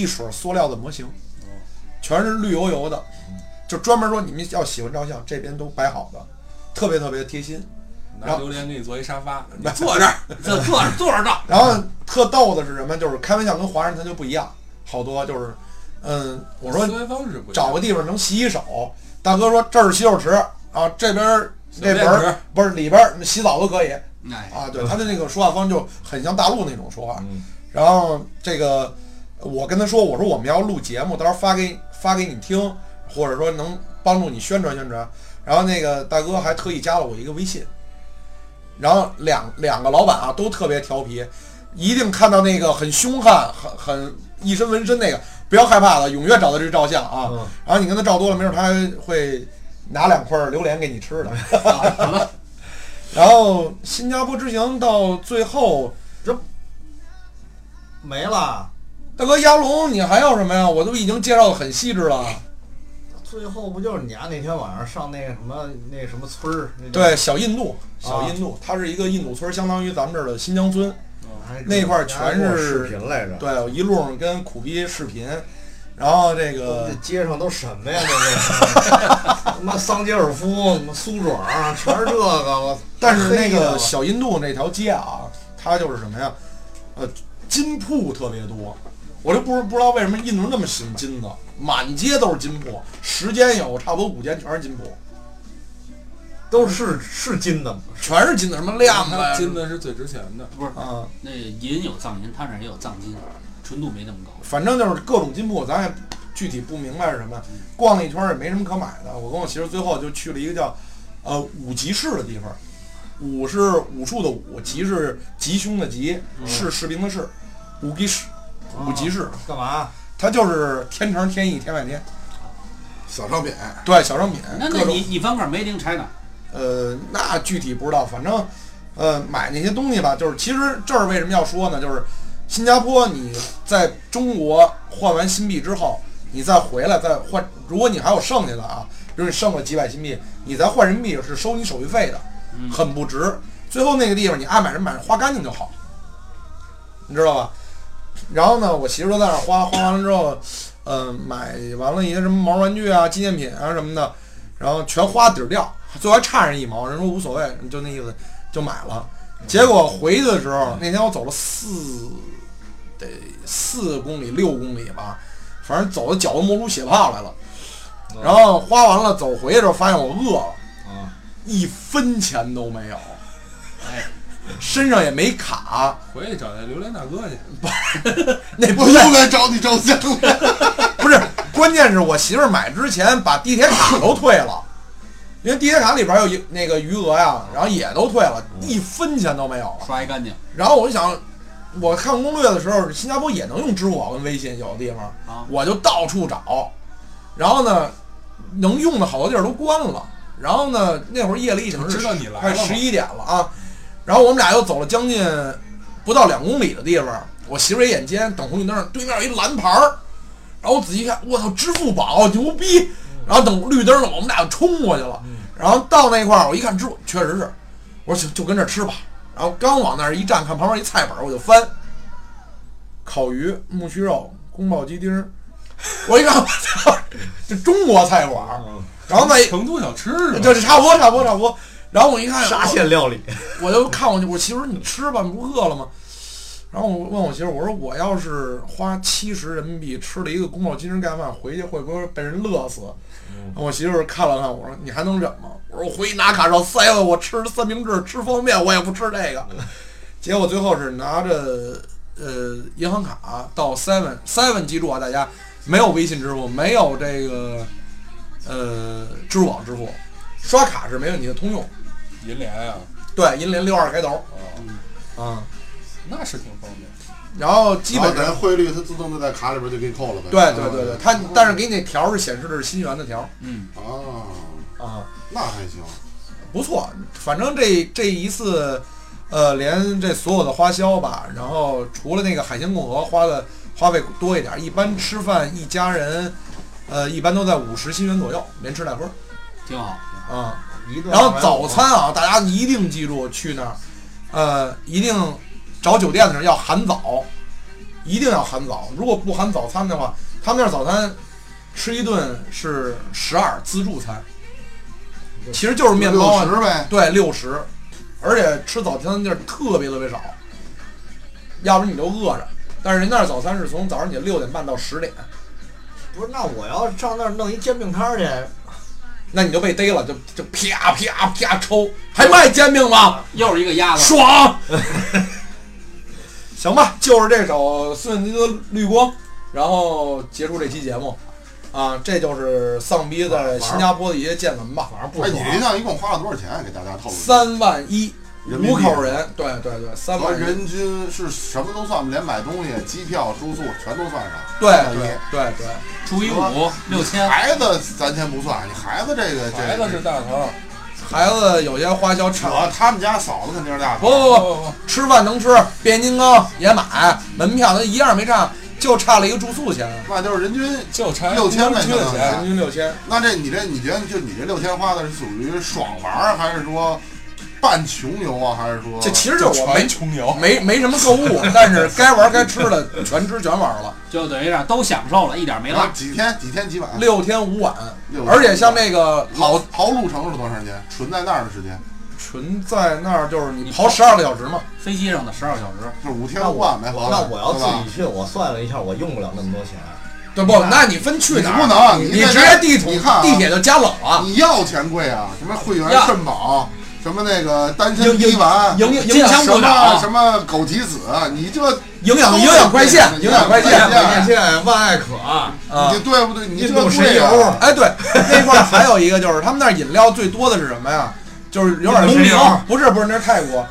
D: 一水儿塑料的模型，全是绿油油的，就专门说你们要喜欢照相，这边都摆好的，特别特别贴心。然
F: 拿
D: 后
F: 榴莲给你做一沙发，你坐这儿，
E: 这坐着坐着照，
D: 然后特逗的是什么？就是开玩笑跟华人他就不一样，好多就是，嗯，我说
F: 思维方式不一样
D: 找个地方能洗洗手。大哥说这是洗手池啊，这边儿这门
F: 小便
D: 儿
F: 池
D: 不是里边儿洗澡都可以
E: 哎，
D: 啊。对，他的那个说话方式就很像大陆那种说话。然后这个我跟他说，我说我们要录节目，到时候发给发给你听，或者说能帮助你宣传宣传。然后那个大哥还特意加了我一个微信，然后两两个老板啊都特别调皮，一定看到那个很凶悍、很很一身纹身那个，不要害怕的，踊跃找他去照相啊。然后你跟他照多了，没准他还会拿两块榴莲给你吃的。
E: 好了，
D: 然后新加坡之行到最后，
B: 没了。
D: 大哥鸭龙，你还要什么呀？我都已经介绍的很细致了。
B: 最后不就是你啊？那天晚上上那个什么那什么村儿？那叫
D: 对，，小印度，小印度，它是一个印度村儿，相当于咱们这儿的新疆村。
B: 还
D: 那块儿全
B: 还给我
D: 是
B: 视频来着。
D: 对，我一路上跟苦逼视频，然后这个
B: 这街上都什么呀？这是他妈桑吉尔夫、苏爪儿，全是这个。我操
D: 但是那
B: 黑的
D: 个
B: 我
D: 小印度那条街啊，它就是什么呀？呃，金铺特别多，我就不不知道为什么印度人那么喜欢金子，满街都是金铺，十间有差不多五间全是金铺，
B: 都是是金的吗？
D: 全是金子，什么亮子呀
F: 金子是最值钱的。
E: 不是
D: 啊，
E: 那银有藏银，它那儿也有藏金，纯度没那么高。
D: 反正就是各种金铺，咱也具体不明白是什么。逛了一圈儿也没什么可买的，我跟我媳妇儿最后就去了一个叫呃武吉市的地方，武是武术的武，吉是吉凶的吉，士士兵的士，武吉市，武吉市。
B: 干嘛？
D: 它就是天成天意天外天，
C: 小商品，
D: 对小商品，
E: 那
D: 各
E: 那
D: 种
E: 你你翻个 Made in China，
D: 呃，那具体不知道，反正呃买那些东西吧，就是其实这儿为什么要说呢？就是新加坡你在中国换完新币之后，你再回来再换，如果你还有剩下的啊，比如你剩了几百新币，你再换人民币是收你手续费的，很不值。最后那个地方你爱买什么买，花干净就好，你知道吧？然后呢，我媳妇儿就在那儿花，花完了之后，呃，买完了一些什么毛玩具啊、纪念品啊什么的，然后全花底儿掉，最后还差人一毛，人说无所谓，就那意思就买了。结果回去的时候，那天我走了四得四公里六公里吧，反正走的脚都磨出血泡来了。然后花完了走回去的时候，发现我饿了，一分钱都没有，
E: 哎，
D: 身上也没 卡，
F: 回去找那榴莲大哥去，
D: 那
C: 我
D: 不
C: 又
D: 是
C: 该找你照相了。
D: 不是，关键是我媳妇儿买之前把地铁卡都退了，因为地铁卡里边有一那个余额呀，然后也都退了，一分钱都没有了。
E: 刷一干净
D: 然后我就想，我看攻略的时候，新加坡也能用支付宝跟微信，有的地方
E: 啊！
D: 我就到处找，然后呢，能用的好多地儿都关了。然后呢，那会儿夜里已经是
F: 知道你来了
D: 快
F: 吗
D: 十一点了啊。然后我们俩又走了将近不到两公里的地方，我媳妇儿也眼尖，等红绿灯对面有一蓝牌儿，然后我仔细看，我操，支付宝牛逼！然后等绿灯了，我们俩就冲过去了。
F: 嗯
D: 然后到那块儿，我一看支付，确实是，我说行，就跟这儿吃吧。然后刚往那儿一站，看旁边一菜板儿，我就翻，烤鱼、木须肉、宫保鸡丁儿，我一看，我操，这中国菜馆儿。然后再一
F: 成都小吃是吧？
D: 就是差不多，差不多，差不多。然后我一看，哦
B: 沙县料理，
D: 我就看我我媳妇儿，你吃吧，你不饿了吗？然后我问我媳妇儿，我说我要是花七十人民币吃了一个宫保鸡丁盖饭，回去会不会被人乐死？我媳妇儿看了看，我说你还能忍吗？我说我回去拿卡上塞了，我吃三明治，吃方便面，我也不吃这个。 结果最后是拿着呃银行卡到 Seven Seven，记住啊，大家没有微信支付，没有这个呃支付宝支付，刷卡是没问题的，通用。
F: 银联啊，
D: 对，银联六二开头，啊，
F: 那是挺方便。
D: 然后基
C: 然后
D: 本
C: 等
D: 上
C: 于汇率它自动就在卡里边就给你扣了呗。哦
D: 对对对对，它但是给你那条是显示的是新元的条
C: 啊，
D: 啊，
C: 那还行。
D: 不错，反正这这一次，呃，连这所有的花销吧，然后除了那个海鲜共和花了花费多一点。一般吃饭一家人，呃，一般都在五十新元左右，连吃带喝
E: 挺好。
D: 啊。
G: 一顿
D: 然后
G: 250
D: 早餐啊，大家一定记住去那儿，呃，一定找酒店的时候要含早，一定要含早。如果不含早餐的话，他们那儿早餐吃一顿是十二自助餐，其实就是面包啊，
C: 六十呗，
D: 对，六十，而且吃早餐的地儿特别特别少，要不然你就饿着。但是人那儿早餐是从早上起六点半到十点，
G: 不是，那我要上那儿弄一煎饼摊儿去，
D: 那你就被逮了，就就啪啪啪抽，还卖煎饼吗？
E: 又是一个鸭子，
D: 爽。 行吧，就是这首孙燕姿的《绿光》，然后结束这期节目。啊，这就是丧逼在新加坡的一些见闻吧。
B: 反正不
C: 哎，
B: 爽
G: 啊
C: 你。这一趟一共花了多少钱？给大家透露一下。
D: 啊三万一，
C: 人民
D: 五
C: 币
D: 口人，对对对，三
C: 和
D: 万一，
C: 人均是什么都算，连买东西、机票、住宿全都算上。
D: 对
C: 三万一
D: 对对对，
E: 除以五六千，
C: 孩子咱先不算，你孩子这个这
F: 孩子是大头，
D: 孩子有些花销差。
C: 我他们家嫂子肯定是大
D: 不
C: 头。
D: 不
F: 不
D: 不，
F: 不不，
D: 吃饭能吃，变形金刚也买，门票他一样没差，就差了一个住宿钱，
C: 那就是人均，
F: 就差
C: 六千呗
F: 缺的
C: 可能
F: 钱
C: 是。
D: 人均六千。
C: 那这你这你觉得就你这六千花的是属于爽玩儿，还是说半穷游啊，还是说
D: 这其实就是我没
F: 全穷游，
D: 没没什么购物，但是该玩该吃的全吃全玩了，
E: 就等于让都享受了，一点没
C: 然后
D: 嗯
E: 落。
C: 几天几天几晚？
D: 六天五晚，
C: 六
D: 而且像那个
C: 刨
D: 老
C: 刨路程是多长时间？纯在那儿的时间
D: 纯在那儿，就是你跑十二个小时嘛，
E: 飞机上的十二小时，
C: 就是五天五晚呗，合着
G: 那我要
C: 对
G: 自
C: 吧
G: 己去，我算了一下，我用不了那么多钱。
D: 对不？那你分去
C: 你
D: 哪
C: 不
D: 儿？
C: 能，
D: 你
C: 在
D: 直
C: 这
D: 接地
C: 你
D: 图
C: 看啊
D: 地铁就加冷了，
C: 你要钱贵啊，什么会员
E: 要
C: 肾宝，什么那个丹参
D: 营
C: 鸡丸，
D: 营营
E: 金
D: 养
E: 枪
C: 什
E: 不
C: 么啊
E: 倒，
C: 什么枸杞子，啊你这
D: 营养营养快线，营养快线啊
C: 营养快
D: 线
G: 见万艾可，
D: 啊
C: 你！对不对？你这
G: 印度
C: 贵
G: 神
C: 啊
G: 油，
D: 哎，对，那块儿还有一个就是他们那儿饮料最多的是什么呀？就是有点
G: 龙
D: 牛
G: 牛，
D: 不是不是，那是泰国，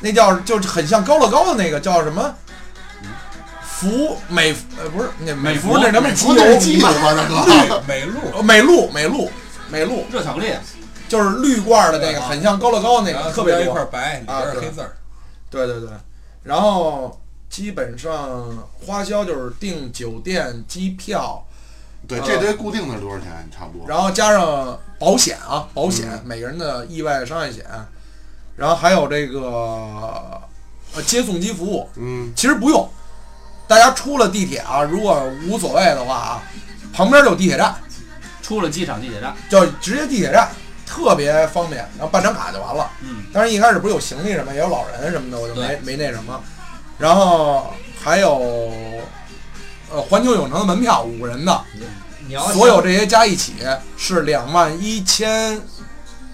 D: 那叫就是很像高乐高的那个叫什么？福美呃不是那美
E: 美
D: 福
E: 孚
D: 那他妈
C: 不对记
D: 油
C: 得吧，大哥？
F: 美 路，
D: 呃美露美露美露
E: 热巧克力，
D: 就是绿罐儿的那个，
F: 啊
D: 很像高乐高的那
F: 然后
D: 个，特
F: 中
D: 别
F: 间一块
D: 多。
F: 白，里
D: 啊
F: 边是
D: 对
F: 黑字儿，
D: 对对对，然后基本上花销就是订酒店、机票，
C: 对，这堆固定的是多少钱？差不多。
D: 然后加上保险啊，保险、
F: 嗯
D: 每个人的意外伤害险，然后还有这个呃接送机服务，
C: 嗯，
D: 其实不用，大家出了地铁啊，如果无所谓的话啊，旁边就有地铁站，
E: 出了机场地铁站，
D: 就直接地铁站，特别方便，然后办张卡就完了。
E: 嗯，
D: 当然一开始不是有行李什么，也有老人什么的，我就没没那什么。然后还有呃环球影城的门票，五个人的，
G: 你要
D: 所有这些加一起是两万一千，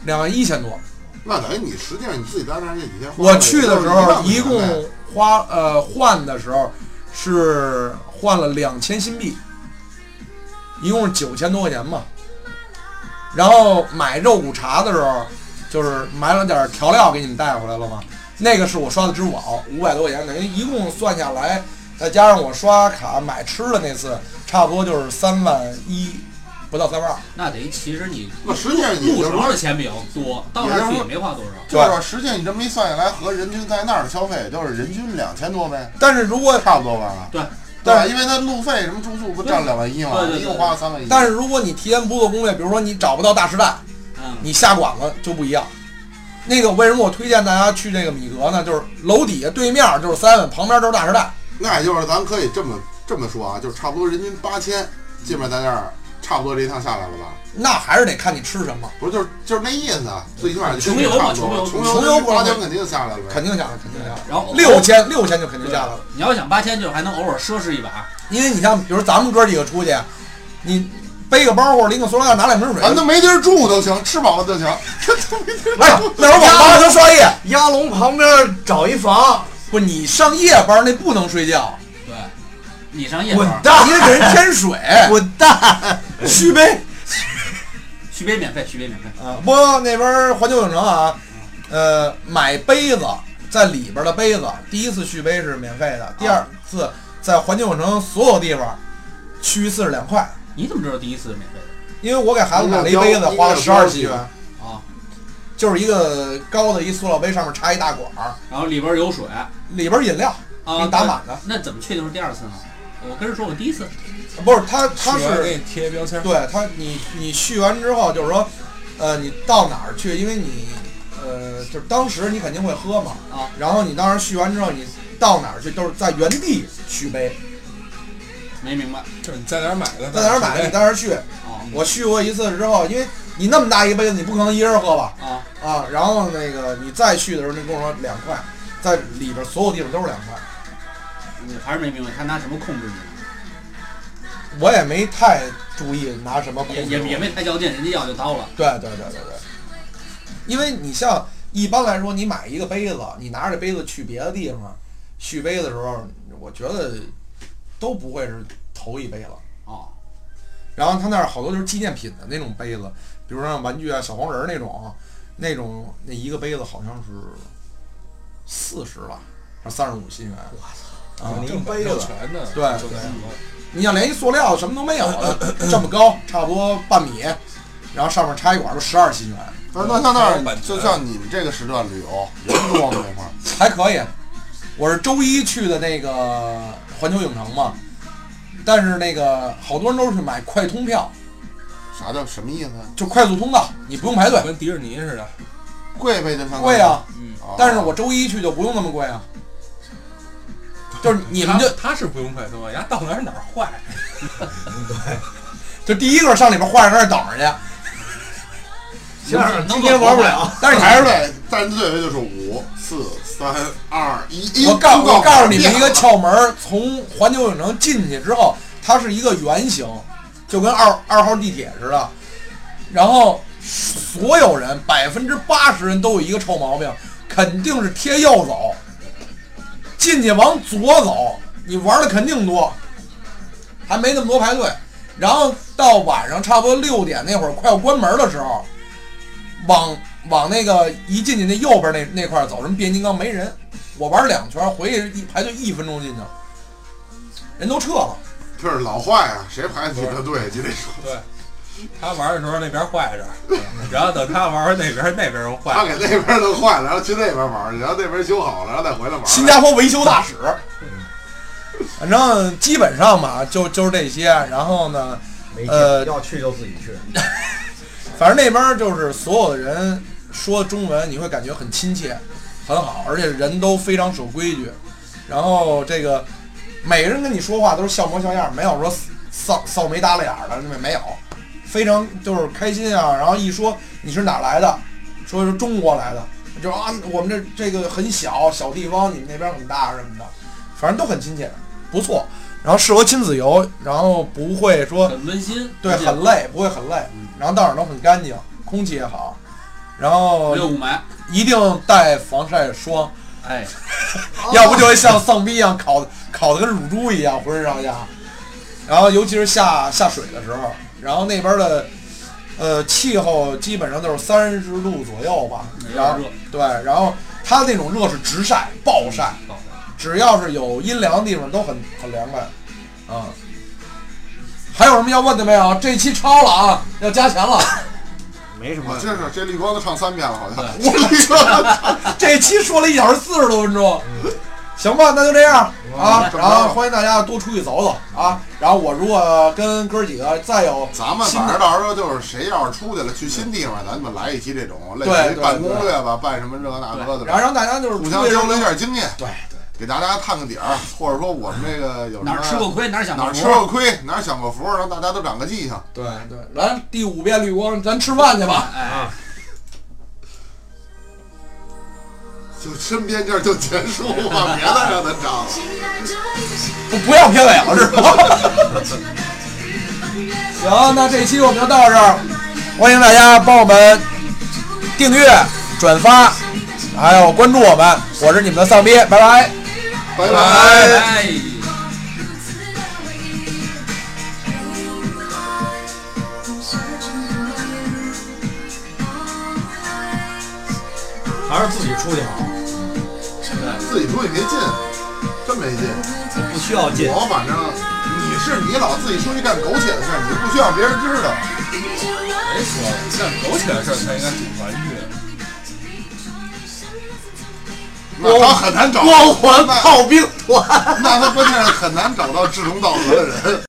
D: 两万一千多。
C: 那等于你实际上你自己在那儿这几天花了
D: 我
C: 也就是
D: 去
C: 一
D: 的
C: 万
D: 时
C: 块钱呗，
D: 候一共花呃换的时候是换了两千新币，一共是九千多块钱嘛。然后买肉骨茶的时候，就是买了点调料给你们带回来了嘛。那个是我刷的支付宝，五百多块钱，等于一共算下来，再加上我刷卡买吃的那次，差不多就是三万一，不到三万二。
E: 那等于其实你
C: 那实际上也
E: 路
C: 就是
E: 程的
C: 说，
E: 钱比较多，到那儿去也没花多少。
C: 就是说实际上你这么一算下来，和人均在那儿的消费，就是人均两千多呗，
D: 但是如果
C: 差不多吧？
E: 对，
C: 对吧，
D: 对
C: 因为它路费什么住宿不占两万一嘛，
E: 对对对
C: 一共花了三万一。
D: 但是如果你提前不做攻略，比如说你找不到大时代，
E: 嗯，
D: 你下馆子就不一样。那个为什么我推荐大家去那个米格呢？就是楼底下对面就是 seven，旁边就是大时代。
C: 那也就是咱可以这么这么说啊，就是差不多人均八千，基本上在那儿差不多这一趟下来了吧？
D: 那还是得看你吃什么，
C: 不是，就是就是那意思啊，最起码就
E: 穷游嘛
C: 差不多了
E: 穷
C: 穷
D: 游穷游
C: 游
D: 不
C: 八
D: 能
C: 千肯定下来了呗，
D: 肯定下来，肯定下来。
E: 然后
D: 六千六千就肯定下来了，
E: 你要想八千，就还能偶尔奢侈一把。
D: 因为你像比如咱们哥几个出去，你背个包或者拎个塑料袋拿两瓶水，
C: 咱都没地儿住都行，吃饱了 就行。
D: 哎，那会儿网吧能刷夜，
G: 鸭笼旁边找一房，
D: 哎不是你上夜班那不能睡觉，
E: 对，你上夜班，
D: 你得给人添水，
G: 滚蛋！
D: 续杯。
E: 续杯免费，续杯免费。
D: 啊，不过那边儿环球影城啊，呃，买杯子在里边儿的杯子，第一次续杯是免费的，第二次在环球影城所有地方续一次是两块，
E: 你怎么知道第一次是免费的？
D: 因为我给孩子买了一杯子，花了十二新元，
E: 啊，
D: 就是一个高的一塑料杯，上面插一大管儿，
E: 然后里边有水
D: 里边儿饮料
E: 啊，
D: 给你打满的，
E: 那怎么确定是第二次呢？我跟人说，我第一次
D: 不是他他
F: 喜欢给
D: 是
F: 你贴标签儿，
D: 对他你你续完之后就是说，呃，你到哪儿去？因为你呃，就是当时你肯定会喝嘛
E: 啊，
D: 然后你当时续完之后，你到哪儿去都是在原地续杯，
E: 没明白。
F: 就是你在哪儿买的，
D: 在哪儿买你在哪儿续。
E: 哦
D: 我续过一次之后，因为你那么大一杯子，你不可能一人喝吧？
E: 啊，
D: 啊，然后那个你再去的时候，你跟我说两块，在里边所有地方都是两块，
E: 你嗯还是没明白他拿什么控制你，
D: 我也没太注意拿什么控
E: 也
D: 制
E: 也也没太较劲，人家要就掏了。
D: 对对对对对，因为你像一般来说，你买一个杯子，你拿着杯子去别的地方续杯的时候，我觉得都不会是头一杯了。
E: 哦，
D: 然后他那儿好多就是纪念品的那种杯子，比如说像玩具啊、小黄人儿那种啊，那种那一个杯子好像是四十吧，还是三十五新元。我操！啊，
F: 正版
D: 杯
F: 授
D: 子，
F: 权的，
D: 对
F: 就
D: 对
F: 那什么
D: 你想连一塑料什么都没有的，这么高，差不多半米，然后上面插一管儿，就十二新元，
C: 那那那
F: 嗯
C: 那，就像你们这个时段旅游，人多吗那块儿？
D: 还可以。我是周一去的那个环球影城嘛，但是那个好多人都是去买快通票，
C: 啥叫什么意思？
D: 就快速通道，你不用排队，
F: 跟迪士尼似的，
C: 贵呗，就相当于
D: 贵啊。
F: 嗯，
C: 哦
D: 但是我周一去就不用那么贵啊，就是你们就
F: 他他是不用快速，人家到哪儿哪儿坏，
D: 就第一个上里边换着那儿等着去，
G: 行，今
E: 天
G: 天玩
E: 玩不
G: 不了。
D: 但是你
C: 排着队，站队位就是五四三二一。
D: 我告我告诉你们
C: 们
D: 一个窍门儿，从环球影城进去之后，它是一个圆形，就跟二二号地铁似的。然后所有人百分之八十人都有一个臭毛病，肯定是贴右走，进去往左走，你玩的肯定多，还没那么多排队。然后到晚上差不多六点那会儿快要关门的时候，往往那个一进去那右边那那块儿走，什么变形金刚没人。我玩两圈，回去一排队一分钟进去，人都撤了。
C: 就是老坏啊，谁排你的队？就得说
F: 对。他玩的时候那边坏着，然后等他玩完那边那边又
C: 他
F: 坏，
C: 给那边弄坏了，然后去那边玩儿，然后那边修好了，然后再回来玩儿。
D: 新加坡维修大使，反正基本上吧，就就是这些。然后呢，
H: 没
D: 呃
H: 劲，要去就自己去。
D: 反正那边就是所有的人说中文，你会感觉很亲切，很好，而且人都非常守规矩。然后这个每个人跟你说话都是笑模笑样，没有说扫扫眉耷拉眼儿的，没没有，非常就是开心啊。然后一说你是哪儿来的，说是中国来的，就说啊我们这这个很小小地方，你们那边很大什么的，反正都很亲切，不错。然后适合亲子游，然后不会说
E: 很温馨，
D: 对，
E: 而且嗯
D: 很累，不会很累，然后到哪儿都很干净，空气也好，然后
E: 没有雾霾。
D: 一定带防晒霜，
E: 哎，
D: 要不就会像丧逼一样烤烤的跟乳猪一样，浑身上下。然后尤其是下下水的时候，然后那边的呃气候基本上都是三十度左右吧，然后
E: 热
D: 对，然后它那种热是直晒、暴晒，只要是有阴凉的地方都很很凉快，啊、还有什么要问的没有？这期超了啊，要加钱了。
G: 没什
C: 我
G: 么，
C: 这是这绿光都唱三遍了，好像。我绿光，
D: 这期说了一小时四十多分钟，行吧，那就这样啊。
C: 嗯
D: 然后欢迎大家多出去走走啊。然后我如果跟哥几个再有
C: 咱们
D: 新
C: 反
D: 的
C: 正到时候就是谁要是出去了，去新地方，咱们来一期这种类
D: 对
C: 似于
D: 对
C: 办攻略吧，办什么这个那个的，
D: 然后让大家就是
C: 互
D: 出
C: 相
D: 去
C: 交流一下经验，
D: 对对，
C: 给大家探个底儿，或者说我们这个有什么
E: 哪儿吃过亏哪儿享
C: 哪
E: 过
C: 儿吃
E: 福。
C: 过亏，哪儿享过福，让大家都长个记性。
D: 对对，来第五遍绿光，咱吃饭去吧。
E: 哎，
C: 就身边这儿就结束吧，别再让他长。
D: 不不要片尾了是吧？ 行，那这期我们就到这儿，欢迎大家帮我们订阅、转发，还有关注我们。我是你们的丧逼，拜拜。
C: 拜
E: 拜
C: 拜。
E: 拜。
H: 还是自己出去好，
C: 自己出去没劲，真没劲。
H: 不需要进。
C: 我反正你是你老自己出去干狗血的事儿，你就不需要别人知道。
F: 谁说的干苟且的事儿才应该组团去？
C: 那他很难找
G: 光环
C: 那
G: 炮兵团。
C: 那他关键是很难找到志同道合的人。